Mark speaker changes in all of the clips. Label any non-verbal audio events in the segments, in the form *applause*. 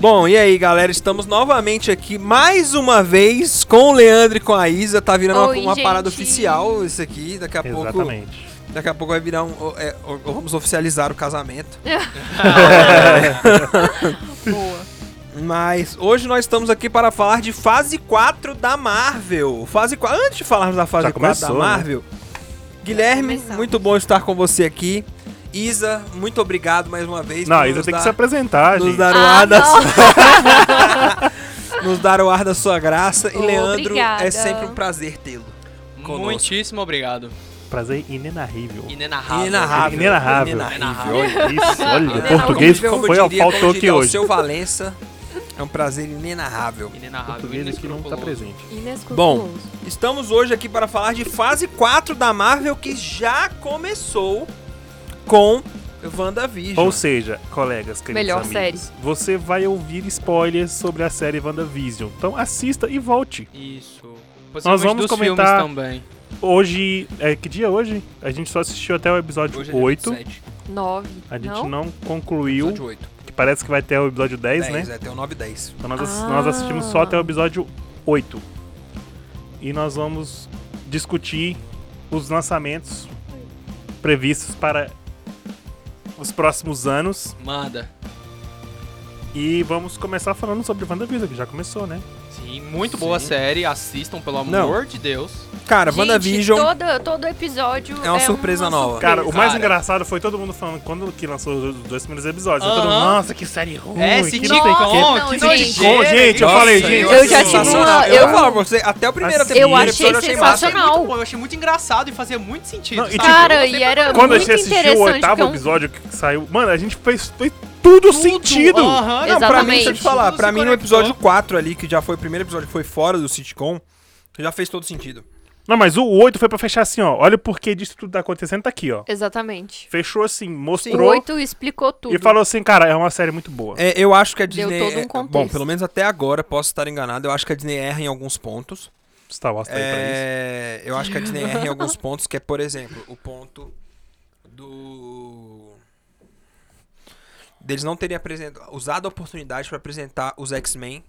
Speaker 1: Bom, e aí, galera? Estamos novamente aqui, mais uma vez, com o Leandro e com a Isa. Tá virando uma-
Speaker 2: Oi,
Speaker 1: uma, parada
Speaker 2: gente.
Speaker 1: oficial isso aqui. Daqui a pouco.
Speaker 3: Exatamente.
Speaker 1: Daqui a pouco vai virar um. é, o- vamos oficializar o casamento.
Speaker 2: Boa.
Speaker 3: *laughs*
Speaker 1: Mas hoje nós estamos aqui para falar de fase 4 da Marvel. Fase 4. Antes de falarmos da fase
Speaker 3: Já
Speaker 1: 4 da
Speaker 3: começou, né?
Speaker 1: Marvel, Guilherme,
Speaker 2: começamos.
Speaker 1: muito bom estar com você aqui. Isa, muito obrigado mais uma vez.
Speaker 3: Não,
Speaker 1: por
Speaker 3: Isa
Speaker 1: nos
Speaker 3: tem que
Speaker 1: dar-
Speaker 3: se apresentar,
Speaker 1: nos
Speaker 3: gente.
Speaker 1: dar o
Speaker 2: Ah,
Speaker 1: ar da
Speaker 2: não.
Speaker 1: sua... nos dar o ar da sua graça. E Leandro, é
Speaker 2: Oh, Obrigada.
Speaker 1: sempre um prazer tê-lo. conosco.
Speaker 4: Muitíssimo obrigado.
Speaker 3: Prazer
Speaker 1: *laughs*
Speaker 3: inenarrível.
Speaker 4: Inenarrável.
Speaker 1: Inenarrável.
Speaker 3: Inenarrável.
Speaker 1: Inenarrável.
Speaker 3: Olha isso, olha.
Speaker 4: Inenarrável.
Speaker 3: O português
Speaker 1: Como
Speaker 3: foi ao
Speaker 1: diria- como
Speaker 3: faltou aqui
Speaker 1: diria o
Speaker 3: hoje.
Speaker 1: seu Valença, é um prazer inenarrável.
Speaker 3: O
Speaker 4: Inenarrável.
Speaker 3: português aqui não tá
Speaker 4: inescrupuloso.
Speaker 3: presente.
Speaker 1: Bom. Estamos hoje aqui para falar de fase 4 da Marvel que já começou com WandaVision.
Speaker 3: Ou seja, colegas, queridos
Speaker 2: Melhor
Speaker 3: amigos,
Speaker 2: série.
Speaker 3: você vai ouvir spoilers sobre a série WandaVision. Então assista e volte.
Speaker 4: Isso.
Speaker 3: Nós
Speaker 4: Possivelmente
Speaker 3: vamos
Speaker 4: dos
Speaker 3: comentar-
Speaker 4: filmes também.
Speaker 3: Hoje, é, que dia é hoje? A gente só assistiu até o episódio
Speaker 1: Hoje é dia
Speaker 3: 8.
Speaker 1: 27,
Speaker 2: Nove.
Speaker 3: A gente não,
Speaker 2: não?
Speaker 3: concluiu,
Speaker 1: episódio 8.
Speaker 3: que parece que vai até o episódio 10,
Speaker 1: 10,
Speaker 3: né?
Speaker 1: É, tem o 9 e 10.
Speaker 3: Então nós, ass-
Speaker 2: Ah.
Speaker 3: nós assistimos só até o episódio 8. E nós vamos discutir os lançamentos previstos para os próximos anos.
Speaker 4: Manda.
Speaker 3: E vamos começar falando sobre WandaVision, que já começou, né?
Speaker 4: Sim, muito boa
Speaker 1: Sim.
Speaker 4: série. Assistam, pelo
Speaker 3: Não.
Speaker 4: amor de Deus.
Speaker 1: Cara,
Speaker 2: Gente,
Speaker 1: WandaVision
Speaker 2: Todo, todo episódio
Speaker 1: É uma surpresa nova.
Speaker 3: Cara, o mais
Speaker 4: Cara.
Speaker 3: engraçado foi todo mundo falando quando que lançou os dois primeiros episódios. né? Todo mundo,
Speaker 4: Aham.
Speaker 3: Nossa, que série ruim.
Speaker 4: É, esse
Speaker 3: que
Speaker 4: Ticon,
Speaker 3: sei o
Speaker 2: Nossa,
Speaker 3: quê."
Speaker 2: não,
Speaker 4: que
Speaker 2: gente.
Speaker 4: nojeira,
Speaker 3: Gente, eu
Speaker 4: nossa,
Speaker 3: falei, gente,
Speaker 2: eu já tive
Speaker 1: sensacional.
Speaker 2: uma-
Speaker 1: Eu, um
Speaker 2: eu-
Speaker 1: falo pra você, até o primeiro até
Speaker 3: Eu
Speaker 1: o primeiro
Speaker 3: achei
Speaker 1: episódio eu achei massa.
Speaker 2: sensacional.
Speaker 4: é muito bom, eu achei muito engraçado e fazia muito sentido.
Speaker 3: Não, e
Speaker 4: sabe?
Speaker 3: tipo,
Speaker 2: Cara,
Speaker 4: Eu
Speaker 2: e era
Speaker 3: Quando a
Speaker 2: é muito
Speaker 3: gente assistiu o
Speaker 2: interessante, porque
Speaker 3: oitavo
Speaker 2: é um-
Speaker 3: episódio que saiu, mano, a gente fez, fez tudo, é sentido.
Speaker 4: Aham,
Speaker 1: Não, pra mim, deixa eu te
Speaker 2: Exatamente.
Speaker 1: falar,
Speaker 4: Tudo
Speaker 1: pra
Speaker 4: se
Speaker 1: mim no
Speaker 4: conectou.
Speaker 1: episódio 4 ali, que já foi o primeiro episódio que foi fora do sitcom, já fez todo sentido.
Speaker 3: Não, mas o 8 foi pra fechar assim, ó. Olha o porquê disso tudo tá acontecendo, tá aqui, ó.
Speaker 2: Exatamente.
Speaker 3: Fechou assim,
Speaker 2: O
Speaker 3: mostrou
Speaker 2: oito explicou tudo.
Speaker 3: e falou assim, cara, é uma série muito boa.
Speaker 1: É, eu acho que a
Speaker 2: Deu
Speaker 1: Disney.
Speaker 2: todo um
Speaker 1: é-
Speaker 2: contexto.
Speaker 1: bom, pelo menos até agora, posso estar enganado, eu acho que a Disney erra em alguns pontos.
Speaker 3: Star Wars tá aí pra isso.
Speaker 1: É, eu acho que a Disney erra em alguns pontos, que é, por exemplo, o ponto do. deles não terem apresen- usado a oportunidade pra apresentar os X-Men.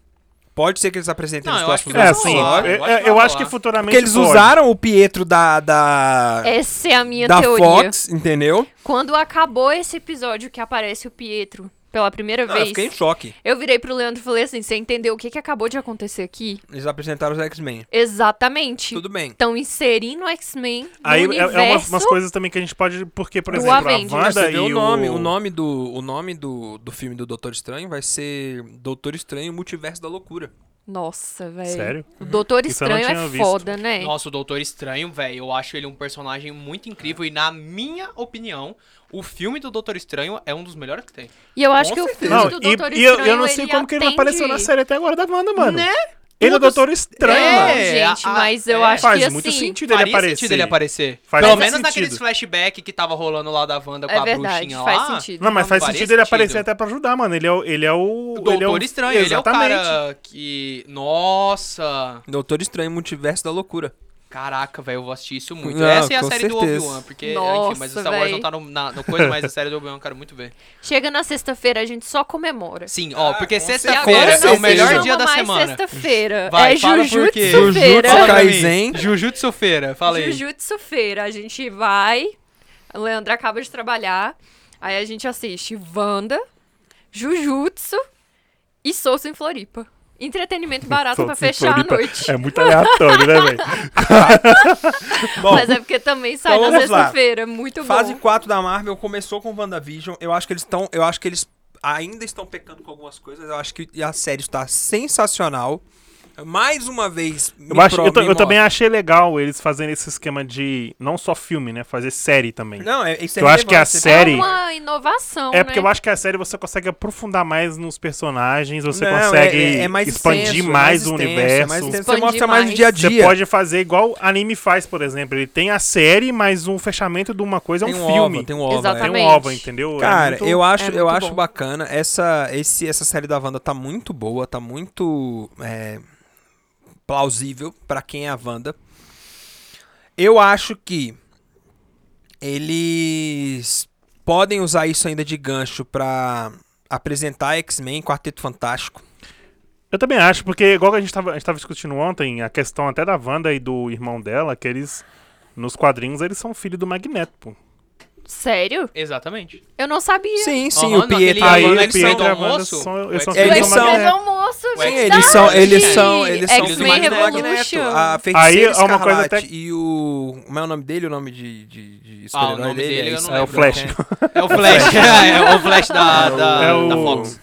Speaker 1: Pode ser que eles apresentem
Speaker 4: Não,
Speaker 1: nos
Speaker 4: eu acho
Speaker 1: próximos
Speaker 4: que vai
Speaker 3: É,
Speaker 1: episódios.
Speaker 3: assim,
Speaker 4: rolar,
Speaker 3: é- é- eu,
Speaker 4: eu acho que vai
Speaker 3: acho que
Speaker 4: rolar.
Speaker 3: futuramente
Speaker 1: Porque eles
Speaker 3: pode.
Speaker 1: usaram o Pietro da. da...
Speaker 2: Essa é a minha
Speaker 1: da
Speaker 2: teoria.
Speaker 1: Fox, entendeu?
Speaker 2: Quando acabou esse episódio que aparece o Pietro pela primeira
Speaker 1: Não, eu
Speaker 2: vez,
Speaker 1: fiquei em choque.
Speaker 2: eu virei pro Leandro e falei assim, você entendeu o que, que acabou de acontecer aqui?
Speaker 1: Eles apresentaram os
Speaker 2: Tipo,
Speaker 1: X-Men.
Speaker 2: Exatamente.
Speaker 1: Tudo bem.
Speaker 2: Estão inserindo o X-Men no
Speaker 3: Aí é- é,
Speaker 2: universo.
Speaker 3: umas, umas coisas também que a gente pode, porque por
Speaker 2: do
Speaker 3: exemplo,
Speaker 2: Avengers.
Speaker 3: a
Speaker 1: Mas
Speaker 3: Wanda
Speaker 1: você
Speaker 3: e
Speaker 1: vê o nome, o nome do o nome do, do filme do Doutor Estranho vai ser Doutor Estranho Multiverso da Loucura.
Speaker 2: Nossa, velho.
Speaker 3: Sério?
Speaker 2: O Doutor
Speaker 3: Isso eu não
Speaker 2: Estranho é
Speaker 3: tinha visto.
Speaker 2: foda, né?
Speaker 4: Nossa, o Doutor Estranho, velho, eu acho ele um personagem muito incrível e, na minha opinião, o filme do Doutor Estranho é um dos melhores que tem.
Speaker 2: E eu acho
Speaker 1: Com
Speaker 2: que o
Speaker 1: certeza.
Speaker 2: filme
Speaker 3: Não,
Speaker 2: do
Speaker 3: e,
Speaker 2: Doutor
Speaker 3: e eu,
Speaker 2: Estranho, Né?
Speaker 3: eu não sei como que ele não apareceu na série até agora da Wanda, mano. Ele é o
Speaker 4: Todos-
Speaker 3: Doutor Estranho,
Speaker 4: É,
Speaker 3: mano.
Speaker 2: gente,
Speaker 4: a-
Speaker 2: mas eu
Speaker 4: é.
Speaker 2: acho
Speaker 3: Faz
Speaker 2: que
Speaker 3: muito
Speaker 2: assim...
Speaker 3: sentido ele
Speaker 4: Faria
Speaker 3: aparecer.
Speaker 4: sentido ele aparecer.
Speaker 3: Faz
Speaker 4: Pelo
Speaker 3: muito
Speaker 4: menos naqueles
Speaker 3: sentido.
Speaker 4: flashback que tava rolando lá da Wanda com
Speaker 2: É
Speaker 4: a
Speaker 2: verdade,
Speaker 4: bruxinha
Speaker 2: faz
Speaker 4: lá.
Speaker 2: sentido.
Speaker 3: Não, mas faz
Speaker 4: Faria
Speaker 3: sentido ele
Speaker 4: sentido.
Speaker 3: aparecer até pra ajudar, mano. Ele é o. Ele é o
Speaker 4: O Doutor
Speaker 3: ele é o-
Speaker 4: Estranho,
Speaker 3: Exatamente.
Speaker 4: ele é o cara que. Nossa!
Speaker 1: Doutor Estranho Multiverso da Loucura.
Speaker 4: Caraca, velho, eu vou assistir isso muito.
Speaker 1: Não,
Speaker 4: Essa é a
Speaker 1: com
Speaker 4: série
Speaker 1: certeza.
Speaker 4: do Obi-Wan, porque.
Speaker 2: Nossa,
Speaker 4: enfim, mas o Star Wars
Speaker 2: véi.
Speaker 4: não tá no, na, no coisa, mas a série do Obi-Wan eu quero muito ver.
Speaker 2: Chega na sexta-feira, a gente só comemora.
Speaker 4: Sim, ó,
Speaker 1: Ah,
Speaker 4: porque
Speaker 1: com
Speaker 4: sexta-feira
Speaker 1: certeza.
Speaker 4: é o
Speaker 1: Com
Speaker 4: melhor
Speaker 1: certeza.
Speaker 4: dia da
Speaker 2: mais
Speaker 4: semana.
Speaker 2: sexta-feira.
Speaker 4: Vai,
Speaker 2: é
Speaker 4: fala por quê.
Speaker 2: Jujutsu-feira.
Speaker 1: Jujutsu
Speaker 4: Fala pra mim.
Speaker 1: Kaisen.
Speaker 4: Jujutsu-feira, fala aí.
Speaker 2: Jujutsu-feira. A gente vai... A Leandra acaba de trabalhar. Aí a gente assiste Wanda, Jujutsu e Souza em Floripa. Entretenimento barato pra
Speaker 3: Solta em
Speaker 2: fechar a
Speaker 3: Floripa.
Speaker 2: noite.
Speaker 3: É muito aleatório,
Speaker 2: *laughs*
Speaker 3: né, velho?
Speaker 1: Bom,
Speaker 2: Mas é porque também sai
Speaker 1: Então
Speaker 2: na
Speaker 1: vamos lá.
Speaker 2: sexta-feira. é Muito
Speaker 1: fase
Speaker 2: bom.
Speaker 1: 4 da Marvel começou com WandaVision. Eu acho que eles estão, eu acho que eles ainda estão pecando com algumas coisas. Eu acho que a série está sensacional. Mais uma vez, me
Speaker 3: Eu, acho-
Speaker 1: pro-
Speaker 3: eu ta-
Speaker 1: me
Speaker 3: eu também
Speaker 1: mostra.
Speaker 3: achei legal eles fazerem esse esquema de. Não só filme, né? Fazer série também.
Speaker 1: Não, é, isso é
Speaker 3: Eu acho que a
Speaker 1: relevante,
Speaker 3: série-
Speaker 2: É uma inovação,
Speaker 3: É porque
Speaker 2: né?
Speaker 3: eu acho que a série você consegue aprofundar mais nos personagens, você
Speaker 1: Não, é-
Speaker 3: consegue
Speaker 1: é- é mais
Speaker 3: expandir
Speaker 1: extenso, é
Speaker 3: mais,
Speaker 1: mais
Speaker 3: o
Speaker 1: extenso, é
Speaker 3: universo.
Speaker 1: mais extenso. Você
Speaker 2: Expandir
Speaker 1: mostra mais o
Speaker 2: mais.
Speaker 1: dia a
Speaker 3: Você
Speaker 1: dia.
Speaker 3: pode fazer igual anime faz, por exemplo. Ele tem a série, mas um fechamento de uma coisa é um,
Speaker 1: tem
Speaker 3: filme.
Speaker 1: Ova, tem um ova,
Speaker 2: Exatamente.
Speaker 1: é.
Speaker 3: Tem um ova, entendeu? É
Speaker 1: Cara,
Speaker 3: muito-
Speaker 1: eu acho,
Speaker 2: é
Speaker 1: eu
Speaker 2: muito
Speaker 1: acho
Speaker 2: bom.
Speaker 1: bacana. Essa, esse, essa série da Wanda tá muito boa, tá muito é, plausível pra quem é a Wanda. Eu acho que eles podem usar isso ainda de gancho pra apresentar X-Men e Quarteto Fantástico.
Speaker 3: Eu também acho, porque igual que a gente tava, a gente tava discutindo ontem, a questão até da Wanda e do irmão dela, que eles, nos quadrinhos, eles são filho do Magneto, pô.
Speaker 2: Sério?
Speaker 4: Exatamente.
Speaker 2: Eu não sabia.
Speaker 1: Sim, sim,
Speaker 4: Aham,
Speaker 1: o Pietro.
Speaker 4: naquele- Aí,
Speaker 3: o
Speaker 4: o X-Men
Speaker 3: Pietro
Speaker 4: do
Speaker 3: e a Wanda
Speaker 4: almoço,
Speaker 3: são,
Speaker 4: o
Speaker 3: eles são
Speaker 4: X-Men-
Speaker 3: filhos
Speaker 1: Eles
Speaker 3: do
Speaker 1: são-
Speaker 2: Mas é
Speaker 3: Magneto.
Speaker 2: almoço,
Speaker 4: Sim,
Speaker 2: gente.
Speaker 1: eles
Speaker 2: da
Speaker 1: são, eles
Speaker 2: onde?
Speaker 1: são, eles são Ah,
Speaker 4: do
Speaker 2: X-Men é
Speaker 4: Magneto.
Speaker 2: Revolution.
Speaker 1: A
Speaker 3: Aí
Speaker 1: feiticeira
Speaker 3: é uma coisa
Speaker 1: Escarlate
Speaker 3: até-
Speaker 1: e o... Como é o nome dele? O nome de, de, de
Speaker 4: Ah, o
Speaker 1: super-herói
Speaker 4: nome dele eu
Speaker 1: isso.
Speaker 4: não
Speaker 3: É o
Speaker 4: lembro.
Speaker 3: Flash.
Speaker 4: É o Flash. *laughs* é o Flash
Speaker 2: Ah,
Speaker 4: da, da,
Speaker 3: É o-
Speaker 4: da Fox.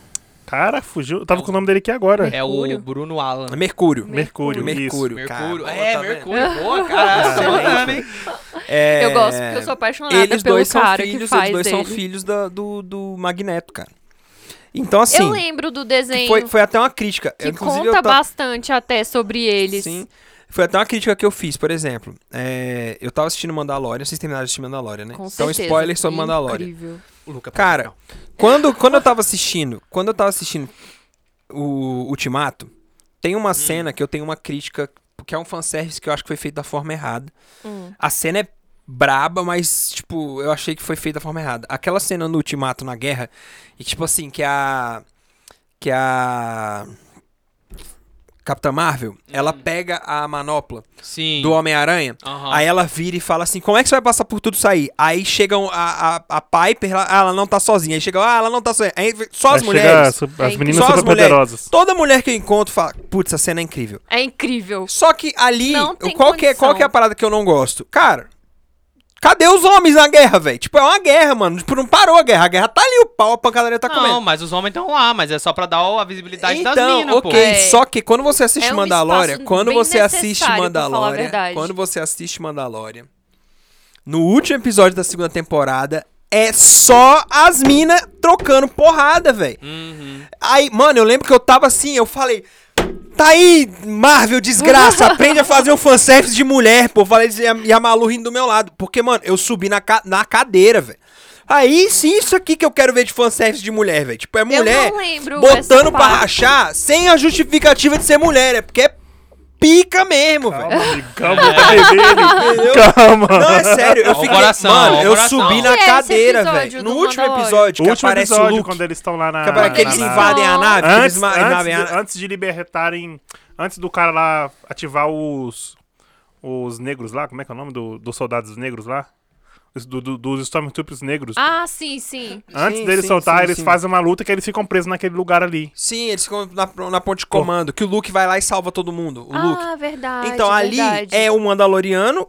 Speaker 3: Cara, fugiu. Eu tava com o nome dele aqui agora.
Speaker 4: É o
Speaker 2: Mercúrio.
Speaker 4: Bruno Alan.
Speaker 1: Mercúrio.
Speaker 3: Mercúrio. Isso.
Speaker 1: Mercúrio, cara. Pô,
Speaker 4: Mercúrio. É,
Speaker 1: tá vendo?
Speaker 4: Mercúrio. Boa, caralho.
Speaker 3: Excelente.
Speaker 4: Soltando, hein?
Speaker 1: É,
Speaker 2: *laughs* Eu gosto, porque eu sou apaixonada
Speaker 1: Eles
Speaker 2: pelo
Speaker 1: dois são
Speaker 2: cara
Speaker 1: filhos,
Speaker 2: que faz
Speaker 1: eles dois são
Speaker 2: dele.
Speaker 1: filhos da- do, do Magneto, cara. Então,
Speaker 2: eu
Speaker 1: assim,
Speaker 2: lembro do
Speaker 1: que
Speaker 2: desenho
Speaker 1: foi, foi até uma crítica.
Speaker 2: que
Speaker 1: Inclusive,
Speaker 2: conta
Speaker 1: eu tava-
Speaker 2: bastante até sobre eles.
Speaker 1: Sim. Foi até uma crítica que eu fiz, por exemplo. é, eu tava assistindo Mandalorian, vocês terminaram de assistir Mandalorian, né?
Speaker 2: Com
Speaker 1: então,
Speaker 2: certeza. É
Speaker 1: spoiler sobre Mandalorian.
Speaker 2: Incrível.
Speaker 4: O Luca, pode
Speaker 1: Cara,
Speaker 4: não.
Speaker 1: quando, quando eu tava assistindo, quando eu tava assistindo o Ultimato, tem
Speaker 4: Hum.
Speaker 1: uma cena que eu tenho uma crítica, que é um fanservice que eu acho que foi feito da forma errada.
Speaker 2: Hum.
Speaker 1: A cena é braba, mas, tipo, eu achei que foi feita da forma errada. Aquela cena no Ultimato na guerra, e tipo assim, que a. Que a. Capitã Marvel, ela pega a manopla
Speaker 4: Hum. Sim.
Speaker 1: do Homem-Aranha.
Speaker 4: Aham.
Speaker 1: Aí ela vira e fala assim: como é que você vai passar por tudo isso aí? Aí chegam a, a, a Piper, ela, ah, ela não tá sozinha. Aí chegam, ah, ela não tá sozinha. Aí só as
Speaker 3: Aí chega
Speaker 1: mulheres.
Speaker 3: as- As,
Speaker 2: É
Speaker 3: meninas
Speaker 1: Só as
Speaker 3: super poderosas.
Speaker 1: Toda mulher que eu encontro fala: putz, essa cena é incrível.
Speaker 2: É incrível.
Speaker 1: Só que ali,
Speaker 2: Não tem
Speaker 1: qual que, é, qual
Speaker 2: condição.
Speaker 1: que é a parada que eu não gosto? Cara, cadê os homens na guerra, velho? Tipo, é uma guerra, mano. Tipo, não parou a guerra. A guerra tá ali, o pau, a pancadaria tá
Speaker 4: Não,
Speaker 1: comendo.
Speaker 4: mas os homens estão lá, mas é só pra dar a visibilidade das
Speaker 1: Então,
Speaker 4: minas,
Speaker 1: ok,
Speaker 4: pô.
Speaker 2: É.
Speaker 1: só que quando você assiste
Speaker 2: É um
Speaker 1: Mandalorian,
Speaker 2: espaço
Speaker 1: quando
Speaker 2: bem
Speaker 1: você assiste
Speaker 2: necessário, pra falar a
Speaker 1: Mandalorian,
Speaker 2: verdade.
Speaker 1: quando você assiste Mandalorian, no último episódio da segunda temporada, é só as minas trocando porrada, velho.
Speaker 4: Uhum.
Speaker 1: Aí, mano, eu lembro que eu tava assim, eu falei. Tá aí, Marvel,
Speaker 2: *laughs*
Speaker 1: desgraça, aprende a fazer um fanservice de mulher, pô. Falei e a, e a Malu rindo do meu lado. Porque, mano, eu subi na, ca- na cadeira, velho. Aí sim, isso aqui que eu quero ver de fanservice de mulher, velho. Tipo, é mulher
Speaker 2: não lembro
Speaker 1: botando
Speaker 2: essa
Speaker 1: pra
Speaker 2: parte.
Speaker 1: rachar sem a justificativa de ser mulher, é porque é pica mesmo, velho.
Speaker 3: Calma, amigo,
Speaker 1: *laughs*
Speaker 3: calma, tá vermelho. Calma.
Speaker 1: Não, é sério, eu
Speaker 4: Ó o
Speaker 1: fiquei.
Speaker 4: coração, ó
Speaker 1: mano,
Speaker 4: o
Speaker 1: eu
Speaker 4: coração.
Speaker 1: subi
Speaker 2: Que é
Speaker 1: na
Speaker 2: esse
Speaker 1: cadeira,
Speaker 2: episódio
Speaker 1: velho.
Speaker 2: do
Speaker 1: No último
Speaker 2: Mandalorian?
Speaker 1: episódio
Speaker 3: O
Speaker 1: que
Speaker 3: último
Speaker 1: aparece o
Speaker 3: episódio,
Speaker 1: Luke.
Speaker 3: quando eles estão lá na...
Speaker 1: Que aparece- que
Speaker 3: na-
Speaker 1: eles
Speaker 3: na-
Speaker 1: invadem a nave, que
Speaker 3: Antes,
Speaker 1: eles ma-
Speaker 3: antes
Speaker 1: invadem a
Speaker 3: de-
Speaker 1: nave.
Speaker 3: antes de libertarem. Antes do cara lá ativar os. Os negros lá, como é que é o nome do, dos soldados negros lá? Os do- do- dos Stormtroopers negros.
Speaker 2: Ah, sim, sim.
Speaker 3: antes
Speaker 1: sim,
Speaker 3: deles
Speaker 1: sim,
Speaker 3: soltar,
Speaker 1: sim,
Speaker 3: eles
Speaker 1: sim.
Speaker 3: fazem uma luta que eles ficam presos naquele lugar ali.
Speaker 1: Sim, eles ficam na, na ponte de comando, que o Luke vai lá e salva todo mundo. O Luke.
Speaker 2: Ah, verdade.
Speaker 1: Então ali
Speaker 2: verdade.
Speaker 1: é o Mandaloriano,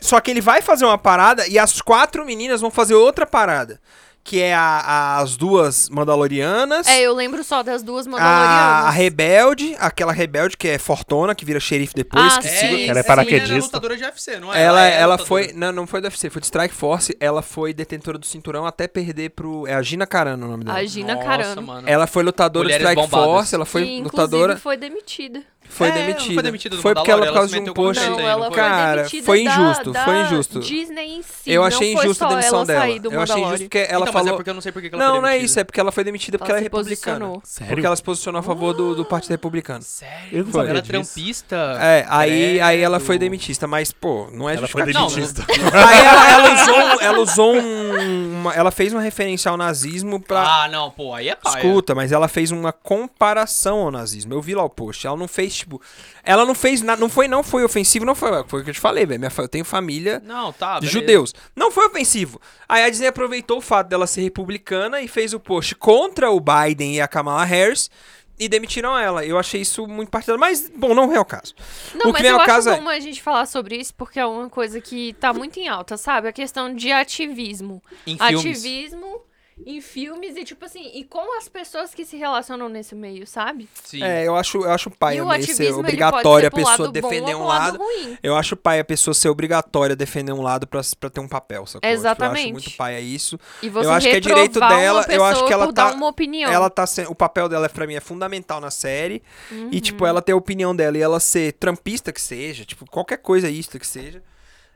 Speaker 1: só que ele vai fazer uma parada e as quatro meninas vão fazer outra parada. Que é a- as duas Mandalorianas.
Speaker 2: É, eu lembro só das
Speaker 1: Ah,
Speaker 2: duas
Speaker 1: A, a
Speaker 2: Mandalorianas.
Speaker 1: rebelde, aquela rebelde que é fortona, que vira xerife depois.
Speaker 2: Ah,
Speaker 1: que
Speaker 2: sim.
Speaker 1: segura-
Speaker 4: isso,
Speaker 3: Ela é
Speaker 4: essa menina
Speaker 3: paraquedista.
Speaker 4: lutadora de UFC, não é?
Speaker 1: Ela,
Speaker 4: é
Speaker 1: ela
Speaker 4: lutadora.
Speaker 1: foi. Não, não foi do UFC, foi de Strike Force. Ela foi detentora do cinturão até perder pro. É a Gina Carano o nome dela.
Speaker 2: A Gina
Speaker 4: Nossa,
Speaker 2: Carano.
Speaker 4: mano.
Speaker 1: Ela foi lutadora
Speaker 4: Mulheres
Speaker 1: de Strike
Speaker 4: bombadas.
Speaker 1: Force, ela foi
Speaker 2: que,
Speaker 1: lutadora.
Speaker 2: inclusive, foi demitida.
Speaker 1: Foi
Speaker 4: É, ela
Speaker 1: demitida.
Speaker 4: foi demitida do
Speaker 1: Foi porque ela, por
Speaker 4: Mandalorian,
Speaker 1: causa de
Speaker 4: ela
Speaker 1: um
Speaker 4: se meteu com
Speaker 1: post.
Speaker 4: Não,
Speaker 2: Não,
Speaker 4: sei,
Speaker 2: ela
Speaker 4: não foi?
Speaker 1: Cara,
Speaker 2: demitida
Speaker 1: foi
Speaker 2: da-
Speaker 1: injusto,
Speaker 2: da
Speaker 1: foi injusto.
Speaker 2: Disney em si.
Speaker 1: eu
Speaker 2: não
Speaker 1: achei
Speaker 2: foi
Speaker 1: injusta a
Speaker 2: só
Speaker 1: demissão
Speaker 2: ela
Speaker 1: dela.
Speaker 2: sair do
Speaker 1: Eu achei injusto
Speaker 2: Mandalorian.
Speaker 1: porque ela
Speaker 4: Então, mas é
Speaker 1: falou.
Speaker 4: porque eu não sei porque que ela
Speaker 1: Não,
Speaker 4: foi
Speaker 1: não é
Speaker 4: demitida.
Speaker 1: isso, é porque ela foi demitida porque
Speaker 2: Ela
Speaker 1: ela é
Speaker 2: se
Speaker 1: republicana.
Speaker 2: posicionou.
Speaker 1: Porque ela se posicionou a favor do, do Partido Republicano.
Speaker 4: Sério?
Speaker 3: Eu não sabia
Speaker 4: Ela é
Speaker 3: disso.
Speaker 4: trampista?
Speaker 1: É, aí, aí ela foi
Speaker 4: Credo.
Speaker 1: demitista, mas, pô, não é
Speaker 3: Ela foi
Speaker 1: justificativa.
Speaker 4: Não,
Speaker 3: demitista.
Speaker 1: Aí ela, ela usou, um- ela usou um- uma- ela fez uma referência ao nazismo pra.
Speaker 4: Ah, não, pô, aí é paia.
Speaker 1: Escuta, mas ela fez uma comparação ao nazismo. Eu vi lá o post. Ela não fez, tipo. Ela não fez nada. Não foi, não foi ofensivo, não foi. Foi o que eu te falei, velho. Minha fa- Eu tenho família
Speaker 4: Não,
Speaker 2: Ah,
Speaker 4: tá,
Speaker 1: de
Speaker 4: beleza.
Speaker 1: judeus. Não foi ofensivo. Aí a Disney aproveitou o fato dela ser republicana e fez o post contra o Biden e a Kamala Harris e demitiram ela. Eu achei isso muito partidário. Mas, bom, não é o caso.
Speaker 2: Não,
Speaker 1: o que
Speaker 2: mas
Speaker 1: vem
Speaker 2: eu
Speaker 1: ao
Speaker 2: acho
Speaker 1: caso é.
Speaker 2: bom a gente falar sobre isso, porque é uma coisa que tá muito em alta, sabe? A questão de ativismo.
Speaker 4: Em filmes.
Speaker 2: ativismo em filmes e, tipo assim, e com as pessoas que se relacionam nesse meio, sabe?
Speaker 4: Sim.
Speaker 1: É, eu acho, eu acho pai
Speaker 2: e o
Speaker 1: meio ser
Speaker 2: ativismo,
Speaker 1: obrigatório a
Speaker 2: ele pode ser pro
Speaker 1: pessoa
Speaker 2: lado bom
Speaker 1: defender
Speaker 2: ou
Speaker 1: um
Speaker 2: pro
Speaker 1: lado.
Speaker 2: ruim.
Speaker 1: Eu acho pai a pessoa ser obrigatória a defender um lado pra, pra ter um papel, sacou? Tipo, Eu acho
Speaker 2: Exatamente.
Speaker 1: muito pai é isso.
Speaker 2: E você
Speaker 1: eu acho que é
Speaker 2: reprovar
Speaker 1: direito
Speaker 2: uma
Speaker 1: dela, eu acho
Speaker 2: pessoa
Speaker 1: que ela
Speaker 2: por
Speaker 1: tá-
Speaker 2: dar uma opinião.
Speaker 1: Ela tá sendo, o papel dela pra mim é fundamental na série. E tipo, ela ter a opinião dela e ela ser trampista que seja, tipo, qualquer coisa isto que seja,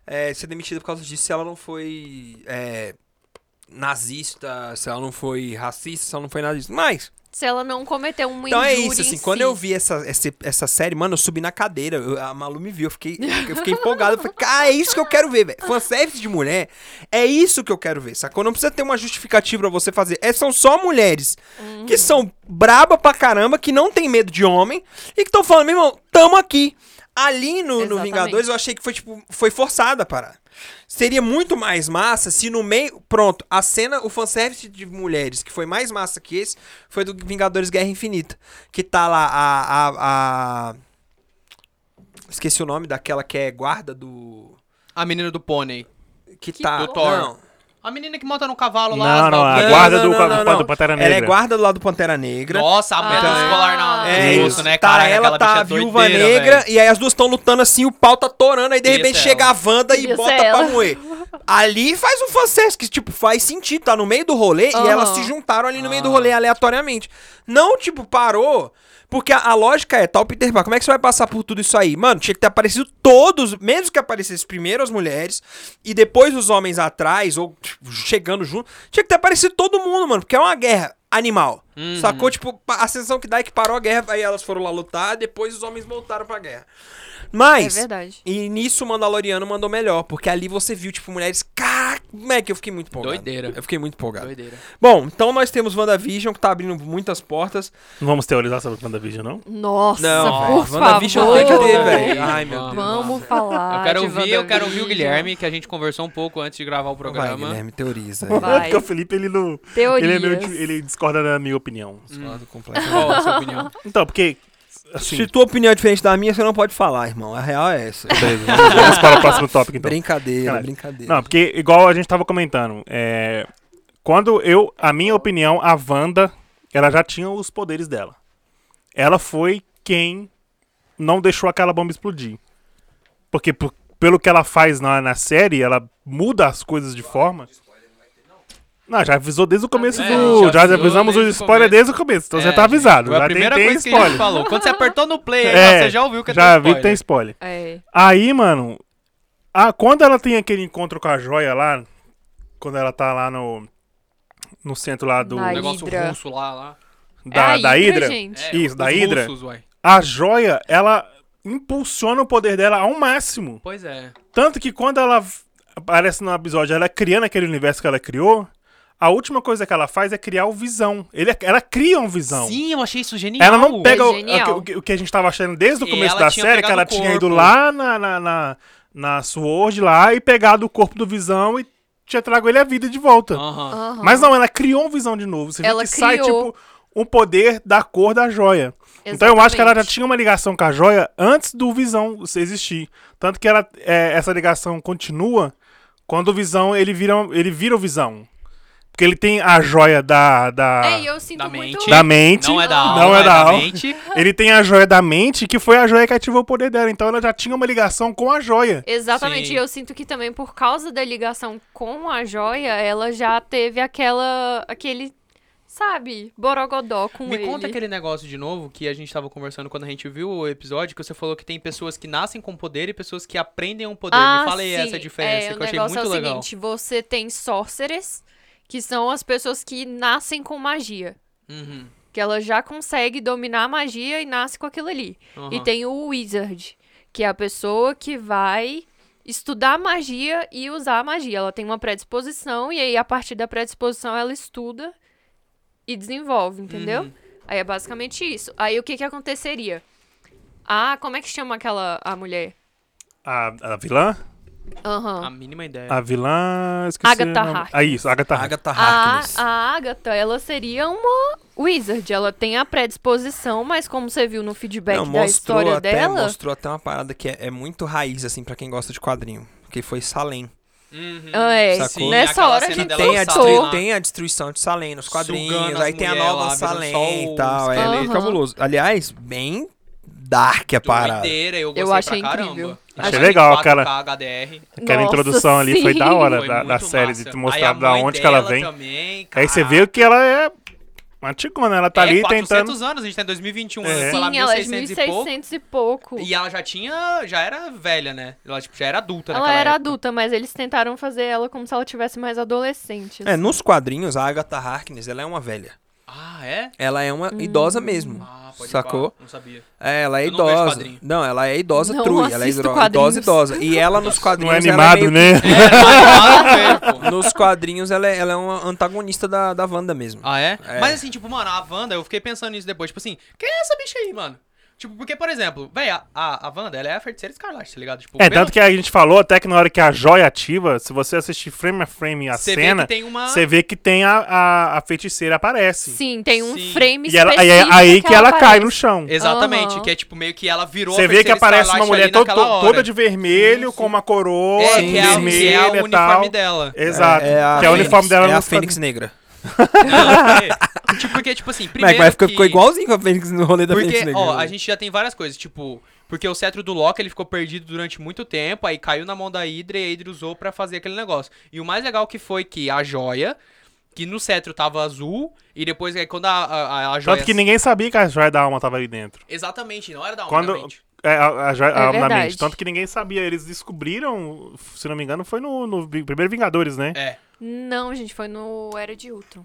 Speaker 1: é, ser demitida por causa disso se ela não foi é, nazista, se ela não foi racista, se ela não foi nada disso. Mas
Speaker 2: Se ela não cometeu um
Speaker 1: Então é
Speaker 2: injúria
Speaker 1: isso,
Speaker 2: em
Speaker 1: assim, quando
Speaker 2: si.
Speaker 1: eu vi essa, essa, essa série, mano, eu subi na cadeira, eu- a Malu me viu, eu
Speaker 2: *laughs*
Speaker 1: fiquei, eu fiquei empolgado, eu falei, cara, é isso que eu quero ver, velho. Fanservice de mulher, é isso que eu quero ver, sacou? Não precisa ter uma justificativa pra você fazer, é, são só mulheres que
Speaker 2: Uhum.
Speaker 1: são braba pra caramba, que não tem medo de homem e que estão falando, meu irmão, tamo aqui. Ali no, no
Speaker 2: Exatamente.
Speaker 1: Vingadores eu achei que foi, tipo, foi forçada a parar. Seria muito mais massa se no meio. Pronto, a cena, o fanservice de mulheres, que foi mais massa que esse, foi do Vingadores Guerra Infinita. Que tá lá a. a, a- Esqueci o nome daquela que é guarda do.
Speaker 4: A menina do pônei.
Speaker 1: Que,
Speaker 2: Que
Speaker 1: tá.
Speaker 2: do
Speaker 1: Thor.
Speaker 4: Thor.
Speaker 1: Não.
Speaker 4: A menina que monta no cavalo lá.
Speaker 3: Não,
Speaker 4: as
Speaker 3: não, a
Speaker 4: novinhas.
Speaker 3: guarda
Speaker 1: Não,
Speaker 3: do,
Speaker 1: não,
Speaker 3: pa-
Speaker 1: não,
Speaker 3: pa-
Speaker 1: não.
Speaker 3: do Pantera
Speaker 1: Ela
Speaker 3: Negra.
Speaker 1: é guarda do lado do Pantera Negra.
Speaker 4: Nossa, a mulher
Speaker 2: Ah.
Speaker 4: do escolar na
Speaker 1: É
Speaker 4: no
Speaker 1: isso,
Speaker 4: osso, né,
Speaker 1: tá
Speaker 4: cara?
Speaker 1: ela,
Speaker 4: Aquela
Speaker 1: tá
Speaker 4: bicha é
Speaker 1: a viúva
Speaker 4: doideira,
Speaker 1: negra,
Speaker 4: velho.
Speaker 1: e aí as duas estão lutando assim, o pau tá torando, aí de
Speaker 4: Devia
Speaker 1: repente
Speaker 4: ser
Speaker 1: chega
Speaker 4: ela.
Speaker 1: a Wanda e
Speaker 2: Devia
Speaker 1: bota
Speaker 2: ser
Speaker 1: pra
Speaker 2: ela.
Speaker 1: moer. Ali faz um fanservice que, tipo, faz sentido, tá no meio do rolê e
Speaker 2: Aham.
Speaker 1: elas se juntaram ali no meio do
Speaker 4: Ah.
Speaker 1: rolê aleatoriamente. Não, tipo, parou, porque a, a lógica é, tá, o Peter Parker, como é que você vai passar por tudo isso aí? Mano, tinha que ter aparecido todos, menos que aparecesse primeiro as mulheres e depois os homens atrás, ou tipo, chegando junto, tinha que ter aparecido todo mundo, mano, porque é uma guerra animal.
Speaker 4: Uhum.
Speaker 1: Sacou? Tipo, pa- a sensação que dá é que parou a guerra, aí elas foram lá lutar, depois os homens voltaram pra guerra.
Speaker 2: É
Speaker 1: Mas,
Speaker 2: verdade.
Speaker 1: e nisso o Mandaloriano mandou melhor, porque ali você viu, tipo, mulheres. Caraca, moleque, eu fiquei muito empolgado.
Speaker 4: Doideira.
Speaker 1: Eu fiquei muito empolgado.
Speaker 4: Doideira.
Speaker 1: Bom, então nós temos WandaVision, que tá abrindo muitas portas.
Speaker 3: Não vamos teorizar sobre WandaVision, não?
Speaker 2: Nossa,
Speaker 1: Não,
Speaker 2: por
Speaker 1: velho, WandaVision
Speaker 2: favor.
Speaker 1: tem que ter, velho.
Speaker 4: velho.
Speaker 1: Ai, meu Deus.
Speaker 4: Vamos.
Speaker 2: Vamos falar
Speaker 4: Eu quero
Speaker 2: de
Speaker 4: ouvir, eu quero ouvir o
Speaker 2: WandaVision.
Speaker 4: Guilherme, que a gente conversou um pouco antes de gravar o
Speaker 1: Vai,
Speaker 4: programa.
Speaker 1: Guilherme, teoriza.
Speaker 2: Vai.
Speaker 3: *laughs* Porque o Felipe, ele não. Ele, é
Speaker 2: Teorias.
Speaker 3: meio, ele discorda da minha opinião.
Speaker 1: Discordo completamente.
Speaker 4: Qual a sua opinião?
Speaker 3: Então, porque. Assim,
Speaker 1: Se tua opinião é diferente da minha, você não pode falar, irmão. A real é essa. *laughs*
Speaker 3: beleza, vamos para o próximo tópico, então.
Speaker 1: Brincadeira,
Speaker 3: Caralho.
Speaker 1: brincadeira.
Speaker 3: Não, porque igual a gente tava comentando, é, quando eu, a minha opinião, a Wanda, ela já tinha os poderes dela. Ela foi quem não deixou aquela bomba explodir. Porque por- pelo que ela faz na, na série, ela muda as coisas de forma. Não, já avisou desde o começo
Speaker 4: É,
Speaker 3: do.
Speaker 4: já
Speaker 3: Já,
Speaker 4: avisou
Speaker 3: avisamos o
Speaker 4: desde o
Speaker 3: spoiler
Speaker 4: começo.
Speaker 3: desde o começo, então *laughs* você
Speaker 4: É,
Speaker 3: tá avisado.
Speaker 4: Foi a
Speaker 3: Já tem,
Speaker 4: primeira
Speaker 3: tem
Speaker 4: coisa que a gente
Speaker 3: spoiler.
Speaker 4: falou. Quando você apertou no play, aí,
Speaker 3: *laughs* É,
Speaker 4: você já ouviu que
Speaker 3: já
Speaker 4: tem
Speaker 3: vi
Speaker 4: spoiler.
Speaker 3: que tem spoiler.
Speaker 2: É.
Speaker 3: Aí, mano, a, quando ela tem aquele encontro com a joia lá, quando ela tá lá no, no centro lá do,
Speaker 2: Na
Speaker 4: Um negócio
Speaker 2: Hydra.
Speaker 4: russo lá, lá.
Speaker 3: da,
Speaker 2: é a
Speaker 3: da Hydra,
Speaker 2: gente.
Speaker 4: É,
Speaker 3: Isso,
Speaker 4: os
Speaker 3: da Hydra.
Speaker 4: russos, uai.
Speaker 3: a joia, ela impulsiona o poder dela ao máximo.
Speaker 4: Pois é.
Speaker 3: Tanto que quando ela v- aparece no episódio, ela é criando aquele universo que ela criou, a última coisa que ela faz é criar o Visão. Ele, ela cria um Visão.
Speaker 4: Sim, eu achei isso genial.
Speaker 3: Ela não pega o,
Speaker 2: é genial.
Speaker 3: o que- o que a gente tava achando desde o
Speaker 4: E
Speaker 3: começo
Speaker 4: ela
Speaker 3: da
Speaker 4: tinha
Speaker 3: série, que
Speaker 4: pegado
Speaker 3: ela
Speaker 4: o
Speaker 3: tinha ido
Speaker 4: corpo.
Speaker 3: lá na, na, na, na Sword lá e pegado o corpo do Visão e tinha trago ele a vida de volta.
Speaker 4: Aham.
Speaker 2: Aham.
Speaker 3: Mas não, ela criou um Visão de novo. Você
Speaker 2: Ela
Speaker 3: vê que sai,
Speaker 2: criou.
Speaker 3: tipo, um poder da cor da joia. Então eu acho que ela já
Speaker 2: Exatamente.
Speaker 3: tinha uma ligação com a joia antes do Visão se existir. Tanto que ela, é, essa ligação continua quando o Visão, ele vira, ele vira o Visão. Porque ele tem a joia da... da...
Speaker 2: É, e eu sinto
Speaker 4: Da
Speaker 2: muito.
Speaker 4: mente.
Speaker 3: Da mente.
Speaker 4: Não é da
Speaker 2: Não
Speaker 4: alma,
Speaker 3: é da alma.
Speaker 4: mente.
Speaker 3: Ele tem a joia da mente, que foi a joia que ativou o poder dela. Então ela já tinha uma ligação com a joia.
Speaker 2: Exatamente,
Speaker 4: Sim.
Speaker 2: e eu sinto que também por causa da ligação com a joia, ela já teve aquela. aquele. sabe, borogodó com
Speaker 4: Me
Speaker 2: ele.
Speaker 4: conta aquele negócio de novo que a gente tava conversando quando a gente viu o episódio, que você falou que tem pessoas que nascem com poder e pessoas que aprendem um poder.
Speaker 2: Ah,
Speaker 4: Me fala aí
Speaker 2: sim.
Speaker 4: essa diferença,
Speaker 2: é,
Speaker 4: que
Speaker 2: o
Speaker 4: eu achei
Speaker 2: negócio
Speaker 4: muito
Speaker 2: é o
Speaker 4: legal.
Speaker 2: seguinte: você tem sorcerers, que são as pessoas que nascem com magia.
Speaker 4: Uhum,
Speaker 2: Que ela já consegue dominar a magia e nasce com aquilo ali. E
Speaker 4: aham.
Speaker 2: tem o Wizard, que é a pessoa que vai estudar magia e usar a magia. Ela tem uma predisposição e aí a partir da predisposição ela estuda e desenvolve, entendeu?
Speaker 4: Uhum.
Speaker 2: Aí é basicamente isso. Aí o que que aconteceria? Ah, como é que chama aquela a mulher?
Speaker 3: A, a vilã?
Speaker 4: A
Speaker 2: Aham.
Speaker 4: mínima ideia.
Speaker 3: A vilã. Esqueci.
Speaker 2: Agatha
Speaker 3: o nome.
Speaker 2: Harkness.
Speaker 3: Ah, isso, Agatha Harkness.
Speaker 1: Agatha
Speaker 2: A,
Speaker 1: Harkness.
Speaker 2: a Agatha, ela seria uma wizard. Ela tem a predisposição, mas como você viu no feedback
Speaker 1: Não,
Speaker 2: da história
Speaker 1: até,
Speaker 2: dela...
Speaker 1: Mostrou até uma parada que é, é muito raiz, assim, pra quem gosta de quadrinho. Que foi Salem.
Speaker 4: Uhum.
Speaker 2: Ah, é.
Speaker 1: Sacou?
Speaker 2: Nessa
Speaker 4: Aquela
Speaker 2: hora a
Speaker 4: cena
Speaker 2: gente
Speaker 4: dela
Speaker 1: Tem a,
Speaker 4: Salem
Speaker 2: surtou.
Speaker 1: destru-
Speaker 4: lá.
Speaker 1: tem a destruição de Salem nos quadrinhos,
Speaker 4: Sugando
Speaker 1: aí
Speaker 4: as
Speaker 1: tem a
Speaker 4: mulher
Speaker 1: nova
Speaker 4: lá, vendo
Speaker 1: Salem
Speaker 4: só
Speaker 1: e
Speaker 4: o
Speaker 1: tal. É meio
Speaker 2: esqueleto.
Speaker 1: cabuloso. Aliás, bem dark a parada.
Speaker 4: Doideira, eu
Speaker 2: Eu
Speaker 4: gostei
Speaker 2: achei
Speaker 4: pra caramba.
Speaker 2: incrível.
Speaker 3: Achei legal aquela-
Speaker 4: HDR.
Speaker 3: Aquela
Speaker 2: Nossa,
Speaker 3: introdução ali foi da
Speaker 2: sim.
Speaker 3: hora
Speaker 4: Foi
Speaker 3: da, da
Speaker 4: muito
Speaker 3: série,
Speaker 4: massa.
Speaker 3: de te
Speaker 4: Aí a
Speaker 3: mostrar da
Speaker 4: mãe
Speaker 3: onde que ela
Speaker 4: dela
Speaker 3: vem.
Speaker 4: Também,
Speaker 3: Aí você
Speaker 4: caraca.
Speaker 3: vê que ela é antigona, ela tá
Speaker 4: É,
Speaker 3: ali
Speaker 4: 400
Speaker 3: tentando.
Speaker 4: anos, a gente tá em 2021.
Speaker 3: É.
Speaker 4: É.
Speaker 2: Sim,
Speaker 4: Ela
Speaker 2: ela é
Speaker 4: 1600 e pouco.
Speaker 2: 1600 e pouco.
Speaker 4: E ela já tinha. Já era velha, né? Ela tipo, já era adulta
Speaker 2: Ela
Speaker 4: naquela
Speaker 2: era
Speaker 4: época.
Speaker 2: adulta, mas eles tentaram fazer ela como se ela tivesse mais adolescente.
Speaker 1: É,
Speaker 2: assim.
Speaker 1: nos quadrinhos, a Agatha Harkness, ela é uma velha.
Speaker 4: Ah, é?
Speaker 1: Ela é
Speaker 2: Hum.
Speaker 1: uma idosa mesmo.
Speaker 4: Ah, pode
Speaker 1: sacou?
Speaker 4: pá, Não sabia.
Speaker 1: É, ela é
Speaker 4: Eu não vejo
Speaker 1: idosa.
Speaker 4: quadrinho.
Speaker 1: Não, ela é idosa
Speaker 2: Não
Speaker 1: true. Ela é
Speaker 2: assisto
Speaker 1: idosa, idosa,
Speaker 2: quadrinhos.
Speaker 1: idosa. E ela nos
Speaker 3: Não é
Speaker 1: quadrinhos. ela
Speaker 3: animado,
Speaker 1: meio-
Speaker 4: É,
Speaker 3: *laughs*
Speaker 1: *laughs*
Speaker 3: né?
Speaker 4: mas nada a ver, pô.
Speaker 1: Nos quadrinhos ela é, ela é uma antagonista da, da Wanda mesmo.
Speaker 4: Ah, é?
Speaker 1: É.
Speaker 4: Mas assim, tipo, mano, a Wanda, eu fiquei pensando nisso depois. Tipo assim, quem é essa bicha aí, mano? Tipo, porque, por exemplo, véi, a, a, a Wanda, ela é a feiticeira escarlate, tá ligado? Tipo,
Speaker 3: É,
Speaker 4: pelo-
Speaker 3: tanto que a gente falou até que na hora que a joia ativa, se você assistir frame a frame a
Speaker 4: Você vê
Speaker 3: cena,
Speaker 4: que tem uma-
Speaker 3: você vê que tem a, a, a feiticeira aparece.
Speaker 2: Sim, tem um
Speaker 4: Sim.
Speaker 2: frame
Speaker 3: E ela, aí, é
Speaker 2: específico
Speaker 3: aí que ela cai
Speaker 2: aparece.
Speaker 3: no chão.
Speaker 4: Exatamente,
Speaker 2: Aham.
Speaker 4: que é tipo meio que ela virou
Speaker 3: Você
Speaker 4: a
Speaker 3: vê que
Speaker 4: feiticeira
Speaker 3: aparece uma
Speaker 4: escarlate
Speaker 3: mulher
Speaker 4: ali
Speaker 3: to- to-
Speaker 4: naquela hora.
Speaker 3: toda de vermelho,
Speaker 4: Sim,
Speaker 3: com uma coroa
Speaker 4: É,
Speaker 1: Sim,
Speaker 4: que é, a-
Speaker 1: vermelho
Speaker 4: que é o
Speaker 3: vermelha e tal.
Speaker 4: uniforme dela.
Speaker 3: Exato.
Speaker 1: É, é a
Speaker 3: que é o
Speaker 1: Fênix-
Speaker 3: uniforme dela
Speaker 1: É a
Speaker 3: nos
Speaker 1: Fênix Negra.
Speaker 4: É. tipo, porque, tipo assim,
Speaker 1: Mas,
Speaker 4: primeiro
Speaker 1: mas ficou,
Speaker 4: que...
Speaker 1: ficou igualzinho com a Fênix no rolê da Fênix
Speaker 4: Porque,
Speaker 1: Negra.
Speaker 4: ó, a gente já tem várias coisas, tipo... Porque o cetro do Loki, ele ficou perdido durante muito tempo, aí caiu na mão da Hydra e a Hydra usou pra fazer aquele negócio. E o mais legal que foi que a joia, que no cetro tava azul, e depois, aí, quando a, a, a- a joia...
Speaker 3: Tanto que ninguém sabia que a joia da alma tava ali dentro.
Speaker 4: Exatamente, não era da
Speaker 3: Quando-
Speaker 4: obviamente.
Speaker 3: É, a, a joia- a alma da
Speaker 2: verdade.
Speaker 3: mente. Tanto que ninguém sabia. Eles descobriram, se não me engano, foi no, no vi- primeiro Vingadores, né?
Speaker 4: É,
Speaker 2: Não, gente, foi no Era de Ultron.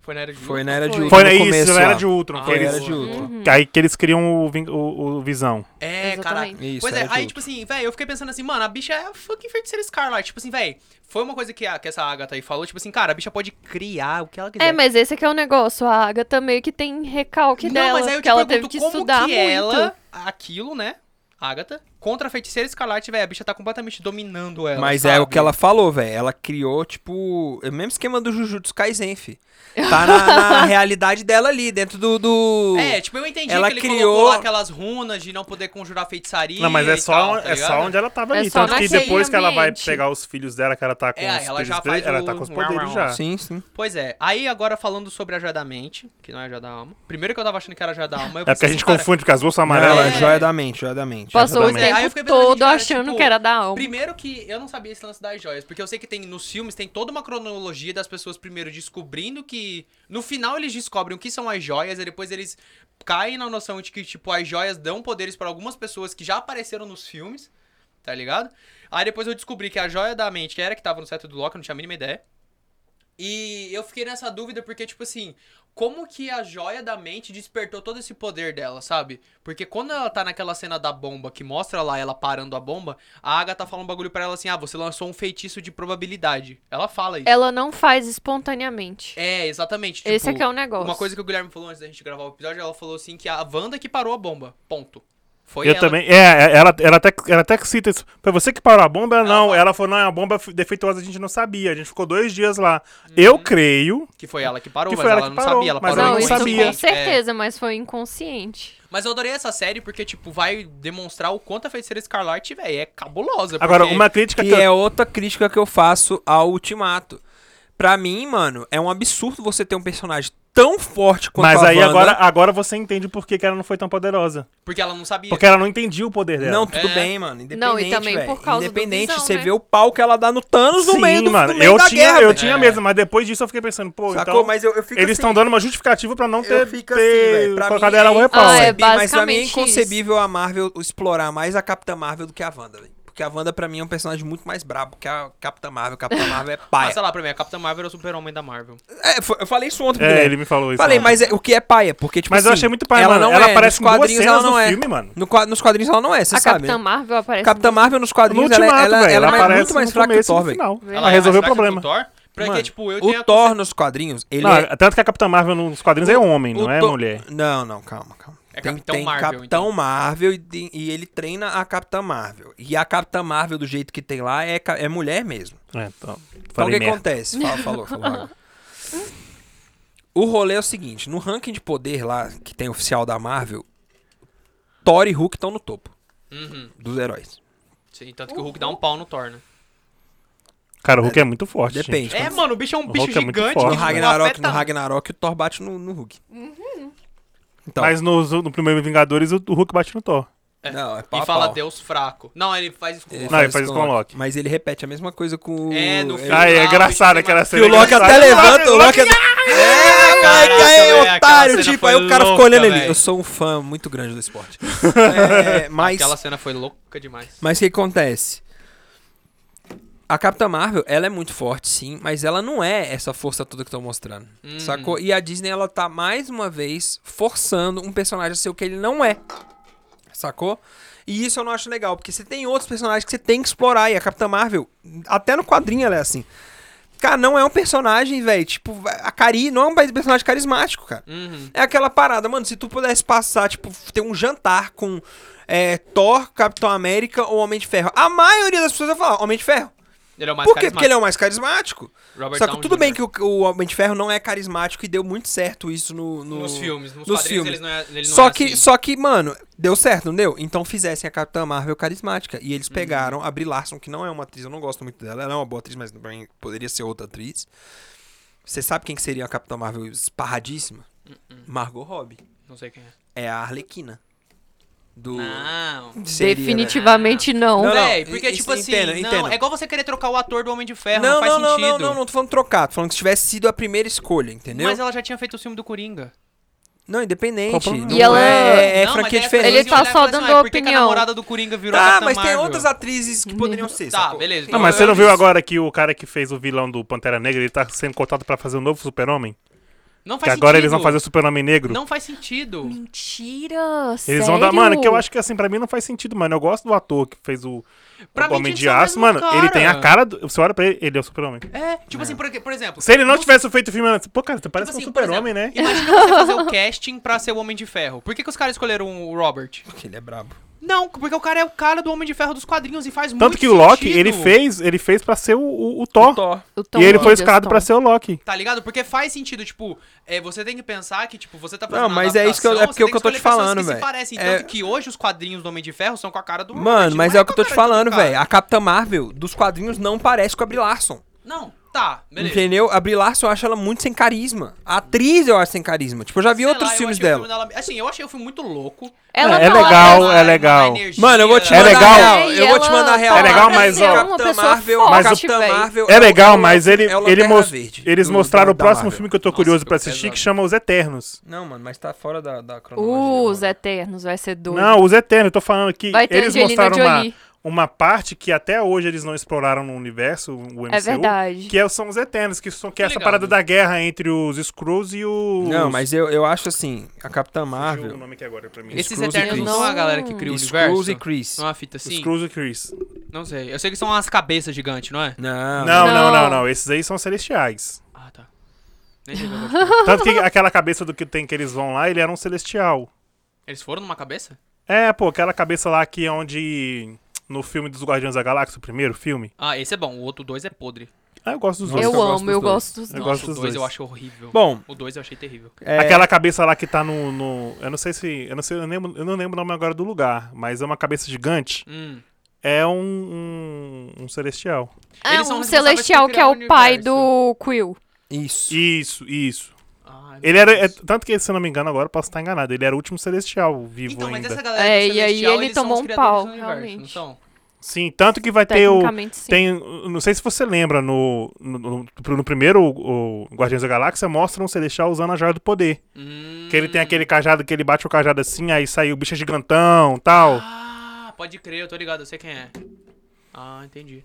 Speaker 4: foi na era de...
Speaker 1: Foi na Era de
Speaker 2: Foi. Uhum.
Speaker 1: Ultron.
Speaker 3: Foi
Speaker 1: É, no
Speaker 3: na
Speaker 1: começo,
Speaker 3: isso, na
Speaker 1: lá.
Speaker 3: era de Ultron.
Speaker 4: Ah,
Speaker 3: que eles-
Speaker 1: Era de Ultron.
Speaker 3: que Aí que eles criam o, Ving- o- o Visão.
Speaker 4: É,
Speaker 2: Exatamente.
Speaker 4: caraca.
Speaker 1: Isso,
Speaker 4: pois
Speaker 1: era
Speaker 4: é,
Speaker 1: de
Speaker 4: aí,
Speaker 1: Ultron.
Speaker 4: tipo assim, velho, eu fiquei pensando assim, mano, a bicha é a fucking feiticeira Scarlet. Tipo assim, velho, foi uma coisa que, a, que essa Agatha aí falou, tipo assim, cara, a bicha pode criar o que ela quiser.
Speaker 2: É, mas esse aqui é o negócio. A Agatha meio que tem recalque
Speaker 4: Não,
Speaker 2: dela,
Speaker 4: mas aí eu
Speaker 2: que
Speaker 4: te
Speaker 2: ela teve
Speaker 4: pergunto
Speaker 2: que
Speaker 4: como
Speaker 2: estudar
Speaker 4: que é
Speaker 2: muito.
Speaker 4: ela, aquilo, né, Agatha, contra a feiticeira Escarlate, velho, a bicha tá completamente dominando ela,
Speaker 1: Mas
Speaker 4: sabe?
Speaker 1: é o que ela falou, velho. Ela criou, tipo, é o mesmo esquema do Jujutsu Kaisen,
Speaker 2: *laughs*
Speaker 1: fi. Tá na, na realidade dela ali, dentro do. do...
Speaker 4: É, tipo, eu entendi
Speaker 1: Ela
Speaker 4: que ele
Speaker 1: criou-
Speaker 4: colocou lá aquelas runas de não poder conjurar feitiçaria
Speaker 3: Não, mas é
Speaker 4: e
Speaker 3: só,
Speaker 4: tal, tá
Speaker 3: é
Speaker 4: ligado?
Speaker 3: só onde ela tava
Speaker 2: É
Speaker 3: ali.
Speaker 2: só
Speaker 3: Tanto que
Speaker 2: naquele
Speaker 3: depois que ela vai
Speaker 2: ambiente.
Speaker 3: pegar os filhos dela, que ela tá com
Speaker 4: É,
Speaker 3: os
Speaker 4: ela
Speaker 3: filhos
Speaker 4: já
Speaker 3: dele,
Speaker 4: faz
Speaker 3: ela
Speaker 4: o-
Speaker 3: tá com os
Speaker 4: um
Speaker 3: poderes
Speaker 4: round.
Speaker 3: já.
Speaker 1: Sim, sim.
Speaker 4: Pois é, aí agora falando sobre a Joia da Mente, que não é a Joia da Alma. Primeiro que eu tava achando que era a Joia da Alma, eu
Speaker 3: É porque a
Speaker 4: pensei
Speaker 3: gente
Speaker 4: assim, cara,
Speaker 3: confunde, porque as duas são
Speaker 1: Não,
Speaker 3: amarelas.
Speaker 1: é
Speaker 3: né?
Speaker 1: joia da mente, joia da mente.
Speaker 2: Passou o
Speaker 3: Exatamente.
Speaker 4: Aí Ah, eu
Speaker 2: tempo
Speaker 4: fiquei pensando,
Speaker 2: todo
Speaker 4: cara,
Speaker 2: achando
Speaker 4: tipo,
Speaker 2: que era da alma.
Speaker 4: Primeiro que eu não sabia esse lance das joias, porque eu sei que tem nos filmes tem toda uma cronologia das pessoas primeiro descobrindo que no final eles descobrem o que são as joias e depois eles caem na noção de que tipo as joias dão poderes pra algumas pessoas que já apareceram nos filmes, tá ligado? Aí depois eu descobri que a joia da mente que era a que tava no cetro do Loki, eu não tinha a mínima ideia. E eu fiquei nessa dúvida porque tipo assim, como que a joia da mente despertou todo esse poder dela, sabe? Porque quando ela tá naquela cena da bomba que mostra lá ela parando a bomba, a Agatha fala um bagulho pra ela assim: "Ah, você lançou um feitiço de probabilidade". Ela fala isso.
Speaker 2: Ela não faz espontaneamente.
Speaker 4: É, exatamente.
Speaker 2: esse
Speaker 4: tipo,
Speaker 2: aqui é o negócio.
Speaker 4: Uma coisa que o Guilherme falou antes da gente gravar o episódio, ela falou assim que a Wanda que parou a bomba. Ponto. Foi
Speaker 3: Eu
Speaker 4: ela.
Speaker 3: também. É, é, ela, ela, até, ela até que cita isso. Foi você que parou a bomba? Ela, não,
Speaker 4: fala-
Speaker 3: ela falou, não, é uma bomba f- defeituosa, a gente não sabia. A gente ficou dois dias lá.
Speaker 4: Uhum.
Speaker 3: Eu creio.
Speaker 4: Que foi ela que parou,
Speaker 3: Que
Speaker 4: mas
Speaker 3: foi
Speaker 4: ela,
Speaker 3: ela que
Speaker 4: não
Speaker 3: parou,
Speaker 4: sabia, ela
Speaker 3: mas
Speaker 4: parou
Speaker 3: ela
Speaker 2: não,
Speaker 3: não
Speaker 2: isso
Speaker 3: sabia.
Speaker 2: com
Speaker 4: inconsciente. É.
Speaker 2: certeza, mas foi inconsciente.
Speaker 4: Mas eu adorei essa série porque tipo vai demonstrar o quanto a feiticeira escarlate, velho, é cabulosa,
Speaker 3: Agora,
Speaker 4: porque-
Speaker 3: uma crítica que,
Speaker 1: Que
Speaker 3: eu-
Speaker 1: é outra crítica que eu faço ao Ultimato. Pra mim, mano, é um absurdo você ter um personagem tão forte quanto
Speaker 3: Mas
Speaker 1: a
Speaker 3: aí
Speaker 1: Wanda.
Speaker 3: agora, agora você entende por que que ela não foi tão poderosa.
Speaker 4: porque ela não sabia.
Speaker 3: Porque ela não entendia o poder dela.
Speaker 1: Não, tudo
Speaker 4: É.
Speaker 1: bem, mano. Independente,
Speaker 2: Não, e também
Speaker 1: véi.
Speaker 2: por causa do
Speaker 1: Independente,
Speaker 2: Visão,
Speaker 1: você
Speaker 2: né?
Speaker 1: vê o pau que ela dá no Thanos no
Speaker 3: Sim,
Speaker 1: meio do,
Speaker 3: mano.
Speaker 1: no meio
Speaker 3: eu
Speaker 1: da
Speaker 3: tinha,
Speaker 1: guerra,
Speaker 3: eu
Speaker 1: véi.
Speaker 3: tinha
Speaker 4: É.
Speaker 3: mesmo, mas depois disso eu fiquei pensando, pô,
Speaker 1: Sacou?
Speaker 3: então.
Speaker 1: mas eu, eu fico
Speaker 3: Eles
Speaker 1: assim,
Speaker 3: estão dando uma justificativa pra não
Speaker 1: Eu
Speaker 3: ter,
Speaker 1: fico assim,
Speaker 3: ter
Speaker 1: velho. Pra
Speaker 3: colocado
Speaker 1: mim
Speaker 3: ela no
Speaker 1: é
Speaker 3: reparo.
Speaker 2: Ah, é
Speaker 1: inconcebível, mas pra mim é
Speaker 2: basicamente isso.
Speaker 1: inconcebível a Marvel explorar mais a Capitã Marvel do que a Wanda, velho. Porque a Wanda, pra mim, é um personagem muito mais brabo que a Capitã Marvel. Capitã
Speaker 3: *laughs*
Speaker 1: Marvel é
Speaker 4: Mas
Speaker 1: paia.
Speaker 4: Ah, sei lá, pra mim, a Capitã Marvel é o super-homem da Marvel.
Speaker 1: É, foi- eu falei isso ontem pro
Speaker 3: É,
Speaker 1: Guilherme.
Speaker 3: ele me falou isso.
Speaker 1: Falei,
Speaker 3: né?
Speaker 1: mas é- o que é paia? Porque, tipo
Speaker 3: Mas eu
Speaker 1: assim,
Speaker 3: achei muito paia,
Speaker 1: ela
Speaker 3: mano.
Speaker 1: não
Speaker 3: Ela
Speaker 1: é.
Speaker 3: aparece em
Speaker 1: nos
Speaker 3: duas
Speaker 1: quadrinhos
Speaker 3: cenas
Speaker 1: ela não
Speaker 3: do
Speaker 1: é.
Speaker 3: filme, mano.
Speaker 1: No qua- nos quadrinhos ela não é, você
Speaker 2: A
Speaker 1: sabe.
Speaker 2: Capitã
Speaker 1: né?
Speaker 2: Marvel é aparece.
Speaker 1: Capitã Marvel nos
Speaker 3: No
Speaker 1: quadrinhos ela, é-
Speaker 3: ultimato,
Speaker 1: ela,
Speaker 3: velho.
Speaker 1: ela
Speaker 3: Ela
Speaker 1: é
Speaker 3: aparece
Speaker 1: muito mais
Speaker 3: no
Speaker 1: fraca que o
Speaker 3: começo e
Speaker 1: Thor,
Speaker 3: no
Speaker 1: velho.
Speaker 3: final.
Speaker 2: Verdade.
Speaker 3: Ela resolveu o
Speaker 4: é mais fraca
Speaker 3: problema.
Speaker 4: que o Thor, porque,
Speaker 1: Mano,
Speaker 4: tipo, eu tenho
Speaker 1: O
Speaker 4: a
Speaker 1: Thor nos quadrinhos, ele
Speaker 3: Não,
Speaker 1: é
Speaker 3: Tanto que a Capitã Marvel nos quadrinhos é homem,
Speaker 1: O
Speaker 3: não é
Speaker 1: Thor-
Speaker 3: mulher.
Speaker 1: Não, não, calma, calma.
Speaker 4: É
Speaker 1: tem
Speaker 4: Capitão
Speaker 1: tem
Speaker 4: Marvel,
Speaker 1: Capitão
Speaker 4: então.
Speaker 1: Marvel e, tem- e ele treina a Capitã Marvel. E a Capitã Marvel, do jeito que tem lá, é, ca- é mulher mesmo.
Speaker 3: É, então.
Speaker 1: Então o
Speaker 3: Falei
Speaker 1: que
Speaker 3: merda.
Speaker 1: acontece? Fala- falou, falou. agora. o rolê é o seguinte: no ranking de poder lá, que tem oficial da Marvel, Thor e Hulk estão no topo
Speaker 4: Uhum.
Speaker 1: dos heróis.
Speaker 4: Sim, tanto que o Hulk dá um pau no Thor, né?
Speaker 3: Cara, o Hulk é muito forte.
Speaker 1: Depende.
Speaker 3: gente.
Speaker 4: É,
Speaker 1: Quando-
Speaker 4: mano, o bicho é um
Speaker 3: O
Speaker 4: bicho
Speaker 3: Hulk é muito
Speaker 4: gigante.
Speaker 3: forte,
Speaker 1: No
Speaker 4: que
Speaker 3: né?
Speaker 4: não
Speaker 1: Ragnarok,
Speaker 4: afeta-
Speaker 1: no Ragnarok, o Thor bate no, no Hulk.
Speaker 4: Uhum.
Speaker 1: Então,
Speaker 3: Mas no, no primeiro Vingadores, o o Hulk bate no Thor.
Speaker 4: É.
Speaker 1: não, é pau
Speaker 4: E
Speaker 1: a
Speaker 4: fala
Speaker 1: pau.
Speaker 4: Deus fraco. Não, ele faz isso com o
Speaker 1: Ele
Speaker 4: Loki.
Speaker 3: Não, ele faz isso com o Loki.
Speaker 1: Mas ele repete a mesma coisa com o-
Speaker 4: É, no
Speaker 1: ele-
Speaker 4: filme.
Speaker 3: Ah, é
Speaker 4: Ah,
Speaker 3: engraçado
Speaker 4: o bicho
Speaker 3: aquela
Speaker 4: tem
Speaker 3: cena.
Speaker 1: Que o Loki
Speaker 3: engraçada.
Speaker 1: até levanta, o né? Loki até...
Speaker 4: Ah,
Speaker 1: É,
Speaker 4: caraca,
Speaker 1: moleque, aí,
Speaker 4: velho, aquela
Speaker 1: otário,
Speaker 4: cena
Speaker 1: tipo,
Speaker 4: foi
Speaker 1: aí o cara
Speaker 4: louca,
Speaker 1: ficou olhando ali.
Speaker 4: velho.
Speaker 1: Eu sou um fã muito grande do *laughs* esporte. É, mas,
Speaker 4: Aquela cena foi louca demais.
Speaker 1: mas o que acontece? A Capitã Marvel, ela é muito forte, sim, mas ela não é essa força toda que estão mostrando. Sacou? E a Disney, ela tá mais uma vez forçando um personagem a ser o que ele não é. Sacou? E isso eu não acho legal, porque você tem outros personagens que você tem que explorar. E a Capitã Marvel, até no quadrinho ela é assim. Cara, não é um personagem, velho. Tipo, a Cari não é um personagem carismático, cara.
Speaker 4: Uhum.
Speaker 1: É aquela parada, mano. Se tu pudesse passar, tipo, ter um jantar com é, Thor, Capitão América ou Homem de Ferro, a maioria das pessoas vai falar Homem de Ferro.
Speaker 4: Ele é o mais
Speaker 1: Por quê? Porque ele é o mais carismático.
Speaker 4: Robert
Speaker 1: Só que
Speaker 4: Downey
Speaker 1: tudo bem
Speaker 4: Jr.
Speaker 1: que o, o Homem de Ferro não é carismático e deu muito certo isso no, no-
Speaker 4: Nos filmes, nos,
Speaker 1: nos
Speaker 4: quadrinhos
Speaker 1: filmes.
Speaker 4: eles não é- ele não
Speaker 1: só
Speaker 4: é
Speaker 1: que,
Speaker 4: assim.
Speaker 1: só que, mano, deu certo, não deu? Então fizessem a Capitã Marvel carismática. E
Speaker 4: Uhum.
Speaker 1: eles pegaram a Brie Larson, que não é uma atriz, eu não gosto muito dela. Ela é uma boa atriz, mas também poderia ser outra atriz. Você sabe quem que seria a Capitã Marvel esparradíssima?
Speaker 4: Uhum.
Speaker 1: Margot Robbie.
Speaker 4: Não sei quem é.
Speaker 1: É a Arlequina. Do...
Speaker 4: Não.
Speaker 1: Seria, né?
Speaker 2: Definitivamente não.
Speaker 1: Não,
Speaker 4: Véi, porque,
Speaker 1: e-
Speaker 4: tipo
Speaker 1: isso,
Speaker 4: assim,
Speaker 1: entendo,
Speaker 4: não,
Speaker 1: entendo.
Speaker 4: é igual você querer trocar o ator do Homem de Ferro,
Speaker 1: Não, não,
Speaker 4: não, faz
Speaker 1: não, não,
Speaker 4: sentido.
Speaker 1: não, não, tô falando trocado. Tô falando que se tivesse sido a primeira escolha, entendeu?
Speaker 4: Mas ela já tinha feito o filme do Coringa.
Speaker 1: Não,
Speaker 3: Qual o
Speaker 1: independente.
Speaker 3: problema?
Speaker 1: Não
Speaker 2: E ela-
Speaker 1: é, é franquia
Speaker 4: Não, mas aí as pessoas
Speaker 1: diferente.
Speaker 2: Ele
Speaker 4: iam
Speaker 2: tá
Speaker 4: olhar e
Speaker 2: só
Speaker 4: falar assim,
Speaker 2: dando
Speaker 4: "Ué, por que que a
Speaker 2: opinião."
Speaker 4: namorada do Coringa virou
Speaker 1: Tá,
Speaker 4: Capitã
Speaker 1: mas tem
Speaker 4: Marvel?
Speaker 1: outras atrizes que poderiam ser.
Speaker 4: Tá,
Speaker 1: sacou?
Speaker 4: beleza.
Speaker 3: Não, mas você não viu agora que o cara que fez o vilão do Pantera Negra, ele tá sendo cotado pra fazer um novo Super-Homem?
Speaker 4: Não
Speaker 3: Que
Speaker 4: faz
Speaker 3: agora eles
Speaker 4: sentido.
Speaker 3: vão fazer o Super-Homem Negro?
Speaker 4: Não faz sentido.
Speaker 2: Mentira,
Speaker 3: Eles vão dar. Mano, que eu acho que assim, pra mim não faz sentido, mano. Eu gosto do ator que fez o,
Speaker 4: Pra
Speaker 3: o
Speaker 4: mim,
Speaker 3: Homem
Speaker 4: eles
Speaker 3: de
Speaker 4: são o
Speaker 3: Aço,
Speaker 4: mesmo
Speaker 3: mano. Ele
Speaker 4: cara.
Speaker 3: tem a cara. Do... Você olha pra ele, ele é o Super-Homem.
Speaker 4: É, tipo assim, por, por exemplo...
Speaker 3: Se ele não
Speaker 4: no-
Speaker 3: tivesse feito o filme antes, pô, cara, você parece
Speaker 4: assim,
Speaker 3: um
Speaker 4: por
Speaker 3: Super-Homem, né?
Speaker 4: Imagina você fazer o casting pra ser o Homem de Ferro. Por que, que os caras escolheram o Robert?
Speaker 1: Porque ele é brabo.
Speaker 4: Não, porque o cara é o cara do Homem de Ferro dos quadrinhos e faz muito
Speaker 3: Tanto que o Loki,
Speaker 4: sentido.
Speaker 3: ele fez, ele fez pra ser o, o, o Thor.
Speaker 1: Thor.
Speaker 3: E ele foi escalado pra ser o Loki.
Speaker 4: Tá ligado? Porque faz sentido, tipo, é, você tem que pensar que, tipo, você tá fazendo
Speaker 1: Não,
Speaker 4: uma
Speaker 1: mas é isso que eu- é
Speaker 4: adaptação,
Speaker 1: porque é o
Speaker 4: você
Speaker 1: que eu tô
Speaker 4: tem
Speaker 1: te
Speaker 4: escolher pessoas
Speaker 1: falando,
Speaker 4: que se
Speaker 1: velho.
Speaker 4: parecem,
Speaker 1: É-
Speaker 4: tanto que hoje os quadrinhos do Homem de Ferro são com a cara do Robert,
Speaker 1: Mano, mas
Speaker 4: não
Speaker 1: é o que eu
Speaker 4: com
Speaker 1: tô
Speaker 4: a
Speaker 1: te
Speaker 4: cara de outro
Speaker 1: falando,
Speaker 4: cara.
Speaker 1: velho. A Capitã Marvel dos quadrinhos não parece com a Brie Larson.
Speaker 4: Não, tá, beleza.
Speaker 1: Entendeu? A Brie Larson eu acho ela muito sem carisma. A atriz eu acho sem carisma. Tipo, eu já vi
Speaker 4: Sei
Speaker 1: outros
Speaker 4: lá, eu
Speaker 1: filmes
Speaker 4: achei o
Speaker 1: dela.
Speaker 4: filme Assim, eu achei o filme muito louco.
Speaker 2: Ela
Speaker 3: É, é
Speaker 2: tá lá
Speaker 3: legal,
Speaker 2: pra-
Speaker 3: é legal.
Speaker 1: Mano, eu vou te
Speaker 3: É
Speaker 1: mandar
Speaker 3: legal.
Speaker 1: real. Eu vou te
Speaker 2: Ela
Speaker 1: mandar real.
Speaker 3: É legal, mas,
Speaker 1: Capitã
Speaker 3: ó,
Speaker 2: é uma pessoa
Speaker 1: Marvel,
Speaker 2: forte,
Speaker 1: mas
Speaker 3: o-
Speaker 1: Capitã
Speaker 2: véi.
Speaker 1: Marvel
Speaker 3: É
Speaker 1: o
Speaker 3: legal,
Speaker 1: Lanterna-
Speaker 3: mas ele,
Speaker 1: é o
Speaker 3: ele
Speaker 1: Lanterna
Speaker 3: mos-
Speaker 1: Verde
Speaker 3: eles
Speaker 1: do-
Speaker 3: mostraram
Speaker 1: da-
Speaker 3: o
Speaker 1: da
Speaker 3: próximo
Speaker 1: Marvel.
Speaker 3: filme que eu tô
Speaker 4: Nossa,
Speaker 3: curioso pra
Speaker 4: ficou
Speaker 3: assistir,
Speaker 4: pesado.
Speaker 3: que chama Os Eternos.
Speaker 1: Não, mano, mas tá fora da, da cronologia.
Speaker 2: Os Eternos vai ser doido.
Speaker 3: Não, Os Eternos, eu tô falando que
Speaker 2: Vai ter
Speaker 3: eles
Speaker 2: Angelina
Speaker 3: mostraram uma,
Speaker 2: Jolie.
Speaker 3: uma parte que até hoje eles não exploraram no universo, o MCU.
Speaker 2: É verdade.
Speaker 3: Que é- são os Eternos, que, são, que é
Speaker 4: Tô
Speaker 3: essa
Speaker 4: ligado.
Speaker 3: parada da guerra entre os Skrulls e é, os...
Speaker 1: né? Não, mas eu, eu acho assim, a Capitã
Speaker 3: Fugiu O
Speaker 1: Marvel.
Speaker 3: nome aqui agora pra mim.
Speaker 4: Esses
Speaker 1: Skrulls e
Speaker 4: Eternos não
Speaker 1: Chris.
Speaker 4: são a galera que cria o
Speaker 1: Skrulls
Speaker 4: universo?
Speaker 1: e Chris.
Speaker 4: Não é uma fita assim?
Speaker 3: Skrulls e Chris.
Speaker 4: Não sei. Eu sei que são umas cabeças gigantes, não é?
Speaker 1: Não,
Speaker 3: Não, não, não,
Speaker 2: Não.
Speaker 3: não. Esses aí são celestiais.
Speaker 4: Ah, tá. Nem sei o
Speaker 1: *laughs*
Speaker 4: que eu vou te-
Speaker 3: Tanto que aquela cabeça do que tem que eles vão lá, ele era um celestial.
Speaker 4: Eles foram numa cabeça?
Speaker 3: É, pô, aquela cabeça lá que é onde. No filme dos Guardiões da Galáxia, o primeiro filme.
Speaker 4: Ah, esse é bom. O outro dois é podre.
Speaker 3: Ah, eu gosto dos dois.
Speaker 2: eu,
Speaker 1: eu gosto
Speaker 2: amo,
Speaker 1: dos
Speaker 2: eu
Speaker 1: dois.
Speaker 2: gosto dos
Speaker 3: Eu
Speaker 2: dois.
Speaker 3: gosto
Speaker 4: o
Speaker 3: dos
Speaker 4: dois eu
Speaker 3: dois.
Speaker 4: acho horrível.
Speaker 1: Bom,
Speaker 4: O dois eu achei terrível.
Speaker 1: é,
Speaker 3: Aquela cabeça lá que tá no, no- Eu não sei se. Eu não sei, eu, lembro, eu não lembro o nome agora do lugar, mas é uma cabeça gigante.
Speaker 4: Hum.
Speaker 3: É um. um, um celestial.
Speaker 2: É
Speaker 4: Eles são
Speaker 2: um
Speaker 4: responsáveis
Speaker 2: celestial
Speaker 4: por
Speaker 2: que é
Speaker 4: criar
Speaker 2: o
Speaker 4: o
Speaker 2: pai
Speaker 4: universo.
Speaker 2: do Quill.
Speaker 1: isso.
Speaker 3: Isso, isso.
Speaker 4: Ai, meu
Speaker 3: Ele era.
Speaker 4: Deus.
Speaker 3: é- tanto que, se eu não me engano, agora eu posso estar enganado. Ele era o último celestial vivo
Speaker 4: Então, mas
Speaker 3: ainda.
Speaker 4: essa galera
Speaker 2: É,
Speaker 4: do
Speaker 2: e aí
Speaker 4: Celestial,
Speaker 2: ele
Speaker 4: eles são
Speaker 2: tomou
Speaker 4: os
Speaker 2: um
Speaker 4: criadores
Speaker 2: pau,
Speaker 4: do universo,
Speaker 2: realmente.
Speaker 4: não são?
Speaker 3: Sim, tanto que vai ter o.
Speaker 2: Tecnicamente, sim.
Speaker 3: Tem, não sei se você lembra, no, no, no- no primeiro o, o Guardiões da Galáxia mostra um Celestial usando a Joia do Poder.
Speaker 4: Hum.
Speaker 3: Que ele tem aquele cajado que ele bate o cajado assim, aí sai o bicho gigantão tal.
Speaker 4: Ah, pode crer, eu tô ligado, eu sei quem é. Ah, entendi.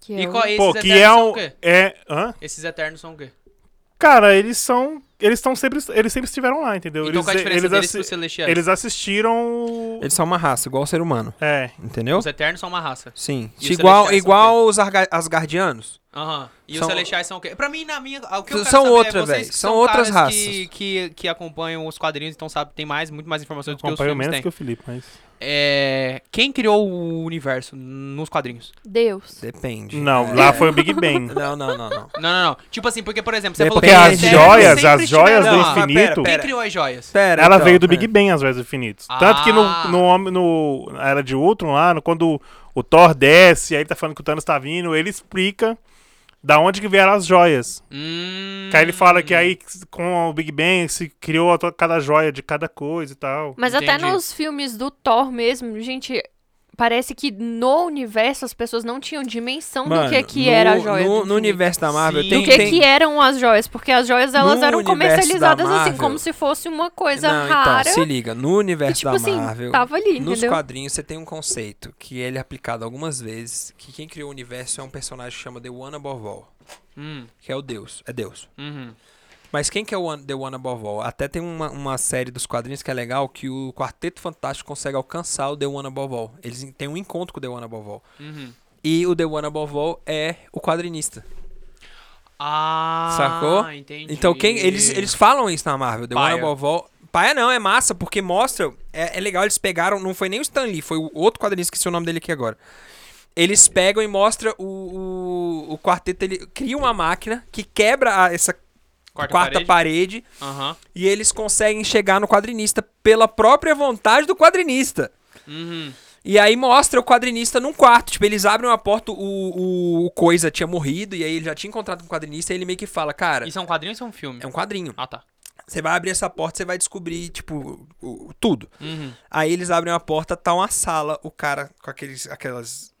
Speaker 2: Que
Speaker 4: E
Speaker 2: é
Speaker 4: qual,
Speaker 2: o-
Speaker 4: esses
Speaker 3: Pô,
Speaker 4: eternos
Speaker 3: que é
Speaker 4: são
Speaker 3: um.
Speaker 4: o quê?
Speaker 3: É. Hã?
Speaker 4: Esses eternos são o quê?
Speaker 3: Cara, eles são. Eles estão sempre. Eles sempre estiveram lá, entendeu?
Speaker 4: Então
Speaker 3: eles,
Speaker 4: qual a diferença
Speaker 3: eles
Speaker 4: deles
Speaker 3: assi-
Speaker 4: pros celestiais?
Speaker 3: eles assistiram.
Speaker 1: Eles são uma raça, igual o ser humano.
Speaker 3: É.
Speaker 1: Entendeu?
Speaker 4: Os eternos são uma raça.
Speaker 1: Sim.
Speaker 4: E os
Speaker 1: Igual,
Speaker 4: celestiais
Speaker 1: igual os Arga- Asgardianos.
Speaker 4: Aham. E
Speaker 1: São-
Speaker 4: os celestiais são o quê? Pra mim, na minha. O que eu quero
Speaker 1: São
Speaker 4: saber
Speaker 1: outra,
Speaker 4: é vocês
Speaker 1: véi,
Speaker 4: que
Speaker 1: são outras
Speaker 4: caras Que,
Speaker 1: raças.
Speaker 4: que, que acompanham os quadrinhos, então sabe, tem mais, muito mais informações do que os
Speaker 3: Acompanho
Speaker 4: filmes
Speaker 3: menos
Speaker 4: têm.
Speaker 3: que o Felipe, mas.
Speaker 4: É, Quem criou o universo nos quadrinhos?
Speaker 2: Deus.
Speaker 1: Depende.
Speaker 3: Não,
Speaker 1: É.
Speaker 3: lá foi o Big Bang.
Speaker 4: *laughs*
Speaker 1: Não, não, não, não.
Speaker 4: Não, não, não. Tipo assim, porque, por exemplo, você
Speaker 1: Depende.
Speaker 3: Porque
Speaker 4: falou que
Speaker 3: as
Speaker 4: os eternos
Speaker 3: joias,
Speaker 4: sempre
Speaker 3: as joias do
Speaker 4: estiveram
Speaker 1: Não,
Speaker 4: lá.
Speaker 1: mas
Speaker 3: infinito.
Speaker 1: pera,
Speaker 4: Quem criou as joias?
Speaker 1: Pera,
Speaker 3: Ela
Speaker 1: então,
Speaker 3: veio do
Speaker 1: é.
Speaker 3: Big Bang, as Joias do Infinito. Tanto que no,
Speaker 4: Ah.
Speaker 3: no, homem- no, na Era de Ultron, lá, no- quando o Thor desce, aí tá falando que o Thanos tá vindo, ele explica da onde que vieram as joias.
Speaker 4: Hum.
Speaker 3: Que aí ele fala que aí com o Big Bang se criou a to- cada joia de cada coisa e tal.
Speaker 2: Mas até
Speaker 4: Entendi.
Speaker 2: nos filmes do Thor mesmo, gente, Parece que no universo as pessoas não tinham dimensão do
Speaker 1: Mano,
Speaker 2: que, que
Speaker 1: no-
Speaker 2: era a joia.
Speaker 1: No,
Speaker 2: do
Speaker 1: no
Speaker 2: infinito.
Speaker 1: universo da Marvel
Speaker 4: Sim.
Speaker 1: tem.
Speaker 2: Do que,
Speaker 1: tem-
Speaker 2: que é eram as joias? Porque as joias elas
Speaker 1: No
Speaker 2: eram
Speaker 1: universo da
Speaker 2: comercializadas assim,
Speaker 1: Marvel-
Speaker 2: como se fosse uma coisa
Speaker 1: Não,
Speaker 2: rara.
Speaker 1: Então, se liga, no universo
Speaker 2: que, tipo
Speaker 1: da
Speaker 2: assim,
Speaker 1: Marvel,
Speaker 2: tava ali,
Speaker 1: nos
Speaker 2: entendeu?
Speaker 1: quadrinhos você tem um conceito que ele é aplicado algumas vezes, que quem criou o universo é um personagem que chama The One Above All,
Speaker 4: Hum,
Speaker 1: que é o Deus, é Deus.
Speaker 4: uhum.
Speaker 1: Mas quem que é o One- The One Above All? Até tem uma, uma série dos quadrinhos que é legal que o Quarteto Fantástico consegue alcançar o The One Above All. Eles têm um encontro com o The One Above All.
Speaker 4: Uhum.
Speaker 1: E o The One Above All é o quadrinista,
Speaker 4: Ah,
Speaker 1: sacou?
Speaker 4: entendi.
Speaker 1: Então quem eles, eles falam isso na Marvel, The
Speaker 4: Paia.
Speaker 1: One Above All. Paia não, é massa, porque mostra... É, é legal, eles pegaram... Não foi nem o Stan Lee, foi o outro quadrinista, esqueci o nome dele aqui agora. Eles pegam e mostram o, o, o quarteto, ele cria uma máquina que quebra a- essa quarta,
Speaker 4: Quarta
Speaker 1: parede
Speaker 4: Aham.
Speaker 1: E eles conseguem chegar no quadrinista pela própria vontade do quadrinista.
Speaker 4: Uhum.
Speaker 1: E aí mostra o quadrinista num quarto. Tipo, eles abrem uma porta, o, o, o Coisa tinha morrido, e aí ele já tinha encontrado com o quadrinista, e ele meio que fala, cara,
Speaker 4: Isso é um quadrinho ou isso é um filme?
Speaker 1: é um quadrinho.
Speaker 4: Ah, tá.
Speaker 1: Você vai abrir essa porta, você vai descobrir, tipo, o- o- tudo.
Speaker 4: Uhum.
Speaker 1: Aí eles abrem uma porta, tá uma sala, o cara com aqueles, aquelas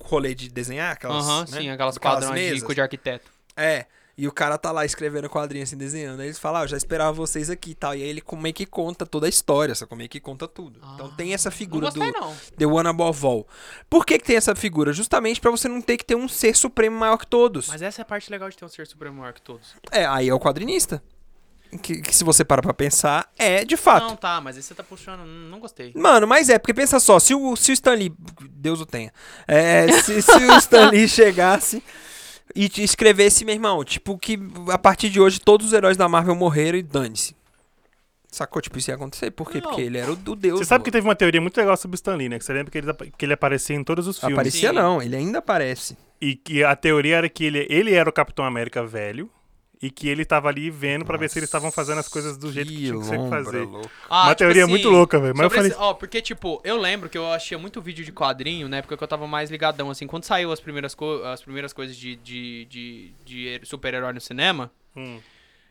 Speaker 1: rolê de desenhar, aquelas,
Speaker 4: Aham,
Speaker 1: né?
Speaker 4: sim, aquelas
Speaker 1: Aquelas
Speaker 4: quadrões de
Speaker 1: mesas.
Speaker 4: cu de arquiteto.
Speaker 1: É. E o cara tá lá escrevendo quadrinho, assim, desenhando. Aí eles falam, ah, eu já esperava vocês aqui e tal. E aí ele como é que conta toda a história, só como é que conta tudo. então tem essa
Speaker 4: Ah, Não
Speaker 1: figura do
Speaker 4: gostei, não.
Speaker 1: The One Above All. Por que, que tem essa figura? Justamente pra você não ter que ter um ser supremo maior que todos.
Speaker 4: Mas essa é a parte legal de ter um ser supremo maior que todos.
Speaker 1: É, aí é o quadrinista. Que, que se você para pra pensar, é de fato.
Speaker 4: Não, tá, mas aí você tá puxando. hum, Não gostei.
Speaker 1: Mano, mas é, porque pensa só, se o, se o Stan Lee, Deus o tenha, é, se, se o Stan
Speaker 4: *laughs*
Speaker 1: Lee chegasse e te escrevesse, meu irmão, tipo, que a partir de hoje todos os heróis da Marvel morreram e dane-se. Sacou? Tipo, isso ia acontecer. Por quê?
Speaker 4: Não.
Speaker 1: Porque ele era o, o Deus.
Speaker 3: Você sabe que
Speaker 1: mano.
Speaker 3: teve uma teoria muito legal sobre o Stan Lee, né? Que você lembra que ele, que ele aparecia em todos os filmes.
Speaker 1: Aparecia
Speaker 4: Sim.
Speaker 1: não, ele ainda aparece.
Speaker 3: E que a teoria era que ele, ele era o Capitão América velho e que ele tava ali vendo pra ver se eles estavam fazendo as coisas do jeito que, tinha que sempre
Speaker 1: lombra
Speaker 3: fazer.
Speaker 1: louca.
Speaker 4: Ah,
Speaker 3: Uma teoria muito louca, velho, mas eu
Speaker 4: sobre
Speaker 3: falei-
Speaker 4: esse- ó, porque, tipo, eu lembro que eu achei muito vídeo de quadrinho na época que eu tava mais ligadão, assim. Quando saiu as primeiras, co- as primeiras coisas de, de, de, de super-herói no cinema.
Speaker 3: Hum.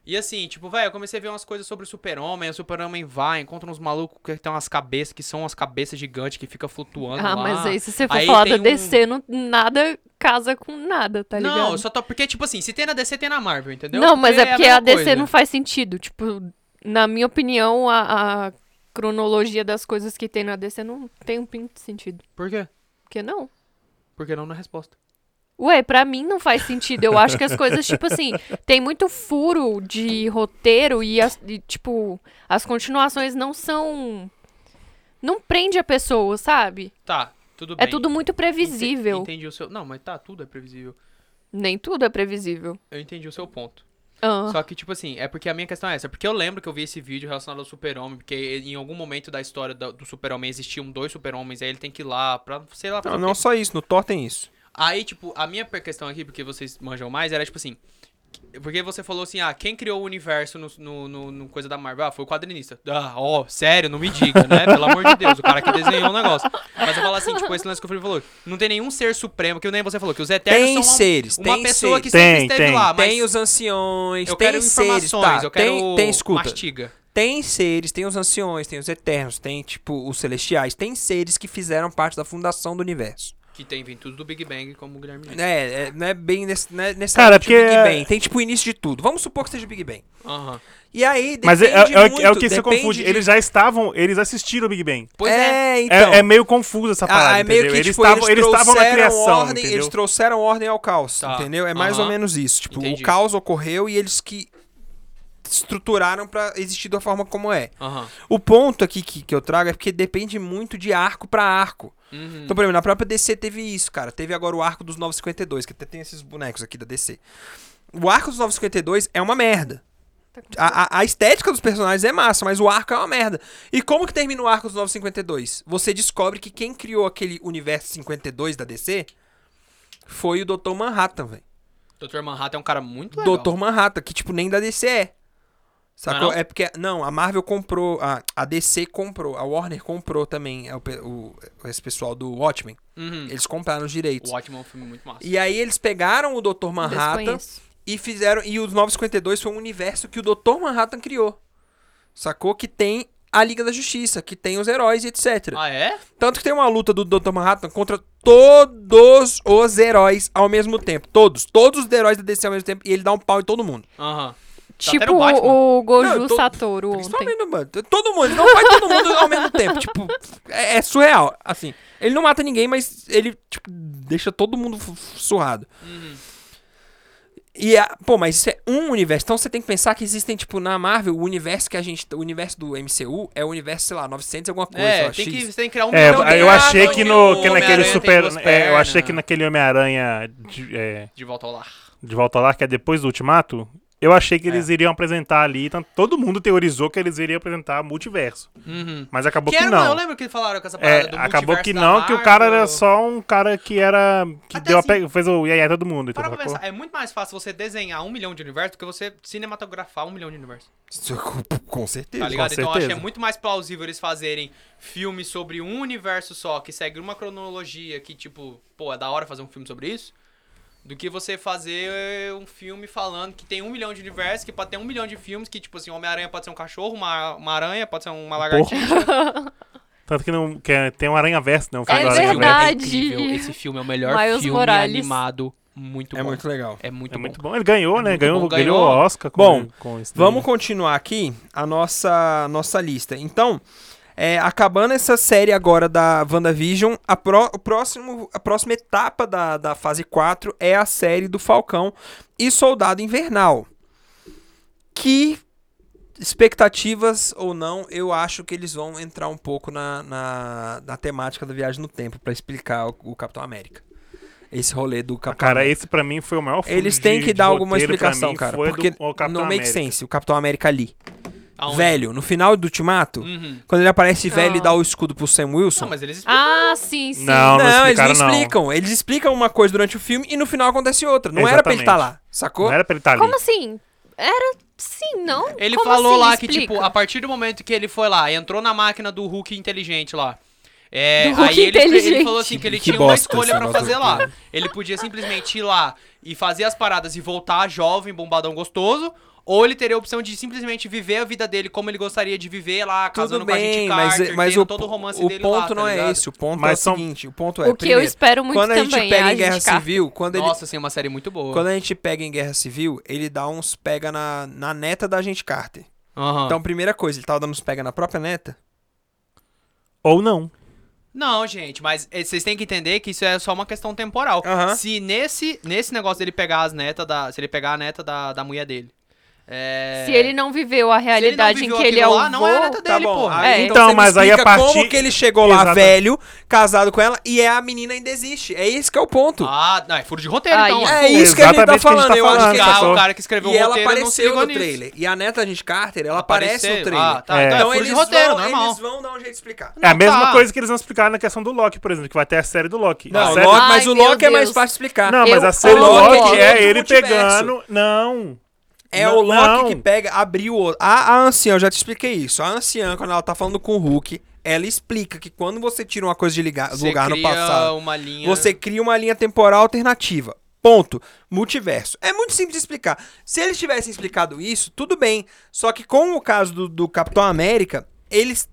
Speaker 4: E assim, tipo, velho, eu comecei a ver umas coisas sobre o super-homem. O super-homem vai, encontra uns malucos que tem umas cabeças, que são umas cabeças gigantes que fica flutuando.
Speaker 2: Ah,
Speaker 4: lá.
Speaker 2: mas aí se você for
Speaker 4: Aí
Speaker 2: falar
Speaker 4: tem
Speaker 2: da
Speaker 4: um-
Speaker 2: DC, não, nada casa com nada, tá ligado?
Speaker 4: Não, eu só tô. Porque, tipo assim, se tem na DC, tem na Marvel, entendeu?
Speaker 2: Não, mas é porque
Speaker 4: mesma
Speaker 2: a DC
Speaker 4: coisa.
Speaker 2: não faz sentido. Tipo, na minha opinião, a, a cronologia das coisas que tem na DC não tem um pinto de sentido.
Speaker 4: Por quê?
Speaker 2: Porque não.
Speaker 4: Porque não na resposta.
Speaker 2: Ué, pra mim não faz sentido. Eu acho que as coisas, tipo assim, tem muito furo de roteiro e, as- e, tipo, as continuações não são. Não prende a pessoa, sabe?
Speaker 4: Tá, tudo
Speaker 2: É
Speaker 4: bem.
Speaker 2: tudo muito previsível.
Speaker 4: Entendi o seu. Não, mas tá, tudo é previsível.
Speaker 2: Nem tudo é previsível.
Speaker 4: Eu entendi o seu ponto.
Speaker 2: Ah,
Speaker 4: Só que, tipo assim, é porque a minha questão é essa. Porque eu lembro que eu vi esse vídeo relacionado ao super-homem, porque em algum momento da história do, do super-homem existiam dois super-homens, aí ele tem que ir lá pra, sei lá, pra
Speaker 1: Não, não só isso, no Thor tem isso.
Speaker 4: Aí, tipo, a minha per- questão aqui, porque vocês manjam mais, era tipo assim. que- Porque você falou assim, ah, quem criou o universo no, no, no- no coisa da Marvel? Ah, foi o quadrinista. Ah, ó, sério, não me diga, né? Pelo amor de Deus, o cara que desenhou o negócio. Mas eu falo assim, tipo, esse lance que o Felipe falou. Não tem nenhum ser supremo, que nem você falou, que os Eternos
Speaker 1: Tem
Speaker 4: são uma,
Speaker 1: seres,
Speaker 4: uma
Speaker 1: tem
Speaker 4: pessoa
Speaker 1: seres.
Speaker 4: que sempre
Speaker 3: Tem,
Speaker 4: esteve
Speaker 3: tem.
Speaker 4: lá, mas
Speaker 1: Tem os anciões,
Speaker 4: eu
Speaker 1: tem
Speaker 4: quero
Speaker 1: seres,
Speaker 4: informações,
Speaker 1: tá?
Speaker 4: eu quero
Speaker 1: tem, tem, escuta.
Speaker 4: mastiga.
Speaker 1: Tem seres, tem os anciões, tem os eternos, tem, tipo, os celestiais. Tem seres que fizeram parte da fundação do universo.
Speaker 4: Que tem vem tudo do Big Bang, como o Guilherme disse.
Speaker 1: É, é não é bem nesse, não é
Speaker 3: Cara,
Speaker 1: necessariamente
Speaker 3: porque
Speaker 1: o Big
Speaker 3: é-
Speaker 1: Bang. Tem, tipo, o início de tudo. Vamos supor que seja o Big Bang.
Speaker 4: Aham.
Speaker 1: E aí, depende
Speaker 3: Mas é, é- é o que- é o
Speaker 1: muito,
Speaker 3: que você
Speaker 1: depende
Speaker 3: confunde.
Speaker 1: de-
Speaker 3: Eles já estavam, eles assistiram o Big Bang.
Speaker 4: Pois é.
Speaker 1: é,
Speaker 3: É-
Speaker 1: então.
Speaker 3: é, meio confuso essa parada,
Speaker 1: Ah, é meio
Speaker 3: entendeu?
Speaker 1: que,
Speaker 3: eles
Speaker 1: tipo,
Speaker 3: estavam eles estavam na
Speaker 1: trouxeram
Speaker 3: criação,
Speaker 1: ordem,
Speaker 3: entendeu?
Speaker 1: eles trouxeram ordem ao caos,
Speaker 4: Tá.
Speaker 1: entendeu? É mais ou
Speaker 4: Aham.
Speaker 1: menos isso. Tipo,
Speaker 4: Entendi.
Speaker 1: o caos ocorreu e eles que estruturaram pra existir da forma como é.
Speaker 4: Aham.
Speaker 1: O ponto aqui que, que eu trago é porque depende muito de arco pra arco.
Speaker 4: Uhum.
Speaker 1: Então, por exemplo, na própria DC teve isso, cara. Teve agora o arco dos 952, que até tem esses bonecos aqui da DC. O arco dos 952 é uma merda.
Speaker 2: tá com-
Speaker 1: A, a- a estética dos personagens é massa, mas o arco é uma merda. E como que termina o arco dos 952? Você descobre que quem criou aquele universo 52 da DC foi o Dr. Manhattan, velho.
Speaker 4: Dr. Manhattan é um cara muito legal.
Speaker 1: Dr. Manhattan, que tipo, nem da DC é. Sacou?
Speaker 4: Não?
Speaker 1: É porque. Não, a Marvel comprou. A, a DC comprou. A Warner comprou também. é, o pe- o- esse pessoal do Watchmen.
Speaker 4: Uhum.
Speaker 1: Eles compraram os direitos.
Speaker 4: O Watchmen é um filme muito massa.
Speaker 1: E aí eles pegaram o Dr. Manhattan
Speaker 4: Tá
Speaker 2: Desconheço.
Speaker 1: e fizeram. E os 952 foi um universo que o Dr. Manhattan criou. Sacou? Que tem a Liga da Justiça, que tem os heróis e etc.
Speaker 4: Ah, é?
Speaker 1: Tanto que tem uma luta do Dr. Manhattan contra todos os heróis ao mesmo tempo. Todos. Todos os heróis da DC ao mesmo tempo. E ele dá um pau em todo mundo.
Speaker 4: Aham. Tá até
Speaker 2: Tipo
Speaker 4: no Batman.
Speaker 2: o Goju
Speaker 1: Não, eu tô-
Speaker 2: Satoru ontem.
Speaker 1: Principalmente, mano. Todo mundo. Ele não faz todo mundo ao mesmo tempo. Tipo, é, é surreal. Assim, ele não mata ninguém, mas ele, tipo, deixa todo mundo fu- fu- surrado. E, a- pô, mas isso é um universo. Então você tem que pensar que existem, tipo, na Marvel, o universo que a gente. O universo do MCU é o universo, sei lá, 900 e alguma coisa. sei
Speaker 4: É,
Speaker 1: lá,
Speaker 4: tem
Speaker 1: X.
Speaker 4: que, você tem que criar um
Speaker 3: É,
Speaker 1: Então tem
Speaker 3: eu
Speaker 1: a-
Speaker 3: achei que, no,
Speaker 1: o
Speaker 3: que naquele
Speaker 4: Homem-Aranha tem
Speaker 3: super.
Speaker 4: duas
Speaker 3: é, eu achei
Speaker 4: pernas.
Speaker 3: que naquele Homem-Aranha de, é,
Speaker 4: De volta ao lar.
Speaker 3: de volta lá, que é depois do Ultimato, eu achei que eles iriam apresentar ali. Então, todo mundo teorizou que eles iriam apresentar multiverso.
Speaker 4: Uhum.
Speaker 3: Mas acabou
Speaker 4: Que
Speaker 3: que,
Speaker 4: era, eu
Speaker 3: não.
Speaker 4: lembro que falaram com essa parada
Speaker 3: É,
Speaker 4: do
Speaker 3: acabou
Speaker 4: multiverso
Speaker 3: que
Speaker 4: da
Speaker 3: não, que o cara era
Speaker 4: Marvel.
Speaker 3: só um cara que era. que
Speaker 4: Até
Speaker 3: deu a
Speaker 4: assim,
Speaker 3: pe- fez o iaia todo mundo. Então,
Speaker 4: Para pra
Speaker 3: sacou?
Speaker 4: pensar, é muito mais fácil você desenhar um milhão de universos do que você cinematografar um milhão de universos.
Speaker 1: Isso, *laughs* com- Com certeza.
Speaker 4: Tá ligado? Então eu acho
Speaker 3: certeza.
Speaker 4: que é muito mais plausível eles fazerem filmes sobre um universo só, que segue uma cronologia que, tipo, pô, é da hora fazer um filme sobre isso, do que você fazer um filme falando que tem um milhão de universos, que pode ter um milhão de filmes, que, tipo assim, Homem-Aranha pode ser um cachorro, uma, uma aranha, pode ser uma
Speaker 3: Porco.
Speaker 4: lagartixa.
Speaker 2: *laughs*
Speaker 3: Tanto que, não, que é- tem um Aranha Verso, não.
Speaker 2: É
Speaker 3: filme do Aranha Verso.
Speaker 2: verdade.
Speaker 4: incrível. Esse filme é o melhor
Speaker 2: Miles
Speaker 4: filme
Speaker 2: Morales.
Speaker 4: animado. Muito
Speaker 1: É
Speaker 4: bom.
Speaker 1: muito legal.
Speaker 4: É muito
Speaker 3: É
Speaker 4: bom.
Speaker 3: muito bom. Ele ganhou, né?
Speaker 4: muito
Speaker 3: Ganhou,
Speaker 4: bom,
Speaker 3: ganhou
Speaker 4: ganhou.
Speaker 3: o Oscar. Com,
Speaker 1: Bom,
Speaker 3: com esse daí.
Speaker 1: Vamos continuar aqui a nossa, nossa lista. Então, é, acabando essa série agora da WandaVision, a, pró- o próximo, a próxima etapa da, da fase 4 é a série do Falcão e Soldado Invernal. Que expectativas ou não, eu acho que eles vão entrar um pouco na, na, na temática da viagem no tempo para explicar o, o Capitão América. Esse rolê do Capitão
Speaker 3: Cara,
Speaker 1: América.
Speaker 3: esse pra mim foi o maior filme
Speaker 1: Eles têm
Speaker 3: de-
Speaker 1: que
Speaker 3: de
Speaker 1: dar alguma
Speaker 3: roteiro pra
Speaker 1: explicação,
Speaker 3: mim,
Speaker 1: cara.
Speaker 3: foi
Speaker 1: Porque
Speaker 3: do- o Capitão
Speaker 1: não make
Speaker 3: América.
Speaker 1: sense o Capitão América ali.
Speaker 4: Aonde?
Speaker 1: Velho, no final do ultimato,
Speaker 4: Uhum.
Speaker 1: quando ele aparece velho e
Speaker 2: Ah.
Speaker 1: dá o escudo pro Sam Wilson.
Speaker 4: Não, mas eles explicam.
Speaker 2: Ah, sim, sim.
Speaker 3: Não, não,
Speaker 1: eles não
Speaker 3: explicaram, não.
Speaker 1: explicam. Eles explicam uma coisa durante o filme e no final acontece outra. Não era pra ele estar
Speaker 3: Exatamente.
Speaker 1: lá, sacou?
Speaker 3: Não era pra ele estar é ali.
Speaker 2: Como assim? Era sim, não?
Speaker 4: Ele
Speaker 2: Como
Speaker 4: falou
Speaker 2: assim?
Speaker 4: lá que,
Speaker 2: Explica.
Speaker 4: tipo, a partir do momento que ele foi lá, entrou na máquina do Hulk inteligente lá. É,
Speaker 2: Do Hulk
Speaker 4: aí ele, ele
Speaker 2: inteligente.
Speaker 4: falou assim que ele
Speaker 1: Que
Speaker 4: tinha uma
Speaker 1: bosta esse
Speaker 4: escolha pra
Speaker 1: negócio
Speaker 4: fazer
Speaker 1: do
Speaker 4: lá.
Speaker 1: Hulk.
Speaker 4: Ele podia simplesmente ir lá e fazer as paradas e voltar jovem, bombadão gostoso, ou ele teria a opção de simplesmente viver a vida dele como ele gostaria de viver lá, casando
Speaker 1: Tudo
Speaker 4: com a gente
Speaker 1: bem, mas, é,
Speaker 4: Carter,
Speaker 1: mas
Speaker 4: tendo
Speaker 1: o,
Speaker 4: todo o romance
Speaker 1: o
Speaker 4: dele lá,
Speaker 1: ponto
Speaker 4: tá
Speaker 1: não é
Speaker 4: ligado?
Speaker 1: esse. O ponto
Speaker 3: Mas
Speaker 1: é o
Speaker 3: são-
Speaker 1: seguinte. O ponto é,
Speaker 2: O que eu
Speaker 1: primeiro,
Speaker 2: espero muito
Speaker 1: quando a gente
Speaker 2: também é
Speaker 1: pega
Speaker 2: a
Speaker 1: em Guerra
Speaker 2: gente cá.
Speaker 1: Civil, quando ele,
Speaker 4: Nossa, assim, é uma série muito boa.
Speaker 1: quando a gente pega em Guerra Civil, ele dá uns pega na, na neta da gente Carter.
Speaker 4: Aham.
Speaker 1: Então, primeira coisa, ele tava dando uns pega na própria neta.
Speaker 3: Ou não.
Speaker 4: Não, gente, mas eh, vocês têm que entender que isso é só uma questão temporal.
Speaker 1: Aham.
Speaker 4: Se nesse, nesse negócio dele pegar as netas da. Se ele pegar a neta da, da mulher dele. é,
Speaker 2: Se ele não viveu a realidade em
Speaker 4: viveu
Speaker 2: que ele é
Speaker 4: aquilo
Speaker 2: o
Speaker 4: lá, não é a neta
Speaker 2: vô,
Speaker 4: dele, porra.
Speaker 1: Tá aí,
Speaker 2: É.
Speaker 1: você
Speaker 3: Então,
Speaker 1: me
Speaker 3: mas aí a
Speaker 1: explica Como
Speaker 3: partir-
Speaker 1: que ele chegou lá
Speaker 3: Exatamente.
Speaker 1: velho, casado com ela, e a menina ainda existe. É esse que é o ponto.
Speaker 4: Ah, não, é furo de roteiro,
Speaker 2: Aí
Speaker 4: então.
Speaker 2: é
Speaker 4: ó.
Speaker 1: É isso que a gente
Speaker 3: Exatamente
Speaker 1: tá
Speaker 3: o que a gente
Speaker 1: falando.
Speaker 3: tá
Speaker 1: Eu acho
Speaker 3: falando,
Speaker 1: que
Speaker 4: Ah,
Speaker 3: sacou?
Speaker 4: o cara que escreveu
Speaker 1: E
Speaker 4: o
Speaker 1: ela
Speaker 4: roteiro não se
Speaker 1: apareceu
Speaker 4: ligou
Speaker 1: no
Speaker 4: nisso.
Speaker 1: trailer. E a neta gente Carter, ela aparece
Speaker 4: Apareceu?
Speaker 1: no trailer.
Speaker 4: Ah, tá.
Speaker 3: É.
Speaker 4: Então,
Speaker 1: Então
Speaker 4: é furo
Speaker 1: eles,
Speaker 4: de roteiro,
Speaker 1: vão,
Speaker 4: normal.
Speaker 1: eles vão dar um jeito de explicar.
Speaker 3: É a
Speaker 4: Não,
Speaker 3: mesma
Speaker 4: tá.
Speaker 3: coisa que eles não explicaram na questão do Loki, por exemplo, que vai ter a série do Loki.
Speaker 1: Não,
Speaker 3: a série...
Speaker 1: Loki- mas o
Speaker 2: Ai, meu
Speaker 1: Loki é mais
Speaker 2: Deus.
Speaker 1: fácil de explicar.
Speaker 3: Não, mas
Speaker 2: Eu
Speaker 3: a série do
Speaker 2: amo
Speaker 3: Loki,
Speaker 2: Loki.
Speaker 3: é ele
Speaker 1: Multiverso.
Speaker 3: pegando. Não.
Speaker 1: É
Speaker 3: Não,
Speaker 1: o Loki
Speaker 3: não.
Speaker 1: que pega, abriu o. A, a anciã, eu já te expliquei isso. A anciã, quando ela tá falando com o Hulk, ela explica que quando você tira uma coisa de ligar-
Speaker 4: Você
Speaker 1: lugar no
Speaker 4: cria
Speaker 1: passado,
Speaker 4: Uma linha...
Speaker 1: Você cria uma linha temporal alternativa. Ponto. Multiverso. É muito simples de explicar. Se eles tivessem explicado isso, tudo bem. Só que com o caso do, do Capitão América, eles,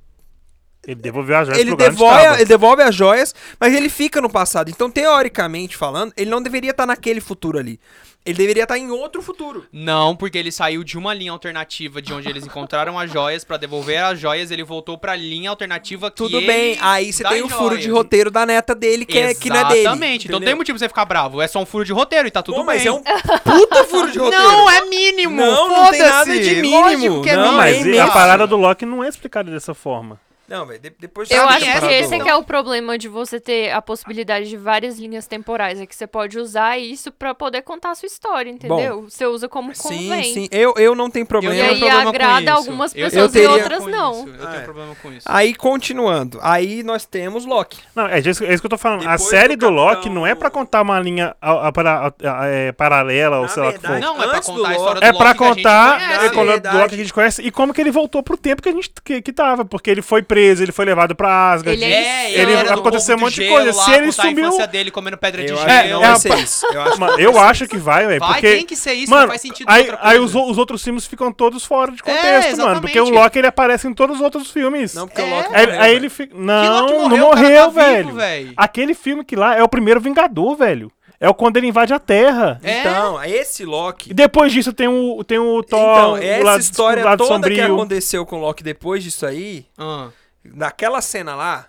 Speaker 3: Ele devolveu a joia pro
Speaker 1: ele,
Speaker 3: lugar onde
Speaker 1: devolve,
Speaker 3: tava.
Speaker 1: ele devolve as joias, mas ele fica no passado. Então, teoricamente falando, ele não deveria estar naquele futuro ali. Ele deveria estar em outro futuro.
Speaker 4: Não, porque ele saiu de uma linha alternativa de onde eles encontraram as joias pra devolver as joias, ele voltou pra linha alternativa que
Speaker 1: Tudo
Speaker 4: ele
Speaker 1: bem. Aí você
Speaker 4: dá
Speaker 1: tem o
Speaker 4: as
Speaker 1: furo
Speaker 4: joias.
Speaker 1: de roteiro da neta dele, que, é, que não é dele.
Speaker 4: Exatamente. Então tem
Speaker 1: entendeu?
Speaker 4: motivo pra você ficar bravo. É só um furo de roteiro e tá tudo
Speaker 1: Pô,
Speaker 4: bem.
Speaker 1: mas é um puta furo
Speaker 2: *laughs*
Speaker 1: de roteiro.
Speaker 4: Não, é mínimo.
Speaker 1: Não, não tem
Speaker 4: foda-se.
Speaker 1: nada de mínimo.
Speaker 4: Lógico que é
Speaker 1: Não,
Speaker 3: Não,
Speaker 4: mínimo.
Speaker 1: é
Speaker 3: mas
Speaker 1: imenso.
Speaker 3: a parada do Loki não é explicada dessa forma.
Speaker 1: Não, velho, de- depois
Speaker 2: Eu
Speaker 1: sabe um
Speaker 2: acho
Speaker 4: essa
Speaker 2: que
Speaker 1: parada
Speaker 2: esse
Speaker 1: toda.
Speaker 2: é que é o problema de você ter a possibilidade de várias linhas temporais. É que você pode usar isso pra poder contar a sua história, entendeu? você usa como convém.
Speaker 1: Sim, sim. Eu, eu não tenho
Speaker 4: Eu
Speaker 1: problema.
Speaker 2: E
Speaker 3: é
Speaker 4: tenho
Speaker 2: aí
Speaker 4: problema com
Speaker 2: agrada
Speaker 4: isso.
Speaker 2: algumas
Speaker 4: Eu
Speaker 1: pessoas
Speaker 4: tenho
Speaker 1: e
Speaker 4: problema
Speaker 2: outras
Speaker 4: com
Speaker 2: não.
Speaker 4: isso. Eu
Speaker 1: Ah, é.
Speaker 4: tenho problema com isso.
Speaker 1: Aí, continuando. Aí nós temos Loki.
Speaker 3: Não, é isso, é isso que eu tô falando.
Speaker 1: Depois
Speaker 3: a série
Speaker 1: do
Speaker 3: do, Lock
Speaker 1: Capitão-
Speaker 3: não é pra contar uma linha a- a- para- a- a- é, paralela ou
Speaker 1: Na
Speaker 3: sei lá o que for.
Speaker 1: verdade,
Speaker 4: Não, é pra
Speaker 1: Ah, Antes do
Speaker 4: contar a
Speaker 1: Loki-
Speaker 4: história do
Speaker 3: É pra
Speaker 4: Loki que a gente
Speaker 3: contar
Speaker 4: conhece.
Speaker 3: é, quando- do
Speaker 1: verdade.
Speaker 3: Loki que a gente conhece e como que ele voltou pro tempo que a gente que, que tava, porque ele foi preso, ele foi levado pra Asgard.
Speaker 2: Ele é
Speaker 4: É,
Speaker 2: isso.
Speaker 4: ele
Speaker 2: Ele-
Speaker 4: era do
Speaker 3: aconteceu um
Speaker 4: povo
Speaker 3: monte de
Speaker 4: gelo
Speaker 3: coisa.
Speaker 4: lá,
Speaker 3: Se ele
Speaker 4: contar a
Speaker 3: sumiu-
Speaker 4: infância dele comendo pedra de
Speaker 1: Eu
Speaker 4: gelo.
Speaker 1: acho que não
Speaker 3: é
Speaker 1: vai
Speaker 3: a
Speaker 1: ser
Speaker 3: pa-
Speaker 1: isso. Eu acho
Speaker 3: Mano, eu acho que vai, velho.
Speaker 4: Vai,
Speaker 3: Porque.
Speaker 4: tem que ser isso,
Speaker 3: mano,
Speaker 4: não faz sentido
Speaker 3: aí,
Speaker 4: outra
Speaker 3: aí
Speaker 4: coisa.
Speaker 3: os, o- os outros filmes ficam todos fora de
Speaker 4: É,
Speaker 3: contexto, mano. Porque o
Speaker 4: exatamente.
Speaker 3: Loki ele aparece em todos os outros filmes.
Speaker 1: Não, porque o
Speaker 4: É.
Speaker 1: Loki.
Speaker 3: Aí,
Speaker 1: morreu,
Speaker 3: aí
Speaker 1: velho.
Speaker 3: ele fica. Não,
Speaker 4: morreu,
Speaker 3: não
Speaker 4: o cara
Speaker 3: morreu,
Speaker 4: tá
Speaker 3: velho.
Speaker 4: vivo, velho.
Speaker 3: Aquele filme que lá é o primeiro Vingador, velho. É o quando ele invade a Terra.
Speaker 4: É.
Speaker 1: Então, esse Loki.
Speaker 3: E depois disso tem o, tem o Thor.
Speaker 1: Então,
Speaker 3: o
Speaker 1: essa
Speaker 3: lado,
Speaker 1: história
Speaker 3: o lado
Speaker 1: toda
Speaker 3: sombrio.
Speaker 1: que aconteceu com o Loki depois disso aí,
Speaker 4: Ah,
Speaker 1: naquela cena lá,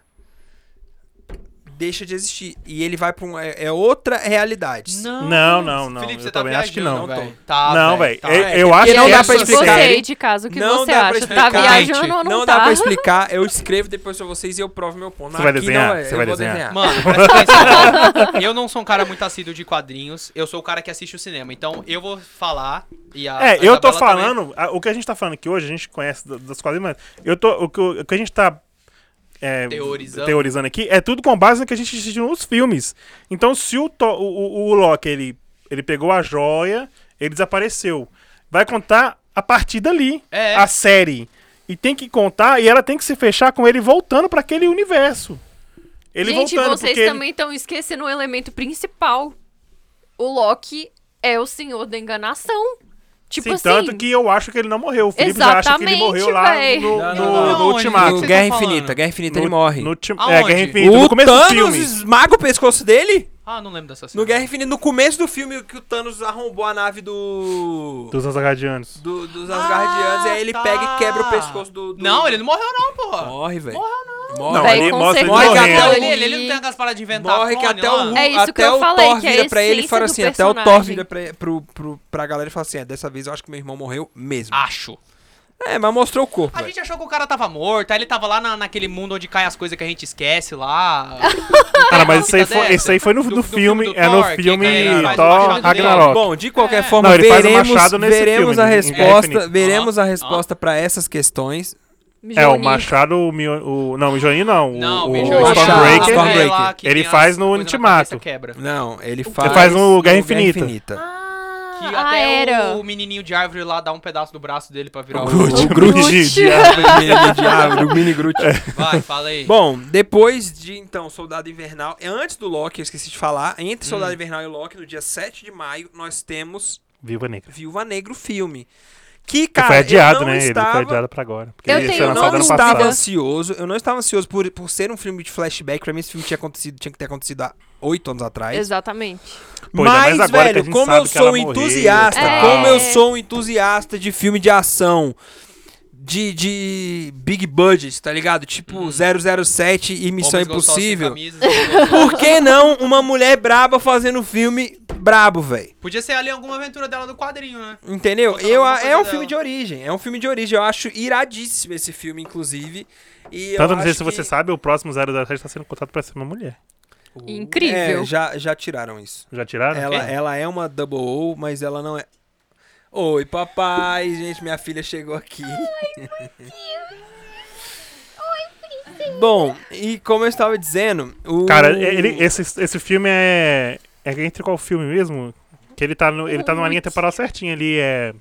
Speaker 1: deixa de existir. E ele vai pra um. É, é outra realidade.
Speaker 3: Não, não, não,
Speaker 4: Felipe,
Speaker 3: eu
Speaker 4: você tá
Speaker 3: também acho que
Speaker 4: viajando,
Speaker 1: não.
Speaker 4: velho.
Speaker 1: Tô.
Speaker 4: Tá,
Speaker 3: não, velho.
Speaker 4: velho. tá.
Speaker 3: eu, eu
Speaker 2: E
Speaker 3: acho
Speaker 2: aí,
Speaker 1: não
Speaker 3: que
Speaker 1: dá
Speaker 2: eu
Speaker 1: pra
Speaker 3: essa
Speaker 1: explicar.
Speaker 2: Você aí
Speaker 3: série.
Speaker 2: de casa, o que
Speaker 1: Não
Speaker 2: você
Speaker 1: dá pra
Speaker 2: acha?
Speaker 1: explicar,
Speaker 2: Tá viajando
Speaker 4: gente.
Speaker 2: ou não,
Speaker 1: Não
Speaker 2: tá?
Speaker 1: dá pra explicar. Eu escrevo depois pra vocês e eu provo meu ponto.
Speaker 3: Você vai
Speaker 1: Aqui
Speaker 3: desenhar?
Speaker 1: não é,
Speaker 3: Você
Speaker 1: eu
Speaker 3: vai
Speaker 1: vou
Speaker 3: desenhar?
Speaker 4: Mano, presta atenção. eu não sou um cara muito assíduo de quadrinhos. Eu sou o cara que assiste o cinema. Então eu vou falar. E a,
Speaker 3: É,
Speaker 4: a
Speaker 3: eu tô
Speaker 4: Isabela também.
Speaker 3: falando. a- o que a gente tá falando aqui hoje, a gente conhece da- das quadrinhas, mas eu tô, o, que, o que a gente tá. é,
Speaker 4: Teorizando.
Speaker 3: teorizando aqui, é tudo com base no que a gente assistiu nos filmes. Então, se o, Thor- o, o- o Loki ele, ele pegou a joia, ele desapareceu. Vai contar a partir dali
Speaker 4: É.
Speaker 3: a série. E tem que contar, e ela tem que se fechar com ele voltando pra aquele universo. Ele
Speaker 2: Gente,
Speaker 3: voltando,
Speaker 2: vocês
Speaker 3: porque ele-
Speaker 2: também estão esquecendo o elemento principal. O Loki é o senhor da enganação. Tipo
Speaker 3: Sim,
Speaker 2: assim.
Speaker 3: tanto que eu acho que ele não morreu. O Felipe já acha que ele
Speaker 2: Exatamente,
Speaker 3: morreu lá
Speaker 2: véi.
Speaker 1: Não,
Speaker 3: no,
Speaker 1: não,
Speaker 3: no,
Speaker 1: não.
Speaker 3: no
Speaker 4: Aonde?
Speaker 3: Ultimato.
Speaker 1: No
Speaker 4: Vocês
Speaker 1: Guerra
Speaker 4: tão
Speaker 1: Infinita.
Speaker 4: falando?
Speaker 1: Guerra Infinita
Speaker 3: No-
Speaker 1: Então ele morre.
Speaker 3: No ultim- é,
Speaker 4: Aonde?
Speaker 3: Guerra Infinita.
Speaker 1: O
Speaker 3: no começo do
Speaker 1: Thanos
Speaker 3: filme.
Speaker 1: esmaga o pescoço dele?
Speaker 4: Ah, não lembro dessa cena.
Speaker 1: No Guerra Infinita, no começo do filme que o Thanos arrombou a nave do.
Speaker 3: Dos Asgardianos.
Speaker 1: do- dos Asgardianos, e aí ele
Speaker 4: tá.
Speaker 1: pega e quebra o pescoço do. do-
Speaker 4: Não, ele não morreu, não, porra.
Speaker 1: Morre, velho.
Speaker 4: Morreu,
Speaker 1: não.
Speaker 3: Não,
Speaker 1: Morre.
Speaker 2: Véi,
Speaker 3: ele
Speaker 2: com
Speaker 3: mostra ele
Speaker 2: certeza
Speaker 1: morrendo.
Speaker 2: aquilo
Speaker 4: Não,
Speaker 1: Morre
Speaker 4: ele,
Speaker 2: ali- tá-
Speaker 4: ele, ele não tem aquelas paradas de inventar
Speaker 1: Morre que
Speaker 4: clone
Speaker 1: até um
Speaker 4: lá.
Speaker 1: o,
Speaker 2: É isso que
Speaker 1: até
Speaker 2: eu
Speaker 1: o
Speaker 2: falei,
Speaker 1: Thor
Speaker 2: que é a
Speaker 1: vira pra ele e
Speaker 2: essência
Speaker 1: fala
Speaker 2: do
Speaker 1: assim, até o Thor
Speaker 2: personagem.
Speaker 1: vira pra, pro, pro, pra galera e fala assim, é, dessa vez eu acho que meu irmão morreu mesmo.
Speaker 4: Acho.
Speaker 1: É, mas mostrou o corpo,
Speaker 4: A
Speaker 1: velho.
Speaker 4: gente achou que o cara tava morto, aí ele tava lá na- naquele mundo onde cai as coisas que a gente esquece lá.
Speaker 3: Cara, mas isso
Speaker 4: fita
Speaker 3: aí foi,
Speaker 4: dessa.
Speaker 3: isso aí foi no,
Speaker 4: tá Do-
Speaker 3: no
Speaker 4: do
Speaker 3: filme.
Speaker 4: filme do
Speaker 3: é no
Speaker 4: Thor, que
Speaker 3: filme
Speaker 4: ele faz o
Speaker 3: Thor
Speaker 4: machado
Speaker 3: Ragnarok.
Speaker 1: Bom, de qualquer
Speaker 4: É.
Speaker 1: forma,
Speaker 3: Não, ele faz o
Speaker 1: veremos,
Speaker 3: machado nesse
Speaker 1: veremos
Speaker 3: filme,
Speaker 1: a
Speaker 3: em- em Guerra
Speaker 1: resposta,
Speaker 3: Infinita.
Speaker 1: veremos a resposta pra essas questões.
Speaker 3: é, o
Speaker 2: Johnny.
Speaker 3: Machado. O, Mio- o, não, o Mijoni não.
Speaker 4: Não,
Speaker 3: o,
Speaker 4: bicho,
Speaker 1: Mjolnir
Speaker 3: o
Speaker 1: não.
Speaker 3: Stormbreaker.
Speaker 1: Machado. Stormbreaker.
Speaker 3: Ele faz no Ultimato.
Speaker 4: Quebra.
Speaker 1: Não, ele faz.
Speaker 3: faz no Guerra Infinita.
Speaker 2: Ah,
Speaker 4: Que
Speaker 2: a
Speaker 4: até
Speaker 2: era.
Speaker 4: o menininho de árvore lá dá um pedaço do braço dele pra virar um
Speaker 1: O
Speaker 4: o...
Speaker 1: Groot.
Speaker 3: O
Speaker 2: Groot. *laughs*
Speaker 3: Groot. de-
Speaker 2: Ah.
Speaker 1: Mini é diabo, do mini Groot.
Speaker 3: É.
Speaker 4: Vai, fala aí.
Speaker 1: Bom, depois de então Soldado Invernal, é antes do Loki, eu esqueci de falar,
Speaker 3: Hum.
Speaker 1: entre Soldado Invernal e Loki, no dia 7 de maio, nós temos
Speaker 3: Viva Negra.
Speaker 1: Viúva Negra o filme. Que
Speaker 3: Ele
Speaker 1: cara,
Speaker 3: foi adiado,
Speaker 1: eu não
Speaker 3: né? Ele
Speaker 1: estava,
Speaker 3: foi adiado pra agora. Porque
Speaker 2: Eu
Speaker 3: ele
Speaker 2: tenho
Speaker 3: foi
Speaker 1: eu
Speaker 3: lançado
Speaker 1: não
Speaker 3: ano
Speaker 1: estava
Speaker 3: passado.
Speaker 1: ansioso, eu não estava ansioso por, por ser um filme de flashback, pra mim esse filme tinha acontecido, tinha que ter acontecido há oito anos atrás.
Speaker 2: Exatamente.
Speaker 3: Pois é,
Speaker 1: mas,
Speaker 3: mas agora que a
Speaker 1: velho,
Speaker 3: gente
Speaker 1: como
Speaker 3: sabe
Speaker 1: eu
Speaker 3: que ela
Speaker 1: sou um
Speaker 3: morreu,
Speaker 1: entusiasta,
Speaker 2: tá?
Speaker 1: como
Speaker 2: É.
Speaker 1: eu sou um entusiasta de filme de ação, de, de big budget, tá ligado? Tipo
Speaker 2: Uhum.
Speaker 1: 007 e Missão
Speaker 4: Homens gostosos sem
Speaker 1: Impossível.
Speaker 4: camisas.
Speaker 1: Por que não uma mulher braba fazendo filme brabo, velho?
Speaker 4: Podia ser ali alguma aventura dela do quadrinho, né?
Speaker 1: Entendeu?
Speaker 4: Faltava
Speaker 1: Eu,
Speaker 4: alguma
Speaker 1: é um
Speaker 4: coisa
Speaker 1: filme de
Speaker 4: dela.
Speaker 1: origem, é um filme de origem. Eu acho iradíssimo esse filme, inclusive. E eu
Speaker 3: Tanto não sei
Speaker 1: acho
Speaker 3: se você
Speaker 1: que-
Speaker 3: sabe, o próximo 007 tá sendo contado pra ser uma mulher.
Speaker 2: Incrível.
Speaker 1: É, já, já tiraram isso.
Speaker 3: Já tiraram?
Speaker 1: Ela,
Speaker 4: quem?
Speaker 1: ela é uma double O, mas ela não é. Oi, papai. Gente, minha filha chegou aqui. Bom, e como eu estava dizendo, o.
Speaker 3: Cara, ele- esse, esse filme é. É entre qual filme mesmo? Que ele tá, no, ele tá
Speaker 4: Uhum.
Speaker 3: numa linha temporal certinha ali, é.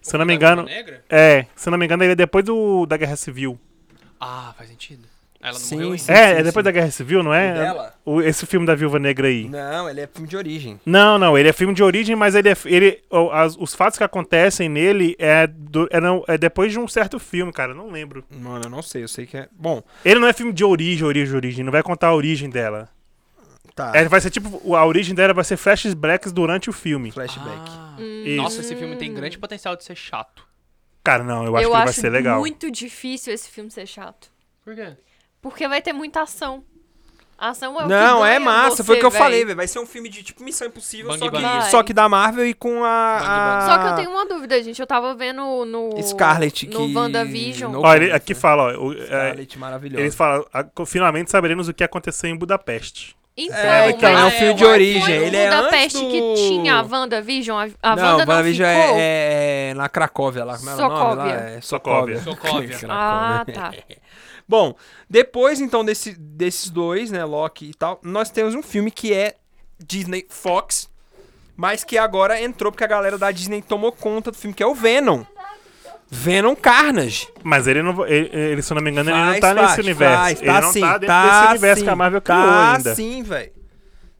Speaker 3: Se eu não me engano.
Speaker 4: Negra?
Speaker 3: É, se eu não me engano, ele é depois do, da Guerra Civil.
Speaker 4: Ah, faz sentido. Ela não
Speaker 1: Sim,
Speaker 4: morreu ainda.
Speaker 1: sim.
Speaker 3: É, é depois da Guerra Civil, não
Speaker 1: O
Speaker 3: é?
Speaker 1: dela?
Speaker 3: O, esse filme da Viúva Negra aí.
Speaker 1: Não, ele é filme de origem.
Speaker 3: Não, não, ele é filme de origem, mas ele é. Ele, o- as- os fatos que acontecem nele é, do- é, não- é depois de um certo filme, cara, não lembro.
Speaker 1: Mano, eu não sei, eu sei que é. Bom,
Speaker 3: Ele não é filme de origem, origem, origem, não vai contar a origem dela.
Speaker 1: tá.
Speaker 3: É, vai ser tipo. A origem dela vai ser flashbacks durante o filme.
Speaker 1: Flashback.
Speaker 4: Ah.
Speaker 3: Isso.
Speaker 4: Nossa, esse filme tem grande potencial de ser chato.
Speaker 3: Cara, não, eu acho
Speaker 2: eu
Speaker 3: que ele vai
Speaker 2: acho
Speaker 3: ser legal.
Speaker 2: muito difícil esse filme ser chato.
Speaker 4: Por quê?
Speaker 2: Porque vai ter muita ação. A ação é o que
Speaker 1: Não,
Speaker 2: ganha
Speaker 1: é massa, foi o
Speaker 2: você,
Speaker 1: que eu
Speaker 2: véi.
Speaker 1: falei, velho. Vai ser um filme de tipo Missão Impossível,
Speaker 4: Bang
Speaker 1: só
Speaker 4: Bang.
Speaker 1: que, só que da Marvel e com a.
Speaker 4: Bang
Speaker 2: Só que eu
Speaker 1: a-
Speaker 2: tenho uma dúvida, gente. Eu tava vendo no.
Speaker 1: Scarlet,
Speaker 2: No
Speaker 1: Ah. que-
Speaker 2: WandaVision.
Speaker 1: no-
Speaker 3: Ó, ele- aqui fala, ó. o- é,
Speaker 1: Scarlet maravilhosa.
Speaker 3: eles falam, "Ah, finalmente saberemos o que aconteceu em Budapeste.
Speaker 2: Então,
Speaker 1: É, então,
Speaker 2: mas
Speaker 1: é um
Speaker 4: mas-
Speaker 1: filme de
Speaker 4: é,
Speaker 1: origem.
Speaker 2: foi o
Speaker 1: Ele é
Speaker 2: Budapest
Speaker 1: antes do...
Speaker 2: que tinha a WandaVision. A, a
Speaker 1: não,
Speaker 2: Wanda não ficou.
Speaker 1: WandaVision é- é, na Cracóvia lá. Como era o nome lá?
Speaker 2: Socóvia.
Speaker 1: É, *laughs* Socóvia.
Speaker 4: Socóvia.
Speaker 2: Ah,
Speaker 1: né?
Speaker 2: tá.
Speaker 1: Bom, depois então desse, desses dois, né, Loki e tal, nós temos um filme que é Disney Fox, mas que agora entrou porque a galera da Disney tomou conta do filme, que é o Venom. Venom Carnage.
Speaker 3: Mas ele não. Ele, ele, se eu não me engano, ele não
Speaker 1: Faz
Speaker 3: tá nesse
Speaker 1: parte,
Speaker 3: universo.
Speaker 1: faz,
Speaker 3: ele não
Speaker 1: sim,
Speaker 3: tá dentro desse universo que a Marvel
Speaker 1: sim,
Speaker 3: criou
Speaker 1: tá
Speaker 3: ainda.
Speaker 1: sim, velho.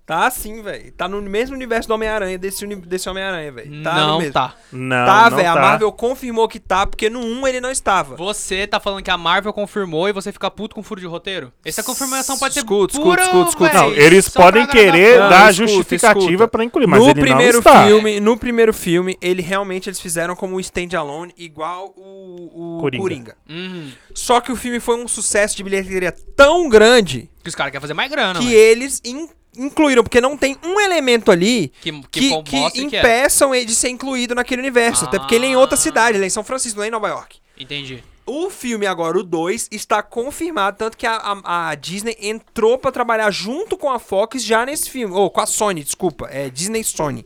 Speaker 1: Tá sim, velho. Tá no mesmo universo do Homem-Aranha, desse, uni- desse Homem-Aranha, velho. Tá no
Speaker 4: não
Speaker 1: mesmo.
Speaker 4: tá.
Speaker 3: Não,
Speaker 1: Tá,
Speaker 3: não
Speaker 1: velho.
Speaker 3: tá.
Speaker 1: A Marvel confirmou que tá, porque no 1 ele não estava.
Speaker 4: Você tá falando que a Marvel confirmou e você fica puto com furo de roteiro? Essa confirmação pode ser
Speaker 1: Escuta, escuta,
Speaker 4: pura,
Speaker 1: escuta, escuta.
Speaker 4: véi,
Speaker 3: Não, eles
Speaker 4: só
Speaker 3: podem
Speaker 4: pra agradar
Speaker 3: querer
Speaker 4: fã.
Speaker 1: Não,
Speaker 3: dar
Speaker 1: escuta,
Speaker 3: justificativa
Speaker 1: escuta.
Speaker 3: pra incluir, mas
Speaker 1: no
Speaker 3: ele
Speaker 1: primeiro
Speaker 3: não está.
Speaker 1: filme, no primeiro filme, ele realmente eles fizeram como um standalone igual o, o
Speaker 3: Coringa.
Speaker 1: Coringa.
Speaker 4: Uhum.
Speaker 1: Só que o filme foi um sucesso de bilheteria tão grande
Speaker 4: Que os caras querem fazer mais grana, né?
Speaker 1: que
Speaker 4: véi.
Speaker 1: eles in- incluíram, porque não tem um elemento ali
Speaker 4: Que, que,
Speaker 1: que,
Speaker 4: com-
Speaker 1: que
Speaker 4: mostra que é.
Speaker 1: impeçam ele de ser incluído naquele universo. Até porque ele é em outra
Speaker 4: Ah.
Speaker 1: cidade, ele é em São Francisco, não é em Nova York.
Speaker 4: Entendi.
Speaker 1: O filme agora, o 2, está confirmado, tanto que a, a- a Disney entrou pra trabalhar junto com a Fox já nesse filme. Ou com a Sony, desculpa. É Disney Sony.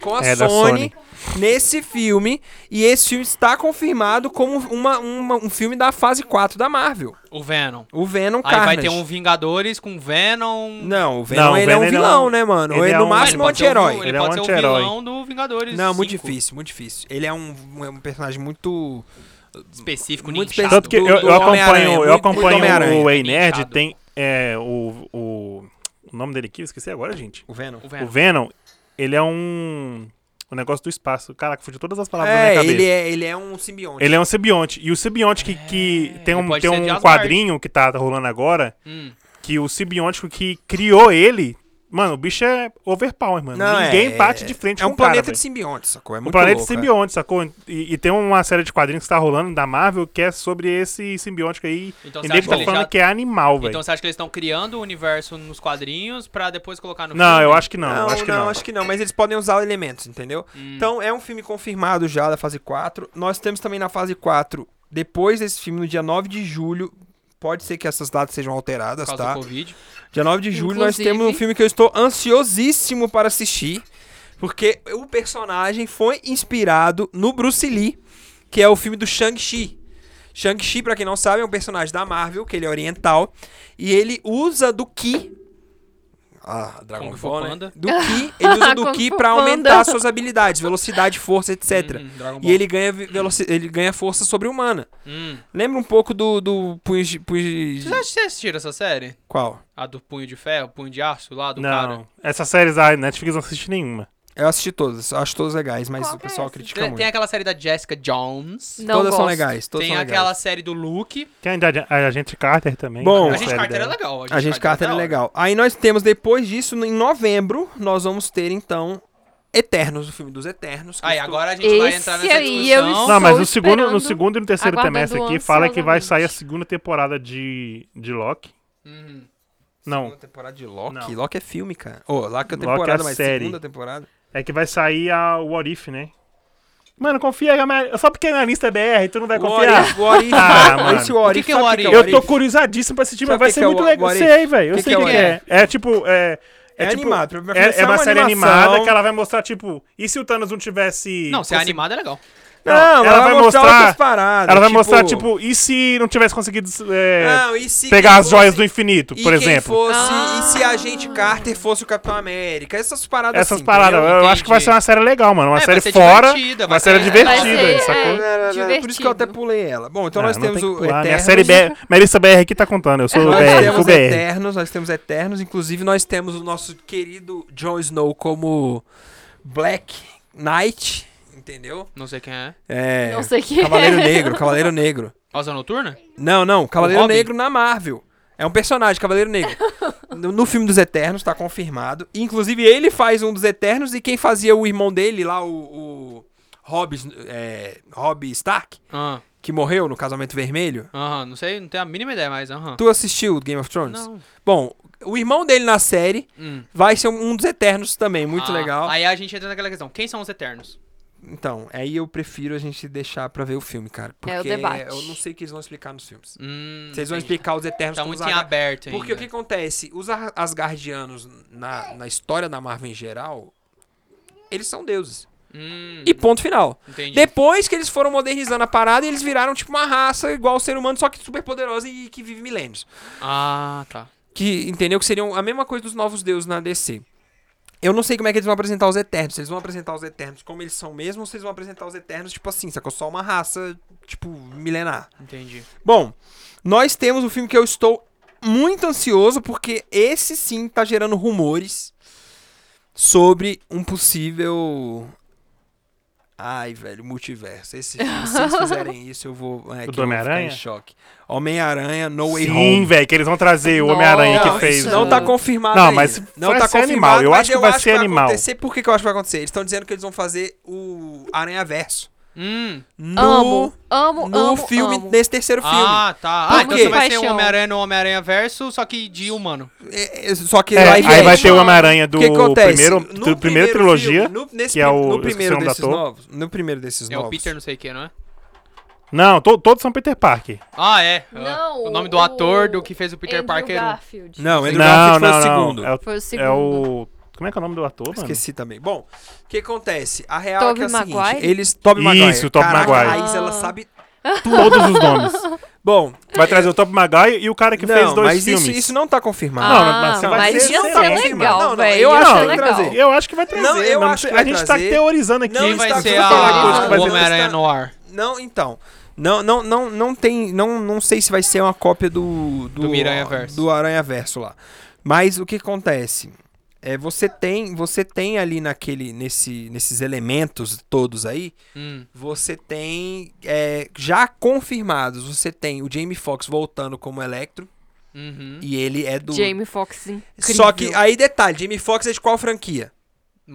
Speaker 1: Com a
Speaker 3: É, da
Speaker 1: Sony, nesse filme. E esse filme está confirmado como uma, uma- um filme da fase 4 da Marvel.
Speaker 4: O Venom.
Speaker 1: O Venom
Speaker 4: Aí
Speaker 1: Carnage.
Speaker 4: vai ter um Vingadores com Venom.
Speaker 1: Não, o Venom,
Speaker 3: Não, o
Speaker 1: ele
Speaker 3: Venom,
Speaker 1: é um
Speaker 3: ele é
Speaker 1: vilão,
Speaker 3: um-
Speaker 1: né, mano?
Speaker 3: ele
Speaker 1: Ou Ele
Speaker 3: é
Speaker 1: no
Speaker 3: um-
Speaker 1: máximo
Speaker 4: pode
Speaker 1: um
Speaker 4: ser o vil-
Speaker 1: anti-herói.
Speaker 4: Ele,
Speaker 3: Ele é
Speaker 4: pode
Speaker 3: um
Speaker 4: ser o
Speaker 3: anti-herói.
Speaker 4: vilão do Vingadores.
Speaker 1: Não, muito
Speaker 4: 5.
Speaker 1: difícil, muito difícil. Ele é um, é um personagem muito...
Speaker 4: Específico,
Speaker 1: Muito
Speaker 4: ninchado.
Speaker 1: específico.
Speaker 3: Tanto que
Speaker 1: Do-
Speaker 3: eu,
Speaker 1: do
Speaker 3: eu
Speaker 1: Homem-Aranha,
Speaker 3: acompanho,
Speaker 1: muito-
Speaker 3: eu
Speaker 1: muito
Speaker 3: acompanho
Speaker 1: Homem-Aranha.
Speaker 3: o Ei Nerd,
Speaker 4: Inchado.
Speaker 3: tem é, o, o, o nome dele aqui, eu esqueci agora, gente.
Speaker 1: O Venom.
Speaker 4: O
Speaker 3: O
Speaker 4: Venom.
Speaker 3: Venom, ele é um, um negócio do espaço. Caraca, fugiu todas as palavras da minha
Speaker 1: É,
Speaker 3: cabeça.
Speaker 1: ele é, ele é um simbionte.
Speaker 3: Ele é um simbionte. E o simbionte que, que tem
Speaker 4: É. ele
Speaker 3: um,
Speaker 4: pode
Speaker 3: tem
Speaker 4: ser de
Speaker 3: um
Speaker 4: Asgard.
Speaker 3: quadrinho que tá rolando agora,
Speaker 4: Hum.
Speaker 3: que o simbiótico que criou ele. Mano, o bicho é overpower, mano.
Speaker 1: Não,
Speaker 3: Ninguém
Speaker 1: é-
Speaker 3: bate de frente
Speaker 1: É
Speaker 3: com
Speaker 1: um
Speaker 3: o cara,
Speaker 1: planeta
Speaker 3: velho.
Speaker 1: de simbiontes, sacou? É
Speaker 3: O
Speaker 1: muito
Speaker 3: planeta
Speaker 1: louco, é.
Speaker 3: simbionte, sacou? E, e tem uma série de quadrinhos que tá rolando da Marvel que é sobre esse simbiótico aí.
Speaker 4: Então
Speaker 3: e
Speaker 4: você
Speaker 3: nego
Speaker 4: acha
Speaker 3: tá
Speaker 4: que ele
Speaker 3: falando
Speaker 4: já-
Speaker 3: que é animal, velho.
Speaker 4: Então você acha que eles estão criando o universo nos quadrinhos pra depois colocar no
Speaker 3: Não,
Speaker 4: filme? né,
Speaker 3: eu acho que não.
Speaker 1: Não,
Speaker 3: eu
Speaker 1: não,
Speaker 3: acho que não.
Speaker 1: acho que não, mas eles podem usar elementos, entendeu?
Speaker 4: Hum.
Speaker 1: Então é um filme confirmado já da fase 4. Nós temos também na fase 4, depois desse filme, no dia 9 de julho. Pode ser que essas datas sejam
Speaker 4: Por
Speaker 1: alteradas,
Speaker 4: causa
Speaker 1: tá?
Speaker 4: do Covid.
Speaker 1: Dia 9 de julho nós
Speaker 2: Inclusive-
Speaker 1: temos um filme que eu estou ansiosíssimo para assistir, porque o personagem foi inspirado no Bruce Lee, que é o filme do Shang-Chi. Shang-Chi, pra quem não sabe, é um personagem da Marvel, que ele é oriental, e ele usa do Ki. Ah, Dragon
Speaker 4: Kung Fu
Speaker 1: Ball, né?
Speaker 4: Panda.
Speaker 1: Do Ki, ele usa
Speaker 2: *laughs* Kung
Speaker 1: do Ki
Speaker 2: Fu
Speaker 1: pra
Speaker 2: Panda.
Speaker 1: aumentar suas habilidades, velocidade, força, etc.
Speaker 4: Hum, Dragon Ball.
Speaker 1: E ele ganha, ve- veloci- ele ganha força sobre-humana.
Speaker 4: Hum.
Speaker 1: Lembra um pouco do, do Punho de... Punho de-
Speaker 4: Vocês acham- vocês assistiram essa série?
Speaker 1: Qual?
Speaker 4: A do Punho de Ferro, Punho de Aço lá do cara?
Speaker 3: Não. Essas séries da Netflix não assiste nenhuma.
Speaker 1: Eu assisti todas, acho todas legais, mas
Speaker 2: Qual
Speaker 1: o
Speaker 2: que é
Speaker 1: pessoal
Speaker 2: essa?
Speaker 1: critica
Speaker 4: Tem,
Speaker 1: muito.
Speaker 4: tem aquela série da Jessica Jones.
Speaker 2: Não
Speaker 1: *laughs* todas são
Speaker 2: gosto.
Speaker 1: legais, todas
Speaker 4: tem
Speaker 1: são legais.
Speaker 4: aquela série do Luke.
Speaker 3: Tem a, Agente- a Agente Carter também.
Speaker 1: Bom,
Speaker 3: que é
Speaker 4: a
Speaker 3: uma
Speaker 4: gente
Speaker 3: série
Speaker 4: Carter é
Speaker 3: dela.
Speaker 4: legal.
Speaker 1: A gente Carter é
Speaker 4: da hora.
Speaker 1: legal. Aí nós temos, depois disso, em novembro, nós vamos ter, então, Eternos, o filme dos Eternos. que
Speaker 4: Aí
Speaker 1: eu estou-
Speaker 4: agora a gente vai
Speaker 2: Esse
Speaker 4: entrar nessa
Speaker 2: aí eu
Speaker 4: discussão.
Speaker 3: Não, mas
Speaker 2: Estou
Speaker 3: no segundo, no
Speaker 2: esperando,
Speaker 3: segundo e no terceiro
Speaker 2: aguardando
Speaker 3: trimestre aqui fala que vai
Speaker 2: ansiosamente.
Speaker 3: sair a segunda temporada de, de Loki.
Speaker 4: Uhum.
Speaker 3: Não,
Speaker 1: Segunda temporada de Loki.
Speaker 3: Não.
Speaker 1: Loki é filme, cara. Ô, Loki é
Speaker 3: Loki é
Speaker 1: temporada,
Speaker 3: a
Speaker 1: mas
Speaker 3: série.
Speaker 1: segunda temporada.
Speaker 3: é que vai sair a What If, né? Mano, confia, mas- só porque é na lista é BR, tu não vai confiar.
Speaker 1: What If, What If,
Speaker 3: Ah,
Speaker 1: mano. *laughs* Esse What
Speaker 4: O que
Speaker 1: If,
Speaker 4: que é o
Speaker 1: sabe
Speaker 4: What
Speaker 1: o
Speaker 4: If?
Speaker 3: Eu tô curisadíssimo pra assistir, mas
Speaker 1: Sabe o
Speaker 3: vai
Speaker 1: que
Speaker 3: ser
Speaker 1: que é
Speaker 3: muito
Speaker 1: o-
Speaker 3: legal.
Speaker 1: What If?
Speaker 3: Sei, velho. Eu
Speaker 1: Que
Speaker 3: sei o
Speaker 1: que
Speaker 3: que,
Speaker 1: é
Speaker 3: que
Speaker 1: o
Speaker 3: é. É tipo. É, é,
Speaker 1: É
Speaker 3: tipo,
Speaker 1: animado, pra- pra
Speaker 3: é-
Speaker 1: começar
Speaker 3: é, uma
Speaker 1: uma
Speaker 3: série
Speaker 1: animação.
Speaker 3: animada que ela vai mostrar, tipo, e se o Thanos não tivesse.
Speaker 4: Não, se é
Speaker 3: consegui-
Speaker 4: animado é legal.
Speaker 1: Não,
Speaker 3: Não,
Speaker 1: ela, vai mostrar, outras paradas.
Speaker 3: Ela vai mostrar, tipo, e se não tivesse conseguido é,
Speaker 1: não, e Ah, se
Speaker 3: pegar
Speaker 1: quem
Speaker 3: as joias
Speaker 1: fosse-
Speaker 3: do infinito,
Speaker 1: e
Speaker 3: por
Speaker 1: quem
Speaker 3: exemplo?
Speaker 1: Fosse,
Speaker 2: Ah.
Speaker 1: E se a gente Carter fosse o Capitão América? Essas paradas
Speaker 3: Essas
Speaker 1: assim,
Speaker 3: paradas.
Speaker 1: entendeu?
Speaker 3: Eu acho que vai
Speaker 4: Entendi.
Speaker 3: ser uma série legal, mano. Uma
Speaker 4: É, vai
Speaker 3: série
Speaker 4: ser
Speaker 3: fora.
Speaker 4: divertida,
Speaker 3: uma
Speaker 4: vai
Speaker 3: série
Speaker 4: ser-
Speaker 3: divertida,
Speaker 2: vai ser,
Speaker 3: sacou?
Speaker 2: é.
Speaker 1: Por isso que eu até pulei ela. Bom, então
Speaker 3: Ah,
Speaker 1: nós
Speaker 3: não
Speaker 1: temos
Speaker 3: tem que
Speaker 1: o
Speaker 3: pular, né? A
Speaker 1: Eternos.
Speaker 3: série BR. Melissa BR aqui tá contando. Eu sou o
Speaker 1: *laughs* Nós
Speaker 3: BR, sou
Speaker 1: temos
Speaker 3: BR.
Speaker 1: Eternos, nós temos Eternos, inclusive nós temos o nosso querido Jon Snow como Black Knight, entendeu?
Speaker 4: Não sei quem é.
Speaker 1: É.
Speaker 2: Não sei quem é.
Speaker 4: *laughs*
Speaker 1: Cavaleiro Negro, Cavaleiro Negro.
Speaker 4: Rosa Noturna?
Speaker 1: Não, não, Cavaleiro
Speaker 4: Robin?
Speaker 1: Negro na Marvel. É um personagem, Cavaleiro
Speaker 4: *laughs*
Speaker 1: Negro. No, no filme dos Eternos, tá confirmado. Inclusive, ele faz um dos Eternos e quem fazia o irmão dele lá, o. o Rob, é, Rob Stark,
Speaker 4: Aham,
Speaker 1: que morreu no casamento vermelho.
Speaker 4: Ah, aham, não sei, não tenho a mínima ideia, mas aham.
Speaker 1: Tu assistiu Game of Thrones?
Speaker 4: Não.
Speaker 1: Bom, o irmão dele na série
Speaker 4: Hum.
Speaker 1: vai ser um dos Eternos também, muito
Speaker 4: Ah,
Speaker 1: legal.
Speaker 4: Aí a gente entra naquela questão, quem são os Eternos?
Speaker 1: Então, aí eu prefiro a gente deixar pra ver o filme, cara. Porque
Speaker 2: É o debate.
Speaker 1: eu não sei o que eles vão explicar nos filmes.
Speaker 4: Hum,
Speaker 1: Vocês vão
Speaker 4: entendi.
Speaker 1: explicar os Eternos
Speaker 4: Tá
Speaker 1: como os
Speaker 4: muito em
Speaker 1: Asgar-
Speaker 4: aberto ainda.
Speaker 1: Porque o que acontece? Os Ar- Asgardianos, na, na história da Marvel em geral, eles são deuses.
Speaker 4: Hum,
Speaker 1: E ponto final.
Speaker 4: entendi.
Speaker 1: Depois que eles foram modernizando a parada, eles viraram tipo uma raça igual ao ser humano, só que super poderosa e que vive milênios.
Speaker 4: Ah, tá.
Speaker 1: Que entendeu que seriam a mesma coisa dos novos deuses na DC. Eu não sei como é que eles vão apresentar os Eternos. Se eles vão apresentar os Eternos como eles são mesmo, ou se eles vão apresentar os Eternos, tipo assim, sacou? Só uma raça, tipo, milenar.
Speaker 4: Entendi.
Speaker 1: Bom, nós temos um filme que eu estou muito ansioso, porque esse sim tá gerando rumores sobre um possível. Ai, velho, multiverso. Esse filme, se eles
Speaker 3: *laughs*
Speaker 1: fizerem isso, eu vou. É, que eu vou ficar em
Speaker 3: Homem-Aranha?
Speaker 1: choque. Homem-Aranha, No Way Home.
Speaker 3: Sim, velho, que eles vão trazer o Homem-Aranha
Speaker 1: Não,
Speaker 3: que fez.
Speaker 1: Isso não
Speaker 3: o-
Speaker 1: tá confirmado.
Speaker 3: Não,
Speaker 1: ainda.
Speaker 3: mas
Speaker 1: não
Speaker 3: vai
Speaker 1: tá
Speaker 3: ser
Speaker 1: confirmado.
Speaker 3: animal. Eu
Speaker 1: mas
Speaker 3: acho que vai ser animal.
Speaker 1: acontecer. Por que, que eu acho que vai acontecer? Eles estão dizendo que eles vão fazer o Aranha Verso.
Speaker 4: Hum.
Speaker 1: No,
Speaker 2: *laughs* Amo, amo,
Speaker 1: no
Speaker 2: amo,
Speaker 1: filme,
Speaker 2: amo.
Speaker 1: nesse terceiro
Speaker 4: Ah, tá.
Speaker 1: Por
Speaker 4: Ah, então
Speaker 1: quê?
Speaker 4: você vai ser um
Speaker 2: Paixão.
Speaker 4: Homem-Aranha no Homem-Aranha Verso, só que de humano.
Speaker 1: filme. É, é, só que
Speaker 3: É,
Speaker 1: lá em
Speaker 3: aí vai
Speaker 1: frente,
Speaker 3: ter o Homem-Aranha do
Speaker 1: o que acontece?
Speaker 3: primeiro,
Speaker 1: No
Speaker 3: do primeiro trilogia.
Speaker 1: filme, no, nesse
Speaker 3: que é
Speaker 1: prim-
Speaker 3: o- eu
Speaker 1: no
Speaker 3: esqueci
Speaker 1: primeiro
Speaker 3: o nome do
Speaker 1: desses
Speaker 3: ator.
Speaker 1: novos. No primeiro desses
Speaker 4: É
Speaker 1: novos.
Speaker 4: o Peter não sei o que, não é?
Speaker 3: Não, to- todos são Peter Parker.
Speaker 4: Ah, é. Ah,
Speaker 2: Não,
Speaker 4: o nome do
Speaker 2: o-
Speaker 4: ator do que fez o Peter
Speaker 2: Andrew
Speaker 4: Parker. um.
Speaker 2: Garfield.
Speaker 1: Não, Andrew
Speaker 3: Não,
Speaker 1: Garfield foi
Speaker 3: não,
Speaker 1: o
Speaker 3: não.
Speaker 1: segundo.
Speaker 3: É o,
Speaker 2: Foi o segundo.
Speaker 3: é o- Como é que é o nome do ator, mano?
Speaker 1: Esqueci também. Bom, o que acontece? A real
Speaker 2: Tobey
Speaker 1: é que é o seguinte,
Speaker 2: Maguire?
Speaker 1: eles... Tobey Maguire.
Speaker 3: Isso, Tobey
Speaker 1: Caraca,
Speaker 3: Maguire.
Speaker 1: A Raíssa, ela sabe...
Speaker 3: Todos os nomes.
Speaker 1: Bom,
Speaker 3: Vai trazer o Top Maguire e o cara que
Speaker 1: não,
Speaker 3: fez dois
Speaker 1: mas
Speaker 3: filmes.
Speaker 1: isso, isso não tá confirmado.
Speaker 3: Não, mas
Speaker 2: Ah,
Speaker 3: você vai
Speaker 2: mas
Speaker 3: ser
Speaker 2: ia
Speaker 3: excelente,
Speaker 2: ser
Speaker 3: mano.
Speaker 1: Não, não,
Speaker 2: legal, velho.
Speaker 1: eu
Speaker 2: Ia
Speaker 1: acho
Speaker 2: ser
Speaker 1: que vai
Speaker 2: legal.
Speaker 1: trazer.
Speaker 3: Eu acho que vai trazer.
Speaker 1: Não, eu
Speaker 3: não
Speaker 1: acho
Speaker 3: sei-
Speaker 1: que vai
Speaker 3: a gente
Speaker 1: trazer.
Speaker 3: tá teorizando aqui.
Speaker 1: Não,
Speaker 4: Quem
Speaker 1: isso
Speaker 4: vai
Speaker 1: tá
Speaker 4: ser
Speaker 1: tudo
Speaker 4: a,
Speaker 1: falado,
Speaker 3: isso que vai
Speaker 4: o
Speaker 3: ser
Speaker 4: Homem-Aranha no ar?
Speaker 1: Não, então. Não, não, não, não tem. Não, não sei se vai ser uma cópia do.
Speaker 4: Do Miranhaverso.
Speaker 1: Do Aranhaverso lá. Mas o que acontece? É, você tem você tem ali naquele nesse, nesses elementos todos aí
Speaker 4: Hum.
Speaker 1: você tem é, já confirmados você tem o Jamie Foxx voltando como Electro
Speaker 3: Hum.
Speaker 4: Uhum.
Speaker 1: e ele é do
Speaker 2: Jamie Foxx incrível.
Speaker 1: só que aí detalhe Jamie Foxx é de qual franquia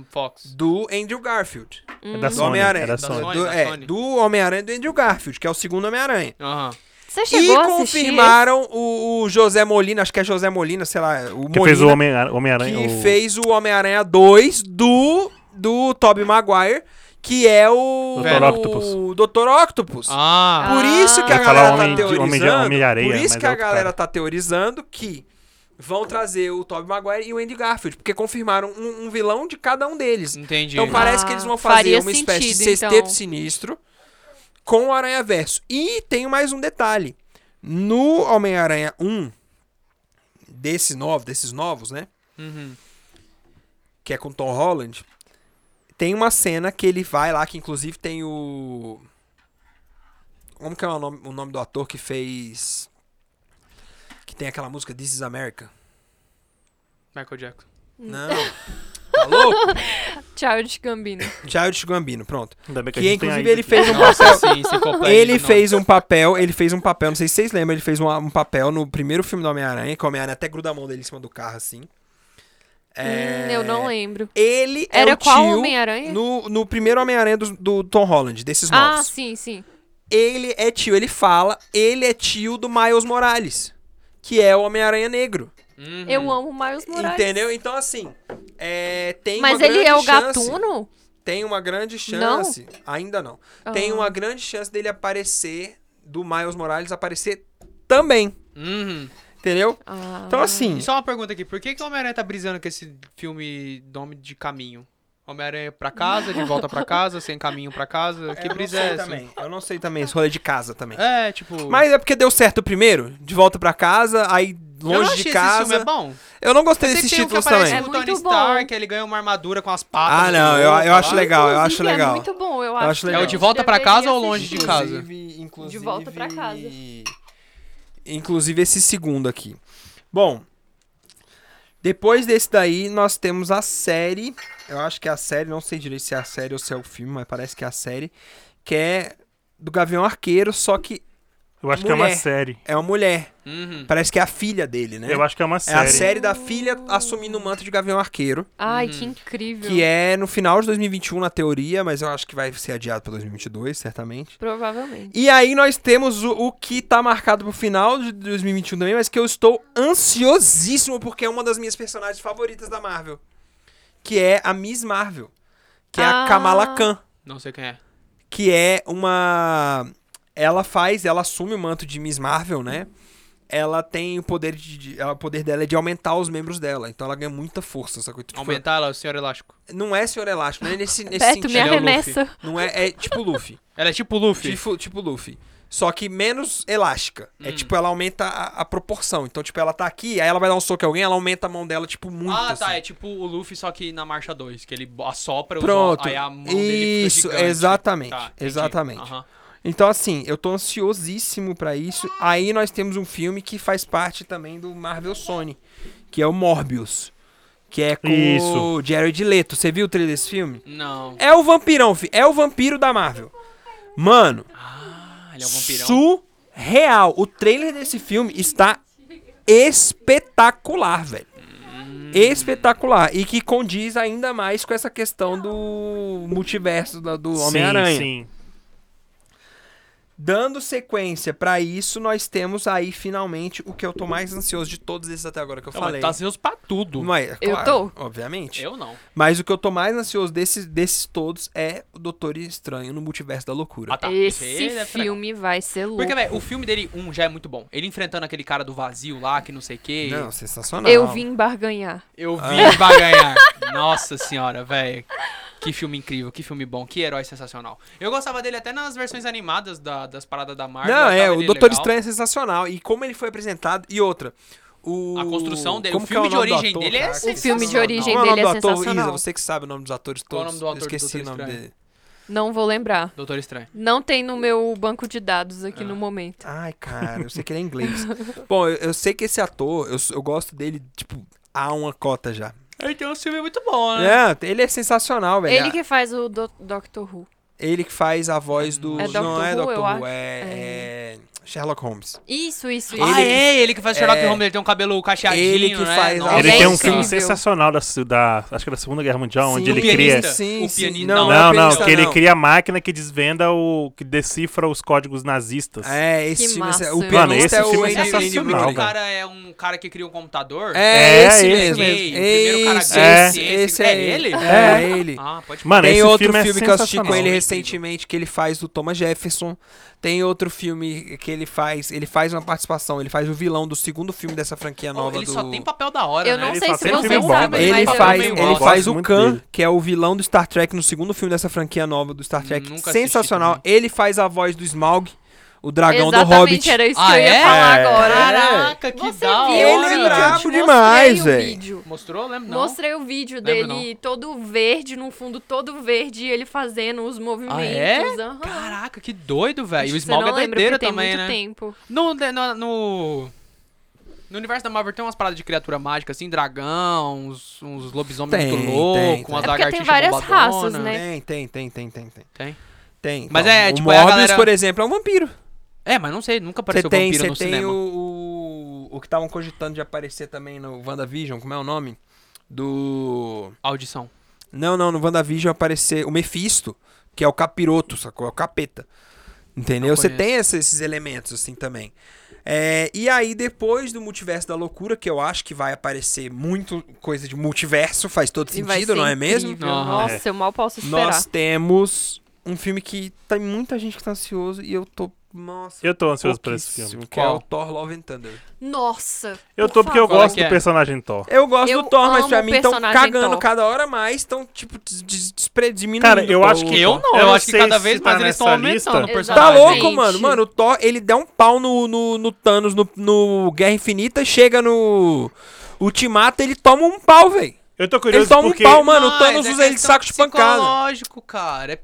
Speaker 4: Fox.
Speaker 1: do Andrew Garfield
Speaker 3: É da
Speaker 1: do
Speaker 3: Sony.
Speaker 1: Homem-Aranha
Speaker 3: É da
Speaker 1: Do-
Speaker 3: Sony.
Speaker 4: Sony,
Speaker 1: do-
Speaker 4: da
Speaker 1: é,
Speaker 4: Sony.
Speaker 1: do Homem-Aranha do Andrew Garfield que é o segundo Homem-Aranha
Speaker 4: Aham.
Speaker 2: Você
Speaker 1: E
Speaker 2: chegou a assistir
Speaker 1: confirmaram o, o José Molina, acho que é José Molina, sei lá, o
Speaker 3: Que
Speaker 1: Molina,
Speaker 3: fez o Homem- Homem-Aranha.
Speaker 1: que
Speaker 3: o-
Speaker 1: fez o Homem-Aranha 2 do, do Tobey Maguire, que é o...
Speaker 4: Dr.
Speaker 3: Octopus.
Speaker 1: o Dr. Octopus.
Speaker 4: Ah.
Speaker 1: Por isso que a
Speaker 3: Eu ia falar
Speaker 1: galera tá
Speaker 3: Homem de- Homem de-
Speaker 1: teorizando...
Speaker 3: Homem de Areia,
Speaker 1: Por isso
Speaker 3: mas
Speaker 1: que
Speaker 3: é
Speaker 1: a
Speaker 3: outro
Speaker 1: galera
Speaker 3: cara.
Speaker 1: tá teorizando que vão trazer o Tobey Maguire e o Andy Garfield, porque confirmaram um, um vilão de cada um deles.
Speaker 4: Entendi.
Speaker 1: Então parece que
Speaker 2: Ah,
Speaker 1: eles vão
Speaker 2: faria
Speaker 1: fazer uma espécie de
Speaker 2: sentido,
Speaker 1: sexteto
Speaker 2: então.
Speaker 1: sinistro com o Aranha Verso. E tem mais um detalhe. No Homem-Aranha 1, desse novo, desses novos, né?
Speaker 4: Uhum.
Speaker 1: Que é com Tom Holland, tem uma cena que ele vai lá, que inclusive tem o. Como que é o nome, o nome do ator que fez. Que tem aquela música This is America?
Speaker 4: Michael Jackson.
Speaker 2: Hum.
Speaker 1: Não. tá
Speaker 2: *laughs*
Speaker 1: louco?
Speaker 2: Childish Gambino.
Speaker 1: Child Gambino, pronto.
Speaker 3: Ainda bem
Speaker 1: Que,
Speaker 3: É a gente tem né?
Speaker 1: inclusive
Speaker 3: a
Speaker 1: ele
Speaker 3: Isa
Speaker 1: fez um
Speaker 4: Nossa,
Speaker 1: papel.
Speaker 4: sim, se for pra
Speaker 1: Ele
Speaker 4: não.
Speaker 1: fez um papel, ele fez um papel, não sei se vocês lembram, ele fez um, um papel no primeiro filme do Homem-Aranha, que o Homem-Aranha até gruda a mão dele em cima do carro, assim. É,
Speaker 2: Hum, eu não lembro.
Speaker 1: Ele é
Speaker 2: Era
Speaker 1: o
Speaker 2: qual
Speaker 1: tio
Speaker 2: Homem-Aranha?
Speaker 1: no, no primeiro Homem-Aranha do, do Tom Holland, desses
Speaker 2: Ah,
Speaker 1: novos.
Speaker 2: sim, sim.
Speaker 1: Ele é tio, ele fala, ele é tio do Miles Morales, que é o Homem-Aranha negro.
Speaker 4: Uhum.
Speaker 2: Eu amo Miles Morales.
Speaker 1: Entendeu? Então, assim, é, tem
Speaker 2: Mas
Speaker 1: uma
Speaker 2: ele é o
Speaker 1: grande chance-
Speaker 2: gatuno?
Speaker 1: Tem uma grande
Speaker 2: Não? Ah.
Speaker 1: chance, ainda não, tem uma grande chance dele aparecer, do Miles Morales aparecer também,
Speaker 4: Uhum.
Speaker 1: entendeu?
Speaker 2: Ah.
Speaker 1: Então, assim.
Speaker 4: E só uma pergunta aqui. Por que, que o Homem-Aranha tá brisando com esse filme Nome de Caminho? Homem-Aranha pra casa, de volta pra casa, sem caminho pra casa. Que
Speaker 1: eu não
Speaker 4: brisa
Speaker 1: sei
Speaker 4: é essa?
Speaker 1: também. Eu não sei também, esse rolê de casa também.
Speaker 4: É, tipo...
Speaker 1: Mas é porque deu certo o primeiro, de volta pra casa, aí
Speaker 4: eu não
Speaker 1: longe
Speaker 4: achei
Speaker 1: de
Speaker 4: Esse filme
Speaker 1: casa.
Speaker 4: é bom.
Speaker 1: eu não gostei
Speaker 4: Eu sei que
Speaker 1: desses
Speaker 4: tem um que
Speaker 1: títulos
Speaker 4: aparece
Speaker 1: também.
Speaker 2: É
Speaker 4: com o
Speaker 2: muito
Speaker 4: Tony
Speaker 2: bom.
Speaker 4: Stark, ele ganha uma armadura com as patas. tá
Speaker 1: Ah, não, eu, eu acho
Speaker 4: legal.
Speaker 1: legal, eu acho
Speaker 2: Inclusive, É
Speaker 1: legal.
Speaker 2: muito bom, eu
Speaker 1: Eu
Speaker 2: acho.
Speaker 1: acho
Speaker 4: É o
Speaker 1: legal.
Speaker 4: de volta pra
Speaker 2: Deveria
Speaker 4: casa ou
Speaker 2: assistir.
Speaker 4: longe de casa?
Speaker 1: inclusive,
Speaker 2: De volta pra casa.
Speaker 1: Inclusive esse segundo aqui. Bom, depois desse daí nós temos a série, eu acho que é a série, não sei direito se é a série ou se é o filme, mas parece que é a série, que é do Gavião Arqueiro, só que
Speaker 3: Eu acho que é uma
Speaker 1: Mulher.
Speaker 3: série.
Speaker 1: é uma mulher.
Speaker 4: Uhum.
Speaker 1: Parece que é a filha dele, né?
Speaker 3: Eu acho que é uma
Speaker 1: é a
Speaker 3: série.
Speaker 1: série da filha assumindo o manto de Gavião Arqueiro,
Speaker 2: Ai, que
Speaker 4: Hum.
Speaker 2: incrível.
Speaker 1: Uhum. que é no final de 2021 na teoria, mas eu acho que vai ser adiado para 2022, certamente.
Speaker 2: Provavelmente.
Speaker 1: E aí nós temos o, o que tá marcado pro final de 2021 também, mas que eu estou ansiosíssimo porque é uma das minhas personagens favoritas da Marvel, que é a Miss Marvel, que é a
Speaker 2: Ah.
Speaker 1: Kamala Khan,
Speaker 4: Não sei quem é.
Speaker 1: que é uma ela faz, ela assume o manto de Miss Marvel, né? Ela tem o poder de, de- ela- o poder dela é de aumentar os membros dela, então ela ganha muita força, essa coisa.
Speaker 4: Aumentar ela, o Senhor Elástico.
Speaker 1: Não é Senhor Elástico, não é nesse, nesse
Speaker 2: Beto,
Speaker 1: sentido.
Speaker 2: me
Speaker 4: é o Luffy.
Speaker 2: arremessa.
Speaker 1: Não é, é tipo Luffy.
Speaker 4: Ela é tipo o Luffy.
Speaker 1: Tipo, tipo Luffy. Só que menos elástica.
Speaker 4: Hum.
Speaker 1: É tipo, ela aumenta a, a proporção. Então, tipo, ela tá aqui, aí ela vai dar um soco em alguém, ela aumenta a mão dela, tipo, muito.
Speaker 4: ah, tá.
Speaker 1: assim.
Speaker 4: É tipo o Luffy, só que na marcha 2, que ele bo- assopra os
Speaker 1: Pronto.
Speaker 4: ó- aí a mão dele
Speaker 1: Isso,
Speaker 4: fica gigante.
Speaker 1: exatamente.
Speaker 4: Tá, entendi.
Speaker 1: exatamente.
Speaker 4: Aham.
Speaker 1: Então, assim, eu tô ansiosíssimo pra isso. Aí nós temos um filme que faz parte também do Marvel Sony, que é o Morbius. Que é com o
Speaker 3: Isso.
Speaker 1: Jared Leto. Você viu o trailer desse filme?
Speaker 4: Não.
Speaker 1: É o vampirão, fi. É o vampiro da Marvel. Mano,
Speaker 4: Ah, ele é um vampirão.
Speaker 1: surreal. O trailer desse filme está espetacular, velho.
Speaker 4: Hum.
Speaker 1: Espetacular. E que condiz ainda mais com essa questão do multiverso da- do
Speaker 3: Sim,
Speaker 1: Homem-Aranha.
Speaker 3: Sim.
Speaker 1: Dando sequência pra isso, nós temos aí finalmente o que eu tô mais ansioso de todos esses até agora que eu
Speaker 4: Não, mas
Speaker 1: falei.
Speaker 4: tá ansioso pra tudo.
Speaker 1: Mas,
Speaker 2: Eu
Speaker 1: claro, Obviamente.
Speaker 4: Eu não.
Speaker 1: Mas o que eu tô mais ansioso desses, desses todos é o Doutor Estranho no Multiverso da Loucura.
Speaker 4: Ah, tá.
Speaker 2: Esse
Speaker 4: Ele é fraco.
Speaker 2: filme vai ser louco.
Speaker 4: Porque, velho, o filme dele, um, já é muito bom. Ele enfrentando aquele cara do vazio lá, que não sei o quê.
Speaker 1: Não, Ah. sensacional.
Speaker 2: Eu vim barganhar.
Speaker 4: Eu vi vai ganhar. Nossa senhora, velho. Que filme incrível, que filme bom, que herói sensacional. Eu gostava dele até nas versões animadas da- das paradas da Marvel.
Speaker 1: Não,
Speaker 4: eu
Speaker 1: é,
Speaker 4: achava
Speaker 1: o
Speaker 4: ele
Speaker 1: Doutor
Speaker 4: legal.
Speaker 1: Estranho é sensacional. E como ele foi apresentado, e outra. O...
Speaker 4: A construção dele,
Speaker 1: como
Speaker 4: o
Speaker 1: que é
Speaker 4: filme de
Speaker 1: nome do
Speaker 4: origem
Speaker 1: ator,
Speaker 4: dele é
Speaker 1: cara?
Speaker 4: sensacional.
Speaker 2: O filme de origem
Speaker 1: Como é o
Speaker 2: dele
Speaker 1: nome
Speaker 2: é
Speaker 1: do ator,
Speaker 2: sensacional.
Speaker 1: Isa, você que sabe o nome dos atores todos.
Speaker 4: Qual o nome do ator
Speaker 1: Eu
Speaker 4: do
Speaker 1: esqueci
Speaker 4: Doutor
Speaker 1: o nome
Speaker 4: Estranho?
Speaker 1: dele.
Speaker 2: Não vou lembrar.
Speaker 4: Doutor Estranho.
Speaker 2: Não tem no meu banco de dados aqui
Speaker 4: Ah.
Speaker 2: no momento.
Speaker 1: Ai, cara, eu sei que ele é
Speaker 2: *laughs*
Speaker 1: inglês. Bom, eu, eu sei que esse ator, eu, eu gosto dele, tipo, há uma cota já.
Speaker 4: Ele tem um filme muito bom, né?
Speaker 1: É, ele é sensacional, velho. Ah,
Speaker 2: Ele que faz o do Doctor Who.
Speaker 1: Ele que faz a voz do.
Speaker 2: É Doctor
Speaker 1: não é
Speaker 2: Who,
Speaker 1: Doctor
Speaker 2: eu
Speaker 1: Who,
Speaker 2: acho.
Speaker 1: é, é Sherlock Holmes.
Speaker 2: Isso, isso, isso.
Speaker 4: Ah, é, ele que faz Sherlock
Speaker 1: É.
Speaker 4: Holmes, ele tem um cabelo cacheadinho,
Speaker 1: Ele que
Speaker 4: né?
Speaker 1: faz a-
Speaker 4: Nossa,
Speaker 3: Ele
Speaker 2: é
Speaker 3: tem um
Speaker 2: incrível.
Speaker 3: filme sensacional da, se- da- acho que é da Segunda Guerra Mundial, Então, onde
Speaker 1: Sim,
Speaker 3: ele
Speaker 1: o
Speaker 3: cria.
Speaker 1: pianista. Sim,
Speaker 4: o
Speaker 1: sim.
Speaker 4: pianista.
Speaker 1: Não,
Speaker 4: Não,
Speaker 1: é o
Speaker 3: Não, não,
Speaker 1: pianista,
Speaker 3: que ele
Speaker 1: não.
Speaker 3: cria a máquina que desvenda o. que decifra os códigos nazistas.
Speaker 1: É, esse
Speaker 2: Que
Speaker 1: filme. é-
Speaker 2: massa.
Speaker 1: o
Speaker 2: Mano,
Speaker 1: pianista
Speaker 3: esse
Speaker 1: é o
Speaker 3: filme é
Speaker 1: Henry
Speaker 3: sensacional,
Speaker 1: Rollins.
Speaker 4: o cara é um cara que cria um computador.
Speaker 1: É,
Speaker 3: É
Speaker 1: esse
Speaker 3: ele
Speaker 1: mesmo.
Speaker 4: mesmo.
Speaker 1: Esse,
Speaker 4: Primeiro cara
Speaker 1: esse,
Speaker 3: gay,
Speaker 1: esse,
Speaker 4: ciência-
Speaker 1: é,
Speaker 4: é
Speaker 1: ele.
Speaker 4: ele?
Speaker 1: É ele.
Speaker 4: Ah, pode
Speaker 3: Mano,
Speaker 1: Tem
Speaker 3: esse
Speaker 1: outro filme,
Speaker 3: filme, é
Speaker 1: que eu assisti com
Speaker 3: sensacional.
Speaker 1: ele recentemente, que ele faz do Thomas Jefferson. Tem outro filme que ele faz. Ele faz uma participação, ele faz o vilão do segundo filme dessa franquia
Speaker 4: Oh,
Speaker 1: nova
Speaker 4: ele
Speaker 1: do.
Speaker 4: só tem papel da hora,
Speaker 2: Eu
Speaker 4: né?
Speaker 2: não
Speaker 3: Ele
Speaker 2: sei
Speaker 3: só
Speaker 2: se
Speaker 3: tem filme
Speaker 2: vocês
Speaker 3: bom,
Speaker 2: sabem,
Speaker 1: Ele
Speaker 2: mas eu
Speaker 1: faz,
Speaker 2: também
Speaker 4: meio
Speaker 1: ele
Speaker 4: gosto.
Speaker 1: faz o
Speaker 3: muito
Speaker 1: Khan,
Speaker 3: dele.
Speaker 1: que é o vilão do Star Trek no segundo filme dessa franquia nova do Star Trek.
Speaker 4: Nunca assisti
Speaker 1: Sensacional. Ele faz a voz do Smaug, o dragão
Speaker 2: Exatamente,
Speaker 1: do Hobbit.
Speaker 2: era isso que
Speaker 4: Ah,
Speaker 2: eu ia
Speaker 4: é?
Speaker 2: falar
Speaker 3: É.
Speaker 2: agora.
Speaker 4: Caraca, que
Speaker 2: Você
Speaker 4: da
Speaker 2: viu
Speaker 1: Ele
Speaker 2: o
Speaker 1: é
Speaker 2: vídeo?
Speaker 1: brabo
Speaker 2: Eu te mostrei
Speaker 1: demais,
Speaker 2: o
Speaker 1: velho.
Speaker 2: vídeo.
Speaker 4: Mostrou? Lembra? Não.
Speaker 2: Mostrei o vídeo
Speaker 4: Lembro
Speaker 2: dele todo verde, num fundo todo verde, e ele fazendo os movimentos.
Speaker 4: Ah, é?
Speaker 2: aham.
Speaker 4: Caraca, que doido, velho. O
Speaker 2: Você
Speaker 4: Smaug
Speaker 2: não
Speaker 4: é
Speaker 2: lembra,
Speaker 4: doideira
Speaker 2: porque tem
Speaker 4: também,
Speaker 2: muito
Speaker 4: né?
Speaker 2: tempo.
Speaker 4: No, no, no- no universo da Marvel tem umas paradas de criatura mágica, assim, dragão, uns, uns lobisomens
Speaker 1: Tem,
Speaker 4: muito
Speaker 1: tem,
Speaker 4: loucos,
Speaker 1: tem.
Speaker 4: umas
Speaker 2: É porque tem
Speaker 4: lagartixas
Speaker 2: várias
Speaker 4: bombadona.
Speaker 2: raças, né?
Speaker 1: Tem, tem, tem, tem, tem, tem.
Speaker 4: Tem?
Speaker 1: Tem.
Speaker 4: Mas
Speaker 1: Então,
Speaker 4: é,
Speaker 1: o
Speaker 4: tipo, é a
Speaker 1: Morbius,
Speaker 4: galera-
Speaker 1: por exemplo, é um vampiro.
Speaker 4: É, mas não sei, nunca
Speaker 1: Você
Speaker 4: apareceu
Speaker 1: tem,
Speaker 4: vampiro
Speaker 1: cê
Speaker 4: no
Speaker 1: tem
Speaker 4: cinema.
Speaker 1: o, o, o que estavam cogitando de aparecer também no WandaVision, como é o nome? Do.
Speaker 4: Audição.
Speaker 1: Não, não, no WandaVision aparecer o Mephisto, que é o capiroto, sacou? É o capeta. Entendeu?
Speaker 4: Não
Speaker 1: Você
Speaker 4: conheço.
Speaker 1: tem essa- esses elementos assim também. É, e aí, depois do multiverso da loucura, que eu acho que vai aparecer muito coisa de multiverso, faz todo
Speaker 2: E vai
Speaker 1: sentido,
Speaker 2: ser
Speaker 1: não é mesmo?
Speaker 2: incrível.
Speaker 4: Aham.
Speaker 2: Nossa, eu mal posso esperar.
Speaker 1: Nós temos um filme que tem muita gente que tá ansioso e eu tô. Nossa,
Speaker 3: Eu tô ansioso pra esse
Speaker 1: pouquíssimo,
Speaker 3: filme.
Speaker 1: Que é
Speaker 4: Qual?
Speaker 1: o Thor Love and Thunder.
Speaker 2: Nossa.
Speaker 3: Eu
Speaker 2: por
Speaker 3: tô porque eu
Speaker 2: favor.
Speaker 3: gosto
Speaker 4: que é?
Speaker 3: do personagem Thor.
Speaker 1: Eu gosto
Speaker 2: Eu
Speaker 1: do Thor, mas
Speaker 2: amo
Speaker 1: pra
Speaker 2: o
Speaker 1: mim estão
Speaker 2: personagem
Speaker 1: cagando
Speaker 2: Thor.
Speaker 1: cada hora mais, estão, tipo, des- des- despre- diminuindo.
Speaker 3: Cara, eu
Speaker 1: o-
Speaker 3: acho que.
Speaker 4: Eu não, eu acho que
Speaker 3: sei
Speaker 4: cada
Speaker 3: se
Speaker 4: vez
Speaker 3: tá
Speaker 4: mais eles
Speaker 3: nessa
Speaker 4: estão aumentando o
Speaker 3: lista.
Speaker 1: Tá
Speaker 4: personagem.
Speaker 1: louco,
Speaker 2: Gente.
Speaker 1: mano. Mano, o Thor, ele dá um pau no, no, no Thanos, no, no Guerra Infinita, chega no Ultimato, ele toma um pau, velho.
Speaker 3: Eu tô
Speaker 1: Ele
Speaker 3: curioso
Speaker 1: toma
Speaker 3: porque.
Speaker 1: um pau, mano.
Speaker 4: Mas
Speaker 1: o Thanos
Speaker 4: é
Speaker 1: usa ele de
Speaker 4: questão
Speaker 1: saco de pancada.
Speaker 4: psicológico, cara. É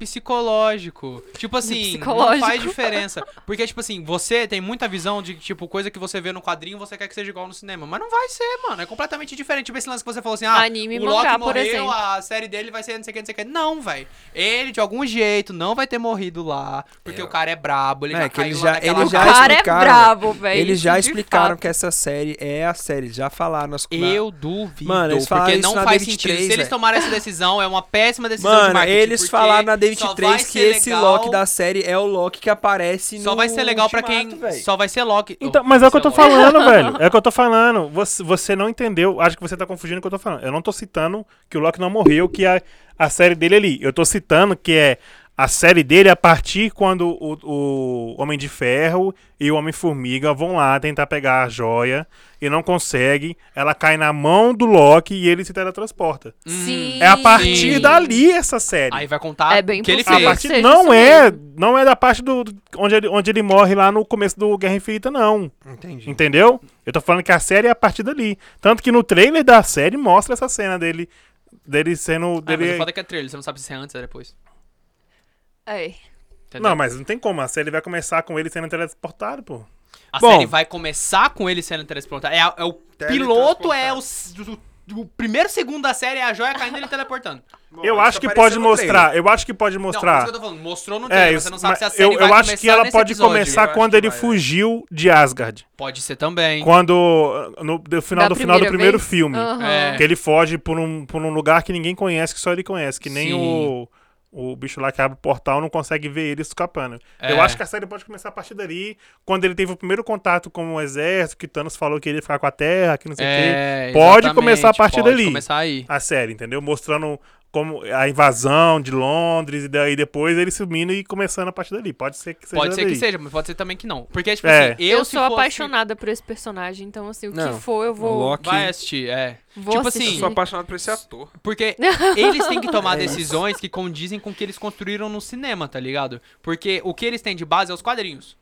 Speaker 4: psicológico. Tipo assim, não
Speaker 2: psicológico.
Speaker 4: faz diferença. Porque, tipo assim, você tem muita visão de, tipo, coisa que você vê no quadrinho, você quer que seja igual no cinema. Mas não vai ser, mano. É completamente diferente. Tipo esse lance que você falou assim, ah,
Speaker 2: Anime e
Speaker 4: o Loki
Speaker 2: mangá, por
Speaker 4: morreu,
Speaker 2: exemplo.
Speaker 4: a série dele vai ser não sei o que, não sei o que. Não, velho. Ele, de algum jeito, não vai ter morrido lá, porque
Speaker 1: Eu-
Speaker 4: o cara é brabo, ele
Speaker 1: É,
Speaker 4: já
Speaker 1: que ele
Speaker 4: caiu
Speaker 1: já-
Speaker 4: lá naquela
Speaker 1: ele
Speaker 2: O
Speaker 1: já
Speaker 4: casa.
Speaker 2: cara é
Speaker 1: explicaram.
Speaker 2: brabo, velho.
Speaker 1: Eles
Speaker 2: isso
Speaker 1: já
Speaker 2: de
Speaker 1: explicaram
Speaker 2: fato.
Speaker 1: que essa série é a série. eles Já falaram nas na-
Speaker 4: Eu duvido,
Speaker 1: Mano, eles falaram
Speaker 4: porque
Speaker 1: isso
Speaker 4: não
Speaker 1: na
Speaker 4: faz
Speaker 1: David
Speaker 4: sentido.
Speaker 1: três,
Speaker 4: Se eles
Speaker 1: velho.
Speaker 4: tomarem essa decisão, é uma péssima decisão de
Speaker 1: Mano,
Speaker 4: marketing.
Speaker 1: eles
Speaker 4: porque
Speaker 1: falaram na David
Speaker 4: só
Speaker 1: 3
Speaker 4: vai
Speaker 1: que
Speaker 4: ser
Speaker 1: esse
Speaker 4: legal-
Speaker 1: Loki da série é o Loki que aparece no.
Speaker 4: Só vai ser legal pra quem.
Speaker 1: Ultimato, véi.
Speaker 4: Só vai ser Loki.
Speaker 3: Então,
Speaker 4: Oh,
Speaker 3: mas é o que eu tô
Speaker 4: vai ser Loki.
Speaker 3: falando, velho. É o que eu tô falando. Você, você não entendeu. Acho que você tá confundindo o que eu tô falando. Eu não tô citando que o Loki não morreu, que a, a série dele ali. Eu tô citando que é a série dele é a partir quando o, o Homem de Ferro e o Homem-Formiga vão lá tentar pegar a joia e não consegue. Ela cai na mão do Loki e ele se teletransporta.
Speaker 2: Sim.
Speaker 3: É a partir
Speaker 4: Sim.
Speaker 3: dali essa série.
Speaker 4: Aí vai contar
Speaker 2: É bem
Speaker 4: que ele
Speaker 3: a
Speaker 2: possível.
Speaker 4: fez.
Speaker 2: que
Speaker 3: partir,
Speaker 2: seja
Speaker 3: não
Speaker 2: isso
Speaker 3: é, não é da parte do do- onde ele, onde ele morre lá no começo do Guerra Infinita não.
Speaker 1: Entendi.
Speaker 3: Entendeu? Eu tô falando que a série é a partir dali. Tanto que no trailer da série mostra essa cena dele dele sendo
Speaker 4: Ah, mas
Speaker 3: dele
Speaker 4: o foda é que é trailer, você não sabe se é antes ou depois.
Speaker 2: É.
Speaker 4: entendeu?
Speaker 3: Não, mas não tem como. A série vai começar com ele sendo teleportado, pô.
Speaker 4: A
Speaker 1: Bom.
Speaker 4: série vai começar com ele sendo teletransportado. É, a- é o piloto, é o, o- o primeiro segundo da série, é a joia caindo e ele teleportando.
Speaker 3: eu acho que pode mostrar. Eu acho que pode
Speaker 4: Não,
Speaker 3: mostrar.
Speaker 4: por isso que eu tô falando. Mostrou no
Speaker 3: é,
Speaker 4: trailer, você não sabe
Speaker 3: mas
Speaker 4: se a série
Speaker 3: eu,
Speaker 4: vai
Speaker 3: eu acho que
Speaker 4: começar
Speaker 3: ela
Speaker 4: nesse
Speaker 3: pode
Speaker 4: episódio.
Speaker 3: começar
Speaker 1: Eu
Speaker 3: quando
Speaker 1: acho que
Speaker 3: ele
Speaker 1: vai, é.
Speaker 3: fugiu de Asgard.
Speaker 4: Pode ser também.
Speaker 3: Quando. uh, No, do final
Speaker 2: Da
Speaker 3: do final do
Speaker 2: primeira
Speaker 3: primeiro
Speaker 2: vez?
Speaker 3: filme.
Speaker 2: Aham.
Speaker 4: É.
Speaker 3: Que ele foge por um, por um lugar que ninguém conhece, que só ele conhece. Que nem
Speaker 4: Sim.
Speaker 3: o, o bicho lá que abre o portal não consegue ver ele escapando. Eu
Speaker 4: É.
Speaker 3: acho que a série pode começar a partir dali. Quando ele teve o primeiro contato com o exército, que Thanos falou que ele ia ficar com a Terra, que não sei o
Speaker 4: É,
Speaker 3: quê. Pode
Speaker 4: exatamente,
Speaker 3: começar a partir
Speaker 4: pode
Speaker 3: dali.
Speaker 4: começar aí.
Speaker 3: A série, entendeu? Mostrando como a invasão de Londres e daí depois ele sumindo e começando a partir dali. Pode ser que seja
Speaker 4: Pode ser
Speaker 3: daí.
Speaker 4: que seja, mas pode ser também que não. Porque, tipo
Speaker 3: É.
Speaker 4: assim, eu,
Speaker 2: Eu,
Speaker 4: se
Speaker 2: sou
Speaker 4: fosse-
Speaker 2: apaixonada por esse personagem, então assim, o
Speaker 1: Não,
Speaker 2: que for eu
Speaker 1: o
Speaker 2: vou,
Speaker 1: Loki-
Speaker 4: Vai assistir, é.
Speaker 2: vou
Speaker 4: Tipo
Speaker 2: assistir.
Speaker 4: assim,
Speaker 5: Eu sou apaixonado por esse ator.
Speaker 4: Porque eles têm que
Speaker 3: É
Speaker 4: tomar decisões que condizem com o que eles construíram no cinema, tá ligado? Porque o que eles têm de base é os quadrinhos.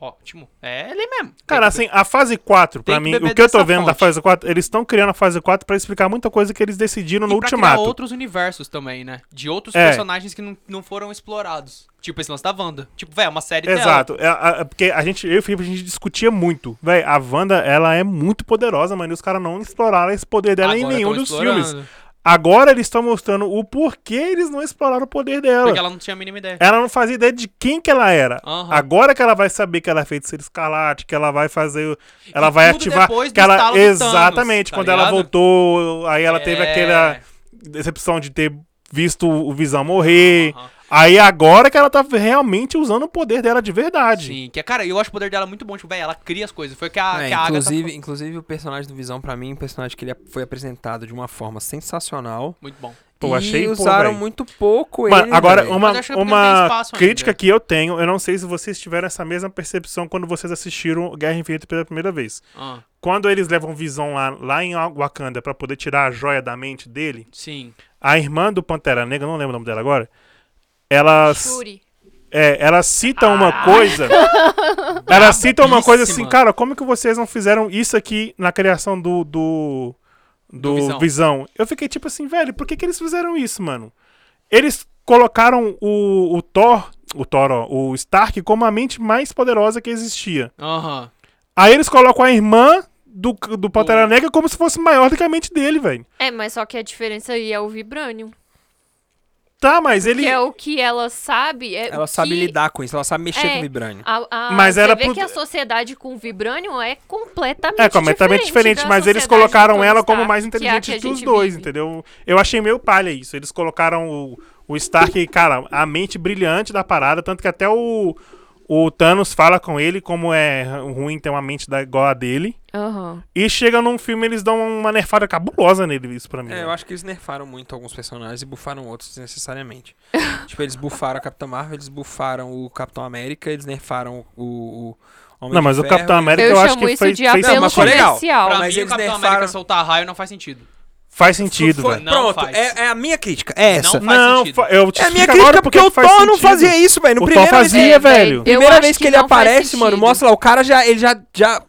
Speaker 4: Ótimo. É ele mesmo.
Speaker 3: Cara, assim, a fase 4, pra
Speaker 4: Tem que
Speaker 3: mim,
Speaker 4: beber
Speaker 3: o que eu tô
Speaker 4: dessa
Speaker 3: vendo da
Speaker 4: fonte.
Speaker 3: fase 4, eles estão criando a fase 4 pra explicar muita coisa que eles decidiram no
Speaker 4: e pra criar
Speaker 3: ultimato.
Speaker 4: outros universos também, né? De outros
Speaker 3: É.
Speaker 4: personagens que não, não foram explorados. Tipo esse lance da Wanda. Tipo, velho, é uma série dela.
Speaker 3: Exato. É, a- a- porque a gente, eu e o Felipe, a gente discutia muito. Véi, a Wanda, ela é muito poderosa, mano. E os caras não exploraram esse poder dela em
Speaker 4: Agora
Speaker 3: nenhum
Speaker 4: tão
Speaker 3: dos
Speaker 4: explorando.
Speaker 3: filmes. Agora eles estão mostrando o porquê eles não exploraram o poder dela.
Speaker 4: Porque
Speaker 3: Ela...
Speaker 4: ela não tinha a mínima ideia.
Speaker 3: não fazia ideia de quem que ela era.
Speaker 4: Aham.
Speaker 3: Agora que ela vai saber que ela é feiticeira escarlate, que ela vai fazer. Ela
Speaker 4: E
Speaker 3: vai
Speaker 4: tudo
Speaker 3: ativar.
Speaker 4: depois do
Speaker 3: Que ela...
Speaker 4: estalo do Thanos,
Speaker 3: Exatamente.
Speaker 4: tá
Speaker 3: quando ela
Speaker 4: ligado?
Speaker 3: voltou, aí ela teve
Speaker 4: É.
Speaker 3: aquela decepção de ter visto o Visão morrer.
Speaker 4: Aham.
Speaker 3: Aí agora que ela tá realmente usando o poder dela de verdade.
Speaker 4: Sim, que, é, cara, eu acho o poder dela muito bom. Tipo, velho, ela cria as coisas. Foi que a,
Speaker 1: É,
Speaker 4: que a Agatha
Speaker 1: inclusive,
Speaker 4: falou.
Speaker 1: inclusive o personagem do Visão, pra mim, é um personagem que ele foi apresentado de uma forma sensacional.
Speaker 4: Muito bom.
Speaker 3: Pô,
Speaker 1: e
Speaker 3: achei, pô,
Speaker 1: usaram
Speaker 3: véi.
Speaker 1: muito pouco
Speaker 3: Mano,
Speaker 1: ele. né?
Speaker 3: agora,
Speaker 1: véi.
Speaker 3: uma,
Speaker 4: Mas acho que é porque não tem
Speaker 3: uma
Speaker 4: espaço ainda.
Speaker 3: crítica que eu tenho, eu não sei se vocês tiveram essa mesma percepção quando vocês assistiram Guerra Infinita pela primeira vez.
Speaker 4: Ah,
Speaker 3: Quando eles levam visão lá, lá em Wakanda pra poder tirar a joia da mente dele,
Speaker 4: sim.
Speaker 3: a irmã do Pantera Negra, não lembro o nome dela agora, ela,
Speaker 2: Shuri.
Speaker 3: é, ela cita
Speaker 2: Ah. *laughs*
Speaker 3: uma coisa. ela cita uma coisa assim,
Speaker 4: Brabíssima.
Speaker 3: cara, como que vocês não fizeram isso aqui na criação do. do. do
Speaker 4: Do Visão.
Speaker 3: visão. Eu fiquei tipo assim, velho, por que, que eles fizeram isso, mano? Eles colocaram o, o Thor, o Thor, ó, o Stark, como a mente mais poderosa que existia.
Speaker 4: Aham.
Speaker 3: Aí eles colocam a irmã do, do Pantera
Speaker 4: Do-
Speaker 3: Negra como se fosse maior do que a mente dele, velho.
Speaker 2: É, mas só que a diferença aí é o Vibranium.
Speaker 3: Tá, mas ele.
Speaker 2: Que é o que ela sabe. É
Speaker 1: Ela
Speaker 2: o
Speaker 1: sabe
Speaker 2: que
Speaker 1: lidar com isso, ela sabe mexer
Speaker 2: É.
Speaker 1: com o Vibranium.
Speaker 2: A, a,
Speaker 3: Mas
Speaker 2: você
Speaker 3: era
Speaker 2: vê
Speaker 3: pro-
Speaker 2: que a sociedade com o Vibranium é completamente
Speaker 3: É, completamente diferente,
Speaker 2: da
Speaker 3: mas eles
Speaker 2: sociedade
Speaker 3: colocaram
Speaker 2: do
Speaker 3: ela como
Speaker 2: Stark, que é
Speaker 3: mais
Speaker 2: a
Speaker 3: inteligente
Speaker 2: que a
Speaker 3: que os
Speaker 2: gente
Speaker 3: dois,
Speaker 2: vive.
Speaker 3: entendeu? Eu achei meio palha isso. Eles colocaram o, o Stark, cara, a mente brilhante da parada, tanto que até o, o Thanos fala com ele como é ruim ter uma mente da, igual a dele.
Speaker 2: Aham.
Speaker 3: E chega num filme eles dão uma nerfada cabulosa nele, isso pra mim.
Speaker 1: É,
Speaker 3: né?
Speaker 1: eu acho que eles nerfaram muito alguns personagens e bufaram outros desnecessariamente. *laughs* tipo, eles bufaram a Capitã Marvel, eles bufaram o Capitão América, eles nerfaram o, o é um Homem
Speaker 3: Não,
Speaker 1: de
Speaker 3: mas o
Speaker 1: Ferro,
Speaker 3: Capitão
Speaker 1: eles-
Speaker 3: América
Speaker 2: Eu
Speaker 3: eu, acho
Speaker 2: chamo
Speaker 3: que
Speaker 2: isso
Speaker 3: fez,
Speaker 2: de
Speaker 3: fez
Speaker 1: Não,
Speaker 2: apelo
Speaker 1: mas foi legal.
Speaker 2: comercial.
Speaker 4: Pra
Speaker 1: mas
Speaker 4: mim, o
Speaker 1: eles
Speaker 4: Capitão América
Speaker 1: nerfaram-
Speaker 4: soltar raio não faz sentido.
Speaker 3: faz sentido,
Speaker 1: Foi-
Speaker 3: velho.
Speaker 4: Não
Speaker 1: Pronto,
Speaker 4: faz.
Speaker 1: é, é a minha crítica, é essa.
Speaker 4: Não faz
Speaker 3: Não,
Speaker 4: sentido.
Speaker 3: fa- eu te
Speaker 1: É a minha
Speaker 3: explico
Speaker 1: crítica
Speaker 3: agora
Speaker 1: porque o
Speaker 3: que faz
Speaker 1: Thor não
Speaker 3: sentido.
Speaker 1: fazia isso, velho. No
Speaker 3: O Thor
Speaker 1: primeiro
Speaker 3: fazia,
Speaker 2: É,
Speaker 3: velho.
Speaker 2: velho, eu
Speaker 1: Primeira
Speaker 2: acho
Speaker 1: vez que,
Speaker 2: que
Speaker 1: ele
Speaker 2: não faz
Speaker 1: aparece, mano,
Speaker 2: sentido.
Speaker 1: mostra lá, o cara já, ele já, já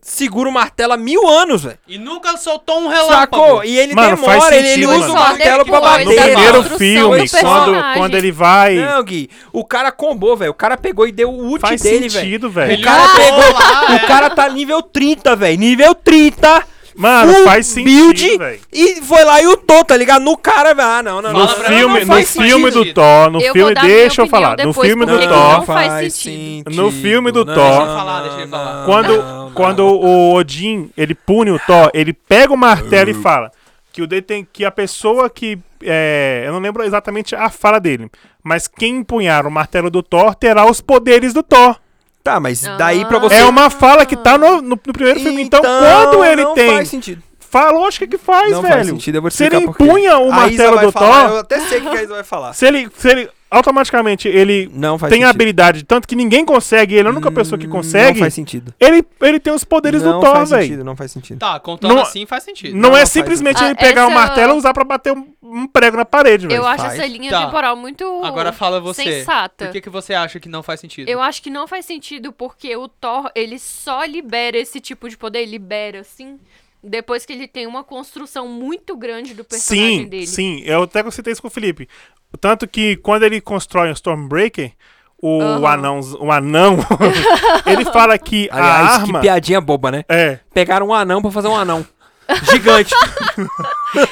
Speaker 1: segura o martelo há mil anos, velho.
Speaker 4: E nunca soltou um relâmpago.
Speaker 1: Sacou? E ele
Speaker 3: Mano, faz
Speaker 1: demora, ele, ele
Speaker 3: sentido,
Speaker 1: usa o
Speaker 3: mano.
Speaker 1: martelo pra
Speaker 2: Só
Speaker 1: bater.
Speaker 2: depois
Speaker 3: No
Speaker 2: da
Speaker 4: é
Speaker 3: primeiro
Speaker 2: é construção
Speaker 3: filme,
Speaker 2: do
Speaker 3: quando,
Speaker 2: personagem.
Speaker 3: quando ele vai.
Speaker 1: Não, Gui, o cara combou, velho. O cara pegou e deu o ult
Speaker 3: faz
Speaker 1: dele, velho.
Speaker 3: sentido,
Speaker 1: O
Speaker 3: velho.
Speaker 1: cara
Speaker 4: Ah,
Speaker 1: pegou,
Speaker 4: lá,
Speaker 1: o cara tá nível 30, velho. Nível 30.
Speaker 3: Mano,
Speaker 1: full
Speaker 3: faz sentido,
Speaker 1: build
Speaker 3: velho.
Speaker 1: e foi lá e ultou, tá ligado? No cara, velho. Ah, não, não, não.
Speaker 3: No
Speaker 4: Fala pra mim,
Speaker 3: filme,
Speaker 1: não
Speaker 3: no
Speaker 1: faz
Speaker 3: filme
Speaker 4: sentido.
Speaker 3: do Thor, no
Speaker 2: Eu vou
Speaker 3: filme,
Speaker 2: dar minha
Speaker 3: deixa eu
Speaker 2: opinião
Speaker 3: falar, no
Speaker 2: depois,
Speaker 3: filme do
Speaker 2: porque
Speaker 3: Thor,
Speaker 2: não faz sentido.
Speaker 3: No filme do
Speaker 1: Não,
Speaker 3: Thor-
Speaker 1: não,
Speaker 3: Deixa
Speaker 4: ele falar, deixa ele
Speaker 1: não,
Speaker 4: falar.
Speaker 3: quando,
Speaker 1: não,
Speaker 3: quando o Odin, ele pune o Thor, ele pega o martelo e fala que o deten que a pessoa que é, eu não lembro exatamente a fala dele, mas quem empunhar o martelo do Thor terá os poderes do Thor.
Speaker 1: Tá, mas daí pra você...
Speaker 3: É uma fala que tá no, no- no primeiro É filme. Então, quando ele
Speaker 1: não
Speaker 3: tem
Speaker 1: faz sentido.
Speaker 3: Fala, lógico que faz,
Speaker 1: não
Speaker 3: velho.
Speaker 1: faz sentido, eu vou te
Speaker 3: se ele
Speaker 1: explicar por quê.
Speaker 3: empunha o
Speaker 1: A Isa
Speaker 3: martelo
Speaker 1: vai
Speaker 3: do
Speaker 1: falar,
Speaker 3: Thor,
Speaker 1: Eu até sei o que a Isa vai falar.
Speaker 3: se ele, se ele automaticamente ele
Speaker 1: Não faz
Speaker 3: tem a
Speaker 1: sentido.
Speaker 3: habilidade, tanto que ninguém consegue, ele é a única pessoa que
Speaker 1: Hum,
Speaker 3: consegue,
Speaker 1: Não faz sentido.
Speaker 3: ele, ele tem os poderes
Speaker 1: não
Speaker 3: do Thor,
Speaker 1: faz
Speaker 3: velho.
Speaker 1: sentido, não faz sentido.
Speaker 4: Tá, contando
Speaker 3: Não-
Speaker 4: assim faz sentido.
Speaker 3: Não,
Speaker 1: Não,
Speaker 3: é
Speaker 1: faz
Speaker 3: simplesmente
Speaker 2: sentido.
Speaker 3: ele
Speaker 2: Ah,
Speaker 3: pegar o
Speaker 2: essa-
Speaker 3: martelo e usar pra bater um, um prego na parede, velho.
Speaker 2: Eu acho
Speaker 1: faz.
Speaker 2: essa linha
Speaker 4: Tá.
Speaker 2: temporal muito
Speaker 4: Agora fala você.
Speaker 2: sensata.
Speaker 4: Por que, que você acha que não faz sentido?
Speaker 2: Eu acho que não faz sentido, porque o Thor, ele só libera esse tipo de poder, ele libera, assim, depois que ele tem uma construção muito grande do personagem
Speaker 3: Sim,
Speaker 2: dele.
Speaker 3: sim. Eu até citei isso com o Felipe. Tanto que quando ele constrói o Stormbreaker, o
Speaker 2: Aham.
Speaker 3: anão, o anão, *laughs* ele fala que a
Speaker 1: Aliás,
Speaker 3: arma...
Speaker 1: que piadinha boba, né?
Speaker 3: É,
Speaker 1: Pegaram um anão pra fazer um anão. Gigante.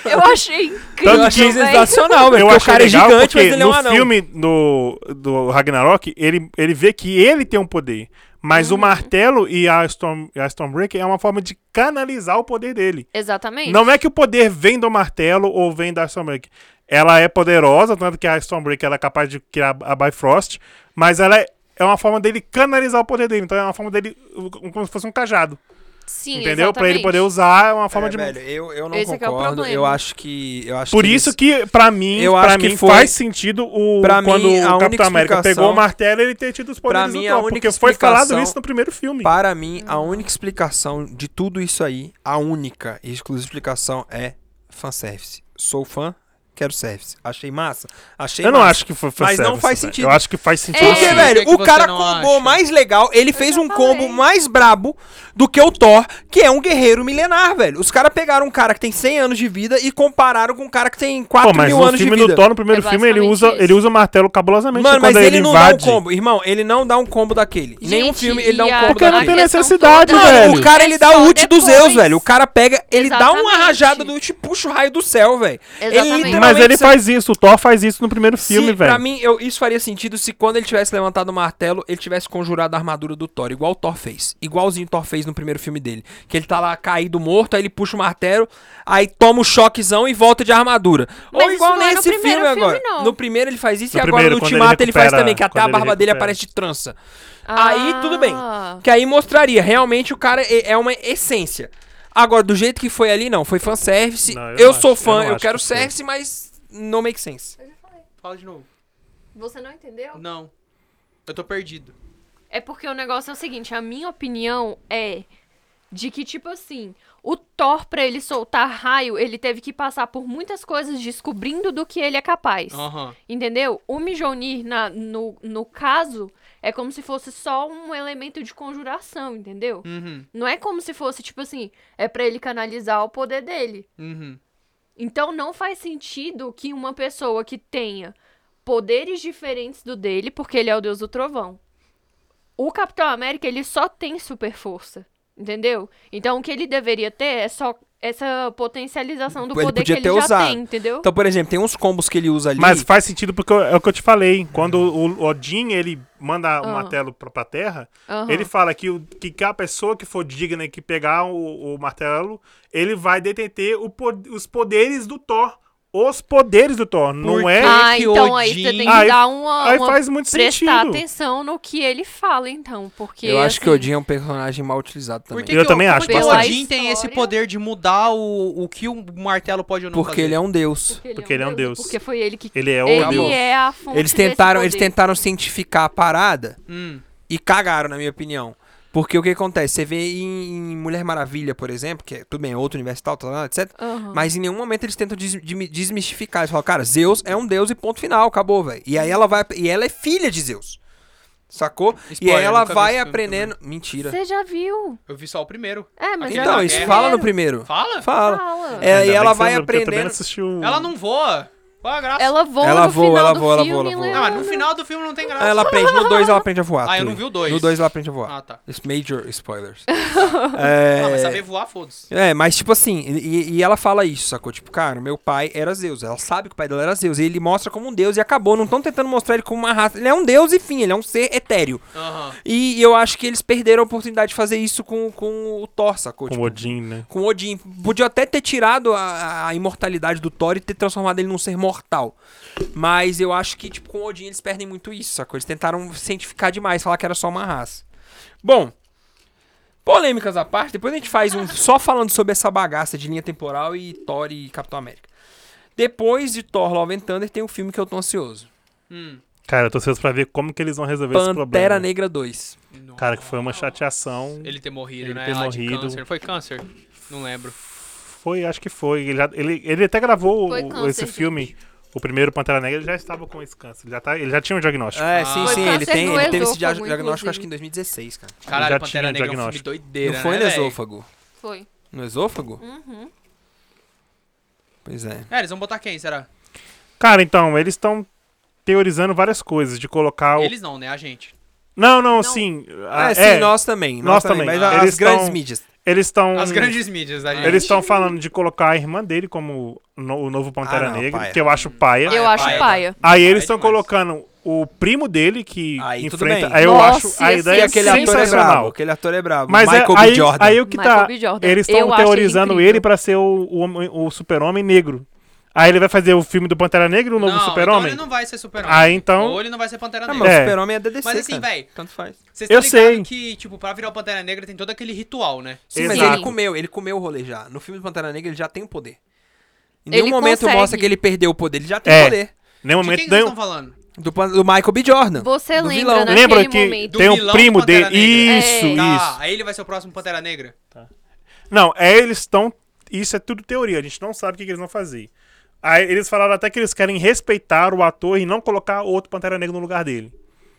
Speaker 2: Eu achei incrível,
Speaker 1: eu achei
Speaker 2: véi.
Speaker 1: sensacional, velho.
Speaker 3: eu
Speaker 1: Porque o
Speaker 3: acho
Speaker 1: cara é
Speaker 3: legal
Speaker 1: gigante,
Speaker 3: porque
Speaker 1: mas ele é
Speaker 3: no
Speaker 1: um anão.
Speaker 3: filme do, do Ragnarok, ele, ele vê que ele tem um poder. Mas
Speaker 1: Uhum.
Speaker 3: o martelo e a, Storm, a Stormbreaker é uma forma de canalizar o poder dele.
Speaker 2: Exatamente.
Speaker 3: Não é que o poder vem do martelo ou vem da Stormbreaker. Ela é poderosa, tanto que a Stormbreaker ela é capaz de criar a Bifrost, mas ela é, é uma forma dele canalizar o poder dele. Então é uma forma dele, um- como se fosse um cajado,
Speaker 2: Sim,
Speaker 3: entendeu? Pra ele
Speaker 2: exatamente.
Speaker 3: poder usar, é uma forma
Speaker 1: É,
Speaker 3: de...
Speaker 1: velho, eu, eu não
Speaker 2: Esse é que é o
Speaker 1: concordo.
Speaker 2: problema.
Speaker 1: eu acho que. Eu acho
Speaker 3: Por
Speaker 1: que
Speaker 3: isso que, pra mim,
Speaker 1: Eu
Speaker 3: pra
Speaker 1: acho que
Speaker 3: mim
Speaker 1: foi-
Speaker 3: faz sentido o
Speaker 1: Pra mim,
Speaker 3: quando
Speaker 1: a
Speaker 3: o
Speaker 1: única
Speaker 3: Capitão América
Speaker 1: explicação-
Speaker 3: pegou o martelo ele ter tido os poderes
Speaker 1: mim,
Speaker 3: do
Speaker 1: a
Speaker 3: Thor,
Speaker 1: única
Speaker 3: porque foi falado
Speaker 1: explicação-
Speaker 3: isso no primeiro filme.
Speaker 1: Para mim, a
Speaker 2: Uhum.
Speaker 1: única explicação de tudo isso aí, a única e exclusiva explicação é fanservice. Sou fã, quero service. Achei massa. Achei
Speaker 3: Eu não
Speaker 1: massa.
Speaker 3: acho que foi foi
Speaker 1: Mas não
Speaker 3: service,
Speaker 1: faz
Speaker 3: velho.
Speaker 1: sentido.
Speaker 3: Eu acho que faz sentido.
Speaker 2: É.
Speaker 1: Porque,
Speaker 3: sim.
Speaker 1: velho,
Speaker 4: O que é que
Speaker 1: o
Speaker 4: você
Speaker 1: cara
Speaker 4: não
Speaker 1: combou
Speaker 4: acha?
Speaker 1: mais legal, ele fez
Speaker 2: já
Speaker 1: um combo
Speaker 2: falei.
Speaker 1: mais brabo do que o Thor, que é um guerreiro milenar, velho. Os caras pegaram um cara que tem 100 anos de vida e compararam com um cara que tem 4
Speaker 3: Pô, mas
Speaker 1: mil
Speaker 3: no
Speaker 1: anos de
Speaker 3: filme
Speaker 1: vida.
Speaker 3: do Thor, no primeiro
Speaker 2: É
Speaker 3: filme, ele
Speaker 2: basicamente
Speaker 3: usa,
Speaker 2: isso.
Speaker 3: ele usa o martelo cabulosamente
Speaker 1: Mano,
Speaker 3: quando
Speaker 1: mas ele, não dá um
Speaker 3: invade.
Speaker 1: combo. Irmão, ele não dá um combo daquele. Em Nenhum
Speaker 2: Gente,
Speaker 1: filme ele dá
Speaker 2: e
Speaker 1: um
Speaker 2: a-
Speaker 1: combo
Speaker 3: Porque não
Speaker 1: daquele.
Speaker 3: tem
Speaker 2: a questão
Speaker 3: necessidade,
Speaker 2: toda-
Speaker 3: velho.
Speaker 1: Mano, o cara, ele
Speaker 2: É
Speaker 1: dá
Speaker 2: só
Speaker 1: o ult do
Speaker 2: depois.
Speaker 1: Zeus, velho. O cara pega, ele dá uma
Speaker 2: Exatamente.
Speaker 1: rajada do ult e puxa o raio do céu, velho. Ele
Speaker 2: Exatamente.
Speaker 3: Mas
Speaker 1: literalmente
Speaker 3: ele
Speaker 1: se-
Speaker 3: faz isso, o Thor faz isso no primeiro filme,
Speaker 1: se, Pra
Speaker 3: velho.
Speaker 1: mim, eu- isso faria sentido se quando ele tivesse levantado o martelo, ele tivesse conjurado a armadura do Thor, igual o Thor fez. Igualzinho o Thor fez no primeiro filme dele. Que ele tá lá caído morto, aí ele puxa o martelo, aí toma o choquezão e volta de armadura.
Speaker 2: Mas
Speaker 1: Ou
Speaker 2: isso
Speaker 1: igual
Speaker 2: não é no
Speaker 1: nesse filme,
Speaker 2: primeiro filme,
Speaker 1: agora.
Speaker 2: não.
Speaker 1: No primeiro ele faz isso
Speaker 3: No
Speaker 1: e agora
Speaker 3: primeiro,
Speaker 1: no
Speaker 3: quando
Speaker 1: Ultimato
Speaker 3: ele
Speaker 1: ele, faz
Speaker 3: recupera-
Speaker 1: também, que até a
Speaker 3: quando ele
Speaker 1: barba dele
Speaker 3: recupera.
Speaker 1: aparece de trança.
Speaker 2: Ah.
Speaker 1: Aí tudo bem. Que aí mostraria, realmente o cara é é uma essência. Agora, do jeito que foi ali, não. Foi fanservice.
Speaker 3: Não, eu
Speaker 1: eu
Speaker 3: não
Speaker 1: sou
Speaker 3: acho, eu
Speaker 1: fã,
Speaker 3: não
Speaker 1: eu,
Speaker 3: acho
Speaker 1: quero
Speaker 3: que foi.
Speaker 1: service, mas não make sense.
Speaker 4: Fala de novo.
Speaker 2: Você não entendeu?
Speaker 4: Não. Eu tô perdido.
Speaker 2: É porque o negócio é o seguinte, a minha opinião é de que, tipo assim, o Thor, pra ele soltar raio, ele teve que passar por muitas coisas descobrindo do que ele é capaz.
Speaker 4: Aham.
Speaker 2: Entendeu? O Mijonir, na, no, no caso, é como se fosse só um elemento de conjuração, entendeu?
Speaker 4: Uhum.
Speaker 2: Não é como se fosse, tipo assim, é pra ele canalizar o poder dele.
Speaker 4: Uhum.
Speaker 2: Então não faz sentido que uma pessoa que tenha poderes diferentes do dele, porque ele é o deus do trovão. O Capitão América, ele só tem super força, entendeu? Então o que ele deveria ter é só essa potencialização do
Speaker 1: Ele
Speaker 2: poder
Speaker 1: podia
Speaker 2: que ele
Speaker 1: ter
Speaker 2: já
Speaker 1: usado.
Speaker 2: tem, entendeu?
Speaker 1: Então, por exemplo, tem uns combos que ele usa ali.
Speaker 3: Mas faz sentido porque eu- é o que eu te falei. Quando o Odin, ele manda o
Speaker 2: Aham.
Speaker 3: martelo pra, pra terra,
Speaker 2: Aham.
Speaker 3: ele fala que, o, que a pessoa que for digna e que pegar o, o martelo, ele vai deter o po- os poderes do Thor. Os poderes do Thor, não
Speaker 4: Por
Speaker 3: é...
Speaker 4: quê?
Speaker 2: Ah,
Speaker 4: que
Speaker 2: então aí
Speaker 4: Odin-
Speaker 2: você tem que
Speaker 3: Aí-
Speaker 2: dar uma,
Speaker 3: aí
Speaker 2: uma-
Speaker 3: faz muito
Speaker 2: prestar
Speaker 3: sentido.
Speaker 2: atenção no que ele fala, então, porque
Speaker 1: eu acho que o
Speaker 2: assim,
Speaker 1: Odin é um personagem mal utilizado também.
Speaker 3: Eu também acho
Speaker 4: Porque o
Speaker 2: bastante.
Speaker 4: Odin tem
Speaker 2: Pela
Speaker 4: esse
Speaker 2: história-
Speaker 4: poder de mudar o, o que o martelo pode ou não
Speaker 1: Porque
Speaker 4: fazer.
Speaker 1: ele é um deus.
Speaker 3: Porque ele é um deus.
Speaker 2: Porque foi ele que
Speaker 3: Ele é o
Speaker 2: ele
Speaker 3: Deus.
Speaker 2: é a fonte
Speaker 1: Eles
Speaker 2: desse
Speaker 1: tentaram, eles
Speaker 2: poder.
Speaker 1: tentaram cientificar a parada
Speaker 4: Hum.
Speaker 1: e cagaram, na minha opinião. Porque o que acontece? Você vê em, em Mulher Maravilha, por exemplo, que é, tudo bem, é outro universo e tal, tal, tal, etc.
Speaker 2: Aham.
Speaker 1: Mas em nenhum momento eles tentam des- de- desmistificar. Eles falam, cara, Zeus é um deus e ponto final, acabou, velho. E aí ela vai. E ela é filha de Zeus. Sacou? e
Speaker 4: Spoiler,
Speaker 1: aí ela
Speaker 4: nunca vi
Speaker 1: vai
Speaker 4: esse filme
Speaker 1: aprendendo. Mentira.
Speaker 2: Você já viu?
Speaker 4: Eu vi só o primeiro.
Speaker 2: É, mas
Speaker 4: Aquele
Speaker 1: Então,
Speaker 4: da
Speaker 2: já
Speaker 1: isso
Speaker 4: guerra.
Speaker 1: fala no primeiro.
Speaker 4: Fala?
Speaker 1: Fala.
Speaker 2: Fala.
Speaker 1: É,
Speaker 3: Ainda
Speaker 1: e
Speaker 3: bem
Speaker 1: ela
Speaker 3: que você
Speaker 1: vai
Speaker 3: lembra, porque eu também
Speaker 1: aprendendo.
Speaker 3: não assisti um o-
Speaker 4: Ela não voa. Qual a graça?
Speaker 2: Ela voa
Speaker 1: Ela
Speaker 2: no
Speaker 1: voa,
Speaker 2: final
Speaker 1: ela
Speaker 2: do
Speaker 1: voa, ela
Speaker 2: filme,
Speaker 1: voa, ela voa.
Speaker 4: Não, mas no
Speaker 2: Leandro.
Speaker 4: final do filme não tem graça.
Speaker 1: Ah, Ela aprende. No 2 ela aprende a voar.
Speaker 4: Ah, eu não
Speaker 1: Tui.
Speaker 4: vi o dois.
Speaker 1: No 2 ela aprende a voar.
Speaker 4: Ah, tá.
Speaker 1: Major spoilers.
Speaker 4: Ah, mas
Speaker 1: é...
Speaker 4: saber voar, foda-se.
Speaker 1: é, mas tipo assim, e, e ela fala isso, sacou? Tipo, cara, meu pai era Zeus. Ela sabe que o pai dela era Zeus. E ele mostra como um deus e acabou. Não estão tentando mostrar ele como uma raça. Ele é um deus e fim, ele é um ser etéreo.
Speaker 4: Aham.
Speaker 1: E eu acho que eles perderam a oportunidade de fazer isso com, com o Thor, sacou?
Speaker 3: Com o
Speaker 1: Tipo,
Speaker 3: Odin, né?
Speaker 1: com o Odin. Podia até ter tirado a, a imortalidade do Thor e ter transformado ele num ser mortal. Mas eu acho que, tipo, com o Odin eles perdem muito isso, sacou? Eles tentaram cientificar demais, falar que era só uma raça. Bom, Polêmicas à parte, depois a gente faz um só falando sobre essa bagaça de linha temporal e Thor e Capitão América. Depois de Thor Love and Thunder tem um filme que eu tô ansioso.
Speaker 4: Hum.
Speaker 3: Cara, eu tô ansioso pra ver como que eles vão resolver esse
Speaker 1: Pantera
Speaker 3: problema. né?
Speaker 1: Negra 2.
Speaker 3: Cara, que foi uma chateação.
Speaker 4: Ele ter morrido,
Speaker 3: Ele
Speaker 4: né?
Speaker 3: ter
Speaker 4: Lá
Speaker 3: morrido.
Speaker 4: de câncer. Foi câncer? Não lembro.
Speaker 3: Foi, acho que foi. Ele, já- ele, ele até gravou
Speaker 2: Foi
Speaker 3: o-
Speaker 2: câncer,
Speaker 3: esse
Speaker 2: gente.
Speaker 3: filme. O primeiro Pantera Negra ele já estava com esse câncer. Ele já, tá, ele já tinha um diagnóstico.
Speaker 1: É,
Speaker 4: Ah.
Speaker 1: sim,
Speaker 4: Foi
Speaker 1: sim,
Speaker 2: câncer
Speaker 1: ele, tem,
Speaker 2: no
Speaker 1: ele teve esse
Speaker 2: esôfago,
Speaker 1: diagnóstico acho
Speaker 2: inclusive.
Speaker 1: que em 2016, cara.
Speaker 4: Caralho,
Speaker 3: já
Speaker 4: Pantera
Speaker 3: tinha
Speaker 4: Negra é um filme
Speaker 3: diagnóstico.
Speaker 4: doideira,
Speaker 1: Não foi
Speaker 4: né,
Speaker 1: no
Speaker 4: véi?
Speaker 1: esôfago?
Speaker 2: Foi.
Speaker 1: No esôfago?
Speaker 2: Uhum.
Speaker 1: Pois é.
Speaker 4: É, eles vão botar quem, será?
Speaker 3: Cara, então, eles estão teorizando várias coisas de colocar Ah, o.
Speaker 4: Eles não, né? A gente.
Speaker 3: Não, não, sim. ah,
Speaker 1: é, sim,
Speaker 3: é,
Speaker 1: nós também. Nós,
Speaker 3: Nós
Speaker 1: também.
Speaker 3: também.
Speaker 1: Mas
Speaker 3: Ah,
Speaker 1: as
Speaker 3: eles
Speaker 1: grandes
Speaker 3: tão-
Speaker 1: mídias.
Speaker 3: Eles estão.
Speaker 4: As grandes mídias da gente.
Speaker 3: Hum. Eles estão falando de colocar a irmã dele como no- o novo Pantera
Speaker 1: Ah, não,
Speaker 3: Negra,
Speaker 1: paia.
Speaker 3: que eu acho paia.
Speaker 2: Eu
Speaker 4: Paia,
Speaker 2: acho
Speaker 4: paia.
Speaker 2: paia.
Speaker 3: Aí
Speaker 4: Paia
Speaker 3: eles estão
Speaker 4: demais.
Speaker 3: colocando o primo dele que
Speaker 1: Aí, tudo
Speaker 3: enfrenta.
Speaker 1: bem.
Speaker 3: Aí eu
Speaker 2: Nossa,
Speaker 3: acho a
Speaker 2: esse-
Speaker 1: E
Speaker 3: ideia
Speaker 1: aquele ator é brabo.
Speaker 3: sensacional.
Speaker 1: Aquele ator é brabo.
Speaker 3: Mas é,
Speaker 1: Michael B.
Speaker 3: aí,
Speaker 1: Jordan.
Speaker 3: aí o que
Speaker 2: Michael
Speaker 3: tá.
Speaker 2: B. Jordan.
Speaker 3: Eles
Speaker 2: Eu
Speaker 3: estão
Speaker 2: acho ele
Speaker 3: teorizando
Speaker 2: incrível.
Speaker 3: ele, pra ser o, o homem- o super-homem negro. Aí ele vai fazer o filme do Pantera Negra e o novo
Speaker 4: não, Então
Speaker 3: super-homem?
Speaker 4: ele não vai ser super-homem.
Speaker 3: Ah, então-
Speaker 4: Ou ele não vai ser Pantera
Speaker 1: Ah,
Speaker 4: Negra.
Speaker 1: mas
Speaker 3: É.
Speaker 1: o super-homem é da DC,
Speaker 4: Mas assim,
Speaker 1: cara.
Speaker 4: véi.
Speaker 1: Tanto faz.
Speaker 4: Vocês estão
Speaker 3: Eu sei.
Speaker 4: ligados que, tipo, pra virar o Pantera Negra tem todo aquele ritual, né?
Speaker 1: Sim, mas
Speaker 3: Exato.
Speaker 1: ele comeu, ele comeu o rolê já. No filme do Pantera Negra ele já tem o poder. Em
Speaker 2: Ele
Speaker 1: nenhum momento
Speaker 2: consegue.
Speaker 1: mostra que ele perdeu o poder, ele já tem o
Speaker 3: É.
Speaker 1: poder.
Speaker 3: Nenhum
Speaker 4: De quem
Speaker 3: momento.
Speaker 4: vocês
Speaker 3: Nenhum...
Speaker 4: estão falando?
Speaker 1: Do, pan- do Michael B. Jordan.
Speaker 2: Você
Speaker 1: Do
Speaker 2: lembra né?
Speaker 1: vilão.
Speaker 2: naquele
Speaker 3: Lembra que
Speaker 2: momento.
Speaker 3: tem
Speaker 4: Do
Speaker 3: o
Speaker 4: vilão
Speaker 3: primo
Speaker 4: do Pantera
Speaker 3: dele.
Speaker 4: Negra.
Speaker 3: Isso,
Speaker 2: É.
Speaker 4: Tá,
Speaker 3: isso.
Speaker 4: aí ele vai ser o próximo Pantera Negra?
Speaker 3: Não, é eles estão. Isso é tudo teoria, a gente não sabe o que, que eles vão fazer. Aí eles falaram até que eles querem respeitar o ator e não colocar outro Pantera Negro no lugar dele.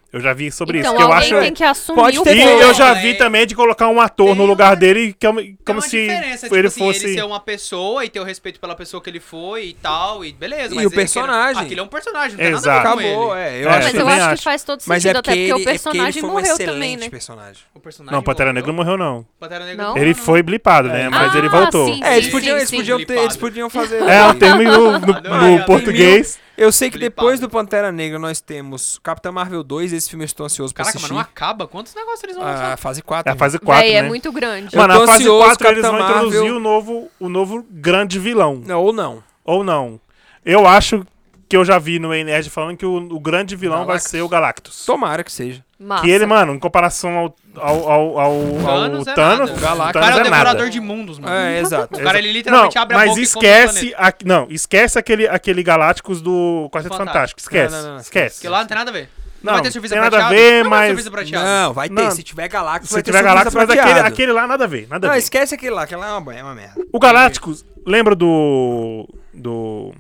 Speaker 3: Eu já vi sobre
Speaker 2: Então
Speaker 3: isso, que eu
Speaker 2: alguém
Speaker 3: acho.
Speaker 2: tem que assumir
Speaker 1: Pode
Speaker 2: o
Speaker 1: ter-
Speaker 3: E
Speaker 1: Pô,
Speaker 3: eu já
Speaker 4: é.
Speaker 3: vi também de colocar um ator
Speaker 4: Tem
Speaker 3: no lugar
Speaker 4: uma-
Speaker 3: dele que é uma-
Speaker 4: Tem
Speaker 3: como
Speaker 4: uma
Speaker 3: se
Speaker 4: diferença, tipo
Speaker 3: ele
Speaker 4: assim,
Speaker 3: fosse.
Speaker 4: ele ser uma pessoa e ter o respeito pela pessoa que ele foi e tal, e beleza.
Speaker 1: E
Speaker 4: mas
Speaker 1: o
Speaker 4: ele quer-
Speaker 1: personagem.
Speaker 4: Aquele é um personagem, não tem
Speaker 3: Exato.
Speaker 4: nada a ver com
Speaker 1: Acabou,
Speaker 4: ele.
Speaker 1: é. Eu
Speaker 3: É,
Speaker 1: acho
Speaker 2: Mas
Speaker 1: que...
Speaker 2: eu
Speaker 3: também
Speaker 2: acho que
Speaker 3: acho.
Speaker 2: faz todo sentido,
Speaker 1: Mas é
Speaker 2: até
Speaker 1: porque,
Speaker 2: porque
Speaker 1: ele,
Speaker 2: o
Speaker 1: é porque ele
Speaker 2: personagem
Speaker 1: foi um
Speaker 2: morreu
Speaker 1: excelente
Speaker 2: também, né?
Speaker 1: personagem.
Speaker 4: O personagem
Speaker 3: Não, Pantera
Speaker 4: voltou.
Speaker 3: Negra não morreu, não.
Speaker 4: Pantera Negra
Speaker 2: Oh, Não?
Speaker 3: Ele foi blipado,
Speaker 4: É.
Speaker 3: né? Mas ele
Speaker 2: Ah,
Speaker 3: voltou.
Speaker 2: sim.
Speaker 1: É, eles
Speaker 4: Sim,
Speaker 1: podiam,
Speaker 2: sim,
Speaker 1: eles
Speaker 2: sim,
Speaker 1: podiam, ter,
Speaker 4: flipado.
Speaker 1: eles podiam fazer...
Speaker 3: É um termo no, no-
Speaker 4: Adorei,
Speaker 3: no
Speaker 4: ó.
Speaker 3: português.
Speaker 1: Eu sei que depois do
Speaker 4: Flipado.
Speaker 1: Pantera Negra nós temos Capitão Marvel 2, esse filme eu estou ansioso pra
Speaker 4: Caraca, mas
Speaker 1: assistir.
Speaker 4: não acaba? Quantos negócios eles vão lançar?
Speaker 1: A fase 4.
Speaker 3: É a fase 4,
Speaker 2: Véi,
Speaker 3: né?
Speaker 2: é muito grande.
Speaker 1: Eu
Speaker 3: Mano,
Speaker 1: tô
Speaker 3: a fase
Speaker 1: ansioso,
Speaker 3: 4 eles vão
Speaker 1: Capitã
Speaker 3: introduzir
Speaker 1: Marvel.
Speaker 3: o novo, o novo grande vilão.
Speaker 1: Não, ou não.
Speaker 3: Ou não. Eu acho que eu já vi no Nerd falando que o, o grande vilão
Speaker 1: Galactus.
Speaker 3: vai ser o Galactus.
Speaker 1: Tomara que seja.
Speaker 2: Massa.
Speaker 3: Que ele, mano, em comparação ao, ao, ao, ao- ao
Speaker 4: Thanos é
Speaker 3: Thanos,
Speaker 4: nada.
Speaker 3: o
Speaker 1: Galactus.
Speaker 3: Thanos
Speaker 4: o cara é o
Speaker 3: é nada.
Speaker 4: devorador de mundos, mano.
Speaker 1: É, exato.
Speaker 4: O cara, ele
Speaker 3: Não,
Speaker 4: literalmente abre a boca
Speaker 3: mas
Speaker 4: e compra o
Speaker 3: esquece. A, não, esquece aquele, aquele Galácticos do Quarteto
Speaker 4: Fantástico.
Speaker 3: Fantástico. Esquece.
Speaker 1: Não, não, não,
Speaker 3: esquece.
Speaker 4: Porque lá não tem nada a ver.
Speaker 3: Não,
Speaker 4: vai ter serviço
Speaker 3: tem nada a
Speaker 4: prateado?
Speaker 3: ver,
Speaker 4: Não vai ter
Speaker 3: mas-
Speaker 4: serviço prateado.
Speaker 1: Não, vai ter.
Speaker 3: Não.
Speaker 1: Se tiver Galactus, vai
Speaker 3: Se
Speaker 1: ter
Speaker 3: tiver
Speaker 1: surpresa
Speaker 3: Galácticos, mas aquele,
Speaker 1: prateada.
Speaker 3: aquele lá nada a ver. Nada a
Speaker 1: Não,
Speaker 3: ver.
Speaker 1: esquece aquele lá. Aquele lá é uma, é uma merda.
Speaker 3: O Galácticos, lembra do. Do.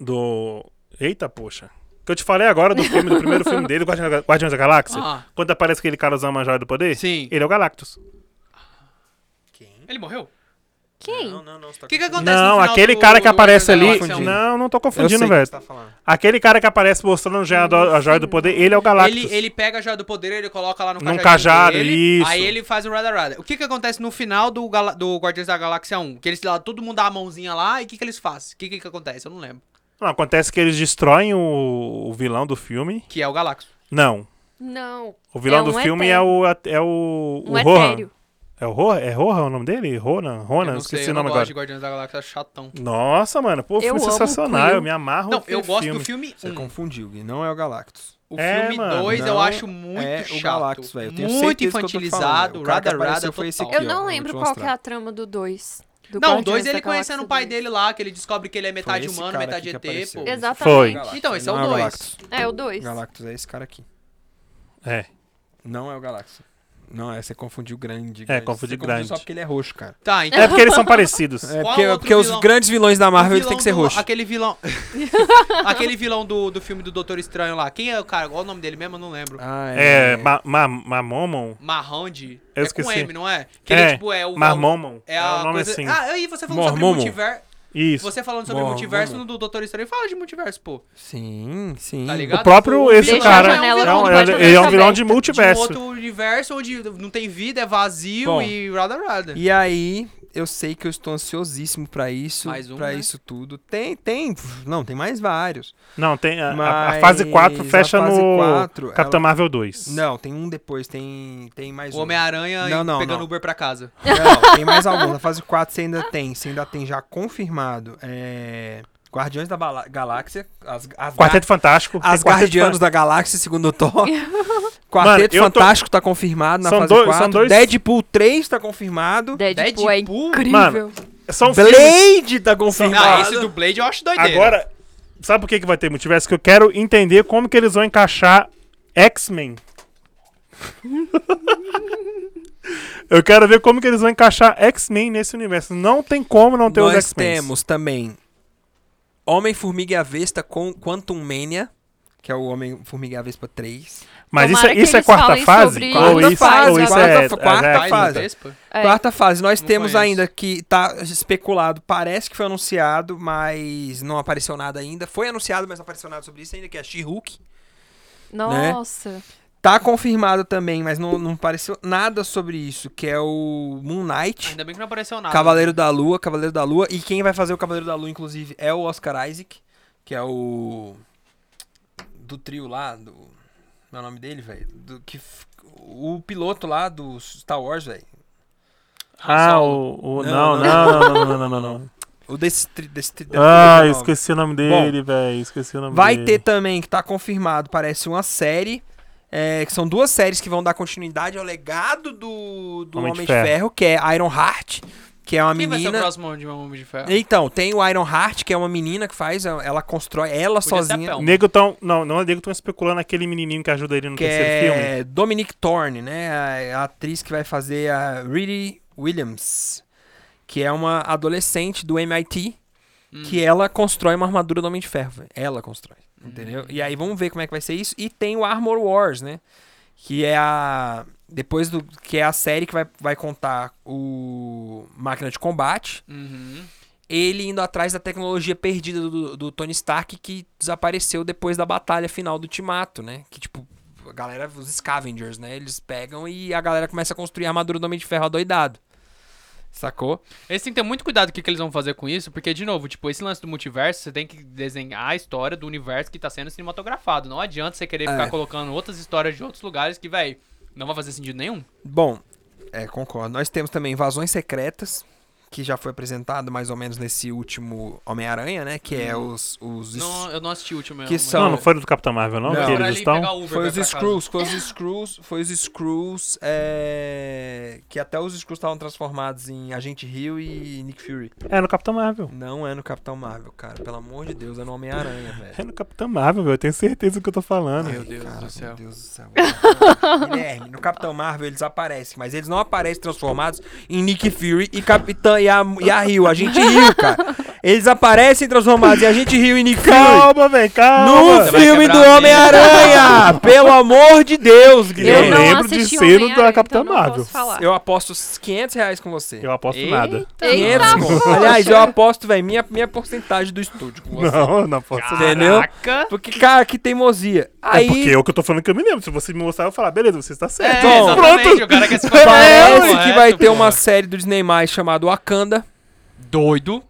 Speaker 3: Do. Eita, poxa. Que eu te falei agora do filme, do primeiro filme dele, Guardiões da- Guardiões da Galáxia.
Speaker 4: Ah.
Speaker 3: Quando aparece aquele cara usando a joia do poder?
Speaker 4: Sim.
Speaker 3: Ele é o Galactus.
Speaker 1: Quem?
Speaker 4: Ele morreu?
Speaker 2: Quem?
Speaker 1: Não, não, não. Você tá
Speaker 4: O que, que
Speaker 1: confundindo.
Speaker 4: acontece no
Speaker 3: Não,
Speaker 4: final
Speaker 3: aquele
Speaker 4: do-
Speaker 3: cara que
Speaker 4: do
Speaker 3: aparece ali.
Speaker 4: Guardiões da Galáxia? é um-
Speaker 3: Não, não tô
Speaker 1: Eu sei
Speaker 3: confundindo,
Speaker 1: o que
Speaker 3: velho.
Speaker 1: você tá falando.
Speaker 3: Aquele cara que aparece mostrando a joia, do- a joia do poder, ele é o Galactus.
Speaker 4: Ele, ele pega a joia do poder, ele coloca lá no
Speaker 3: Num
Speaker 4: cajadinho
Speaker 3: cajado,
Speaker 4: dele,
Speaker 3: isso.
Speaker 4: Aí ele faz o Rada Rada. O que que acontece no final do, Gala- do Guardiões da Galáxia 1? Que eles lá, todo mundo dá a mãozinha lá e o que que eles fazem? O que que que acontece? Eu não lembro.
Speaker 3: Não, acontece que eles destroem o, o vilão do filme.
Speaker 4: Que é o Galactus.
Speaker 3: Não.
Speaker 2: Não.
Speaker 3: O vilão
Speaker 2: É
Speaker 3: do
Speaker 2: um
Speaker 3: filme é
Speaker 2: etéreo.
Speaker 3: o. É o.
Speaker 2: Um
Speaker 3: o Rohan.
Speaker 2: etéreo.
Speaker 3: É o Rohan? É Rohan o nome dele? Ronan? Ronan?
Speaker 4: eu não
Speaker 3: Esqueci
Speaker 4: sei,
Speaker 3: o
Speaker 4: eu não
Speaker 3: nome
Speaker 4: gosto
Speaker 3: agora.
Speaker 4: de Guardiões da Galáxia, acho chatão.
Speaker 3: Nossa, mano, pô,
Speaker 2: Eu
Speaker 3: filme
Speaker 2: amo
Speaker 3: sensacional.
Speaker 2: Quill.
Speaker 3: Eu me amarro.
Speaker 4: Não, eu
Speaker 3: naquele
Speaker 4: gosto
Speaker 3: filme.
Speaker 4: do filme
Speaker 1: Você
Speaker 4: 1.
Speaker 1: confundiu, Gui. Não é o Galactus.
Speaker 4: Hum. O
Speaker 3: É,
Speaker 4: filme
Speaker 3: mano.
Speaker 4: 2 eu
Speaker 1: Não
Speaker 4: acho muito
Speaker 1: é o
Speaker 4: chato.
Speaker 1: Galactus, velho. Eu tenho
Speaker 4: muito
Speaker 1: certeza que eu tô falando,
Speaker 4: infantilizado,
Speaker 1: velho. O cara que
Speaker 4: Rada Rada
Speaker 1: apareceu foi
Speaker 4: total.
Speaker 1: esse aqui,
Speaker 2: Eu
Speaker 1: ó.
Speaker 2: não
Speaker 1: eu
Speaker 2: lembro
Speaker 1: vou te
Speaker 2: qual que
Speaker 1: mostrar.
Speaker 2: é a trama do 2.
Speaker 4: Não, o 2 ele conhecendo o pai dele lá, que ele descobre que ele é metade
Speaker 1: esse
Speaker 4: humano,
Speaker 1: cara
Speaker 4: metade
Speaker 1: aqui
Speaker 4: ET,
Speaker 1: que apareceu.
Speaker 4: pô.
Speaker 2: Exatamente.
Speaker 3: Foi.
Speaker 4: Então, esse é o
Speaker 1: Não
Speaker 4: dois.
Speaker 1: Galactus.
Speaker 2: É o 2.
Speaker 1: Galactus é esse cara aqui.
Speaker 3: É.
Speaker 1: Não é o Galactus. Não, é, você confundiu grande.
Speaker 3: É, confundi
Speaker 1: Você confundiu
Speaker 3: grande.
Speaker 1: só porque ele é roxo, cara.
Speaker 4: Tá, então.
Speaker 3: É
Speaker 1: *laughs*
Speaker 3: porque eles são parecidos.
Speaker 1: É
Speaker 4: Qual
Speaker 1: porque,
Speaker 4: outro
Speaker 1: porque os
Speaker 4: vilão?
Speaker 1: grandes vilões da Marvel
Speaker 4: O
Speaker 1: eles têm que ser
Speaker 4: vilão do-
Speaker 1: roxo.
Speaker 4: Aquele
Speaker 1: *laughs*
Speaker 4: vilão. aquele vilão do, do filme do Doutor Estranho lá. Quem é o cara? Qual o nome dele mesmo? Eu não lembro.
Speaker 1: Ah,
Speaker 3: É, ma, ma, Mamomon?
Speaker 4: Marrond.
Speaker 3: Eu
Speaker 4: é com
Speaker 3: esqueci.
Speaker 4: M, não é? Que ele, tipo, é o.
Speaker 3: Marmomon.
Speaker 4: É, a
Speaker 3: o nome
Speaker 4: coisa...
Speaker 3: assim.
Speaker 4: Ah, aí você falando
Speaker 1: Mormomo.
Speaker 4: sobre multiverso.
Speaker 3: Isso.
Speaker 4: Você é falando sobre
Speaker 1: Mormomo.
Speaker 4: multiverso no do Doutor Estranho. Fala de multiverso, pô.
Speaker 1: Sim, sim.
Speaker 4: Tá ligado?
Speaker 3: O próprio, esse
Speaker 2: Deixa
Speaker 3: cara.
Speaker 2: a janela
Speaker 3: é um-
Speaker 2: com
Speaker 3: ele,
Speaker 2: o
Speaker 3: ele é um
Speaker 2: multiverso
Speaker 3: vilão de
Speaker 2: aberto.
Speaker 3: multiverso.
Speaker 4: De um outro universo onde não tem vida, é vazio
Speaker 1: Bom.
Speaker 4: e rada rada.
Speaker 1: E aí, eu sei que eu estou ansiosíssimo pra isso,
Speaker 4: Mais um,
Speaker 1: pra
Speaker 4: né?
Speaker 1: isso tudo. Tem, tem, pff, não, tem mais vários.
Speaker 3: Não, tem. A, a- a
Speaker 1: Mas
Speaker 3: fase 4
Speaker 1: a
Speaker 3: fecha
Speaker 1: fase
Speaker 3: no.
Speaker 1: quatro,
Speaker 3: Capitão
Speaker 1: ela-
Speaker 3: Marvel 2.
Speaker 1: Não, tem um depois, tem, tem mais
Speaker 4: O
Speaker 1: um.
Speaker 4: Homem-Aranha
Speaker 1: Não, não,
Speaker 4: pegando
Speaker 1: não.
Speaker 4: Uber pra casa.
Speaker 1: Não, tem mais alguns. Na fase 4 você ainda tem, você ainda tem já confirmado. É... Guardiões da Bala- Galáxia, as, as,
Speaker 3: Quarteto Fantástico.
Speaker 1: As
Speaker 3: Tem Quarteto
Speaker 1: Guardianos da Galáxia, segundo o Thor. Quarteto
Speaker 3: eu tô-
Speaker 1: Fantástico tá confirmado na
Speaker 3: São
Speaker 1: fase
Speaker 3: dois- são
Speaker 1: 4.
Speaker 3: dois-
Speaker 1: Deadpool 3 tá confirmado.
Speaker 2: Deadpool, é
Speaker 4: Deadpool?
Speaker 2: incrível.
Speaker 3: Mano, São filmes...
Speaker 1: Blade tá
Speaker 4: Ah,
Speaker 1: confirmado.
Speaker 4: esse do Blade eu acho
Speaker 1: né?
Speaker 4: doideira.
Speaker 3: Agora, sabe por que, que vai ter multiverso? Que eu quero entender como que eles vão encaixar X-Men. *laughs* eu quero ver como que eles vão encaixar X-Men nesse universo. Não tem como não ter os
Speaker 1: Nós
Speaker 3: X-Men.
Speaker 1: temos também Homem-Formiga e a Vespa com Quantum Mania, que é o Homem-Formiga e a Vespa 3.
Speaker 3: Mas isso,
Speaker 2: Tomara
Speaker 3: é-
Speaker 2: que
Speaker 3: isso é
Speaker 2: eles
Speaker 3: quarta
Speaker 2: falem
Speaker 3: fase?
Speaker 2: sobre
Speaker 3: Ou
Speaker 1: quarta
Speaker 3: isso,
Speaker 1: fase,
Speaker 3: ou isso
Speaker 1: quarta-
Speaker 3: é,
Speaker 1: quarta
Speaker 3: é,
Speaker 4: Faz no
Speaker 1: fase.
Speaker 4: Vespa?
Speaker 2: É.
Speaker 1: Quarta fase, nós
Speaker 4: Não
Speaker 1: temos
Speaker 4: conheço.
Speaker 1: ainda que tá especulado, parece que foi anunciado, mas não apareceu nada ainda. Foi anunciado, mas não apareceu nada sobre isso ainda, que é She-Hulk.
Speaker 2: Nossa.
Speaker 1: Tá confirmado também, mas não, não apareceu nada sobre isso, que é o Moon Knight,
Speaker 4: Ainda bem que não apareceu nada.
Speaker 1: Cavaleiro da Lua, Cavaleiro da Lua. E quem vai fazer o Cavaleiro da Lua, inclusive, é o Oscar Isaac, que é o. Do trio lá, do. Não é o nome dele, velho? Do que. f- O piloto lá do Star Wars, velho.
Speaker 3: Ah,
Speaker 4: Solo.
Speaker 3: o, o-
Speaker 1: Não,
Speaker 3: não, não, não, não, não, não, não, não.
Speaker 1: O desse. Tri, desse, tri- desse
Speaker 3: Ah,
Speaker 1: trio,
Speaker 3: eu
Speaker 1: não.
Speaker 3: esqueci o nome dele, velho. Esqueci o nome
Speaker 1: Vai
Speaker 3: dele.
Speaker 1: ter também, que tá confirmado, parece uma série. é, que são duas séries que vão dar continuidade ao legado do, do Homem, de Ferro. que é Iron Heart, que é uma
Speaker 4: Quem vai ser o
Speaker 1: menina.
Speaker 4: próximo de Homem de Ferro?
Speaker 1: Então, tem o Iron Heart, que é uma menina que faz, ela constrói ela
Speaker 4: Podia ser a
Speaker 1: sozinha.
Speaker 4: Pelma.
Speaker 3: Nego tão. Não, não é nego tão especulando aquele menininho que ajuda ele no
Speaker 1: Que
Speaker 3: terceiro filme.
Speaker 1: é Dominic Thorne, né? A, a atriz que vai fazer a Riri Williams, que é uma adolescente do MIT, que ela constrói uma armadura do Homem de Ferro. velho. Ela constrói, entendeu? E aí vamos ver como é que vai ser isso. E tem o Armor Wars, né? Que é a. Depois do. Que é a série que vai, vai contar o. Máquina de Combate.
Speaker 4: Uhum.
Speaker 1: Ele indo atrás da tecnologia perdida do, do Tony Stark que desapareceu depois da batalha final do Ultimato, né? Que tipo. A galera, os Scavengers, né? Eles pegam e a galera começa a construir a armadura do Homem de Ferro adoidado. Sacou?
Speaker 4: Eles têm que ter muito cuidado com o que que eles vão fazer com isso, porque, de novo, tipo, esse lance do multiverso, você tem que desenhar a história do universo que tá sendo cinematografado. Não adianta você querer
Speaker 1: É.
Speaker 4: ficar colocando outras histórias de outros lugares que, velho, não vai fazer sentido nenhum.
Speaker 1: Bom, é, concordo. Nós temos também Invasões Secretas, que já foi apresentado mais ou menos nesse último Homem-Aranha, né? Que é os. os
Speaker 4: Não, eu não assisti o último.
Speaker 1: Que
Speaker 4: eu-
Speaker 1: são-
Speaker 3: Não, não foi do Capitão Marvel, não?
Speaker 1: Não.
Speaker 3: que
Speaker 4: Pra
Speaker 3: eles
Speaker 4: ele
Speaker 3: estão.
Speaker 4: pegar o Uber
Speaker 1: Foi
Speaker 4: pra
Speaker 1: os
Speaker 4: ir pra casa.
Speaker 1: Screws, foi os Screws, foi os Screws, é... que até os Screws estavam transformados em Agente Hill e Nick Fury.
Speaker 3: É no Capitão Marvel.
Speaker 1: Não é no Capitão Marvel, cara, pelo amor de Deus, é no Homem-Aranha,
Speaker 3: É
Speaker 1: velho.
Speaker 3: no Capitão Marvel, velho. Eu tenho certeza do que eu tô falando.
Speaker 4: Meu Deus
Speaker 1: Cara,
Speaker 4: do céu.
Speaker 1: Meu Deus do céu. *laughs* Guilherme, no Capitão Marvel eles aparecem, mas eles não aparecem transformados em Nick Fury e Capitã e a, e a Hill, Agente Hill, cara. Eles aparecem transformados em Agente Hill e Nick Fury.
Speaker 3: Calma, velho, calma.
Speaker 1: No
Speaker 4: Você vai
Speaker 1: filme do
Speaker 4: quebrar a
Speaker 1: Homem-Aranha! Pelo amor de Deus,
Speaker 3: Eu
Speaker 2: Eu
Speaker 1: Guilherme!
Speaker 2: não
Speaker 3: lembro de
Speaker 2: assisti
Speaker 3: ser no
Speaker 2: Homem-Aranha,
Speaker 3: da Capitã
Speaker 2: então não
Speaker 3: Marvel.
Speaker 2: Posso falar.
Speaker 1: Eu aposto os 500 reais com você.
Speaker 3: Eu aposto
Speaker 4: Ei.
Speaker 3: nada.
Speaker 2: Eita,
Speaker 1: 500 conto.
Speaker 2: poxa.
Speaker 1: Aliás, eu aposto, velho, minha, minha porcentagem do estúdio com você.
Speaker 3: Não, não posso nada.
Speaker 1: Entendeu?
Speaker 4: Caraca!
Speaker 1: Porque, cara, que teimosia.
Speaker 3: É
Speaker 1: Aí,
Speaker 3: porque eu que eu tô falando que eu me lembro. Se você me mostrar, eu vou falar, beleza, você está
Speaker 4: É,
Speaker 3: certo.
Speaker 1: Então,
Speaker 4: exatamente, o cara quer se comparar
Speaker 1: parece
Speaker 4: com o
Speaker 1: que
Speaker 4: resto,
Speaker 1: vai ter
Speaker 4: pô.
Speaker 1: uma série do Disney+, chamada Wakanda,
Speaker 4: Doido.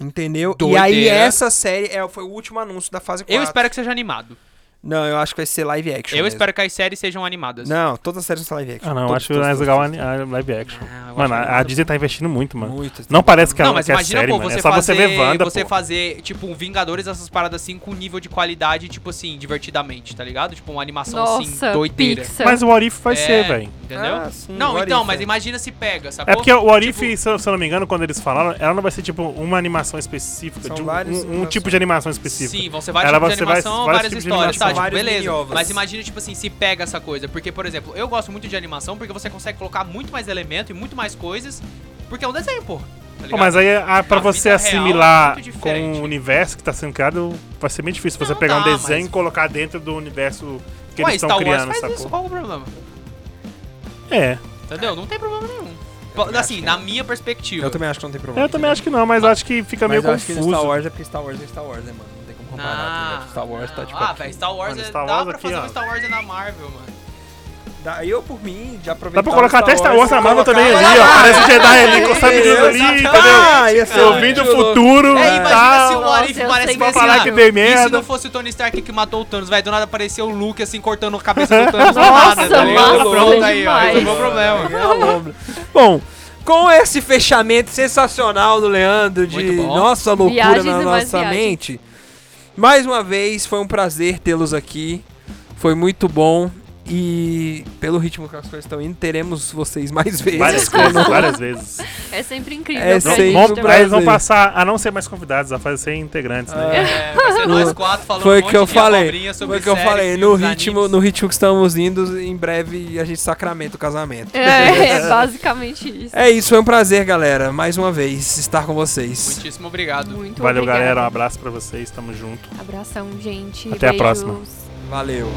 Speaker 1: entendeu?
Speaker 4: Doideira.
Speaker 1: E aí, essa série é, foi o último anúncio da fase 4.
Speaker 4: Eu espero que seja animado.
Speaker 1: Não, eu acho que vai ser live action
Speaker 4: eu
Speaker 1: mesmo.
Speaker 4: espero que as séries sejam animadas.
Speaker 1: Não, todas as séries vão ser live
Speaker 4: É.
Speaker 1: action.
Speaker 3: Ah, não, eu
Speaker 1: Todas,
Speaker 3: acho
Speaker 1: todas,
Speaker 3: mais
Speaker 1: todas,
Speaker 3: legal
Speaker 1: todas.
Speaker 3: a, a live action.
Speaker 4: Ah, eu
Speaker 3: mano,
Speaker 4: acho
Speaker 3: a, a
Speaker 4: muito-
Speaker 3: Disney tá investindo muito, mano.
Speaker 1: Muitas.
Speaker 3: Não parece que ela
Speaker 4: Não, mas
Speaker 3: que
Speaker 4: imagina,
Speaker 3: é série,
Speaker 4: pô,
Speaker 3: mano.
Speaker 4: você
Speaker 3: É só
Speaker 4: fazer,
Speaker 3: você ver Wanda,
Speaker 4: você
Speaker 3: pô.
Speaker 4: fazer, tipo, um Vingadores, essas paradas assim, com nível de qualidade, tipo assim, divertidamente, tá ligado? Tipo, uma animação
Speaker 2: Nossa,
Speaker 4: assim, doideira.
Speaker 2: Pixar.
Speaker 3: Mas o Orif vai
Speaker 4: É,
Speaker 3: ser, velho.
Speaker 4: Entendeu?
Speaker 1: Ah, sim,
Speaker 4: não,
Speaker 1: what
Speaker 4: então,
Speaker 1: if,
Speaker 4: mas
Speaker 1: é.
Speaker 4: imagina se pega, sacou?
Speaker 3: É porque o Orif,
Speaker 4: Tipo,
Speaker 3: se, eu- se eu não me engano, quando eles falaram, ela não vai ser tipo uma animação específica,
Speaker 1: São
Speaker 3: de um,
Speaker 1: várias
Speaker 3: um- um tipo de animação específica.
Speaker 4: Sim, vão ser vários
Speaker 3: Ela
Speaker 4: tipos
Speaker 3: vai
Speaker 4: de
Speaker 3: ser vários-
Speaker 4: animação,
Speaker 3: vários
Speaker 4: várias
Speaker 3: tipos de
Speaker 4: histórias, tá?
Speaker 3: animação.
Speaker 4: Tipo,
Speaker 1: Vários
Speaker 4: beleza.
Speaker 1: mini-ovas.
Speaker 4: Mas imagina, tipo assim, se pega essa coisa. Porque, por exemplo, eu gosto muito de animação porque você consegue colocar muito mais elemento e muito mais coisas. Porque é um desenho, pô. Tá
Speaker 3: Pô,
Speaker 4: ligado?
Speaker 3: mas é aí, a, pra
Speaker 4: Na
Speaker 3: você
Speaker 4: vida real, é
Speaker 3: assimilar
Speaker 4: muito
Speaker 3: com
Speaker 4: diferente.
Speaker 3: o universo que tá sendo criado, vai ser meio difícil você
Speaker 4: Não
Speaker 3: pegar um
Speaker 4: dá,
Speaker 3: desenho
Speaker 4: mas-
Speaker 3: e colocar dentro do universo que
Speaker 4: Ué,
Speaker 3: eles
Speaker 4: Star
Speaker 3: estão
Speaker 4: Wars
Speaker 3: criando,
Speaker 4: faz isso,
Speaker 3: sacou?
Speaker 4: qual o problema?
Speaker 3: É.
Speaker 4: Entendeu? Não tem problema nenhum.
Speaker 1: também acho
Speaker 4: assim,
Speaker 1: que é.
Speaker 4: na
Speaker 1: não.
Speaker 4: minha perspectiva.
Speaker 1: Eu também acho que não tem problema.
Speaker 3: Eu também acho que não, mas acho que fica
Speaker 1: Mas
Speaker 3: meio
Speaker 1: eu acho que no
Speaker 3: confuso.
Speaker 1: Star Wars é porque Star Wars é Star Wars, né, mano? Não tem como comparar.
Speaker 4: Ah,
Speaker 1: tá ligado? Star Wars tá
Speaker 4: não.
Speaker 1: tipo.
Speaker 4: Ah,
Speaker 1: aqui.
Speaker 4: velho, Star Wars
Speaker 3: Mano,
Speaker 4: é.
Speaker 3: Star
Speaker 4: dá
Speaker 3: Wars
Speaker 4: pra
Speaker 3: aqui,
Speaker 4: fazer
Speaker 3: ó.
Speaker 4: um Star Wars é na Marvel, mano.
Speaker 1: Dá- eu, por mim, já aproveitei.
Speaker 3: Dá pra colocar até Star Wars na Marvel também
Speaker 4: colocar-
Speaker 3: ali, ó.
Speaker 4: Ah,
Speaker 3: Parece
Speaker 1: né?
Speaker 3: o Jedi ali, encostar
Speaker 4: meninos
Speaker 3: menino ali, entendeu?
Speaker 4: Ah,
Speaker 3: Eu vim do
Speaker 1: tipo, *laughs*
Speaker 3: futuro
Speaker 4: É,
Speaker 3: e
Speaker 4: imagina se o
Speaker 3: tal.
Speaker 2: Nossa,
Speaker 4: What If
Speaker 2: eu
Speaker 4: parece
Speaker 2: sei
Speaker 4: que
Speaker 3: Pra
Speaker 2: assim,
Speaker 3: falar
Speaker 2: ah,
Speaker 3: que
Speaker 2: eu-
Speaker 3: dei
Speaker 4: E se não
Speaker 3: merda.
Speaker 4: fosse o Tony Stark que matou o Thanos, velho? Do nada apareceu o Luke, assim, cortando a cabeça do Thanos do
Speaker 2: Nossa,
Speaker 4: nada, tá ligado?
Speaker 2: massa
Speaker 4: Pronto aí, ó.
Speaker 2: demais.
Speaker 4: Resolveu o problema.
Speaker 1: Bom, com esse fechamento sensacional do Leandro de
Speaker 4: Muito bom.
Speaker 1: nossa loucura
Speaker 2: Viagens
Speaker 1: na
Speaker 2: e mais
Speaker 1: nossa
Speaker 2: viagens.
Speaker 1: mente, mais uma vez foi um prazer tê-los aqui. Foi muito bom. E pelo ritmo que as coisas estão indo, teremos vocês mais *laughs* vezes.
Speaker 3: Várias coisas, várias vezes.
Speaker 2: É sempre incrível.
Speaker 1: É
Speaker 2: pra
Speaker 1: sempre
Speaker 2: gente
Speaker 3: Vão-
Speaker 1: um
Speaker 2: também.
Speaker 1: prazer.
Speaker 3: eles vão passar a não ser mais convidados, a fazer ser integrantes, né?
Speaker 4: É, vai ser nós quatro falando
Speaker 1: Foi
Speaker 4: um
Speaker 1: o
Speaker 4: monte
Speaker 1: que eu
Speaker 4: de
Speaker 1: falei. Foi
Speaker 4: abobrinha sobre
Speaker 1: o que eu
Speaker 4: séries,
Speaker 1: falei. No
Speaker 4: filmes,
Speaker 1: ritmo,
Speaker 4: animes.
Speaker 1: no ritmo que estamos indo, em breve a gente sacramenta o casamento.
Speaker 2: É, é basicamente isso.
Speaker 1: É isso, foi um prazer, galera. Mais uma vez estar com vocês.
Speaker 4: Muitíssimo
Speaker 1: É.
Speaker 4: obrigado.
Speaker 2: Muito
Speaker 3: Valeu,
Speaker 2: obrigada.
Speaker 3: galera. Um abraço pra vocês. Tamo junto.
Speaker 2: Abração, gente.
Speaker 3: Até a próxima.
Speaker 2: Beijos.
Speaker 1: Valeu.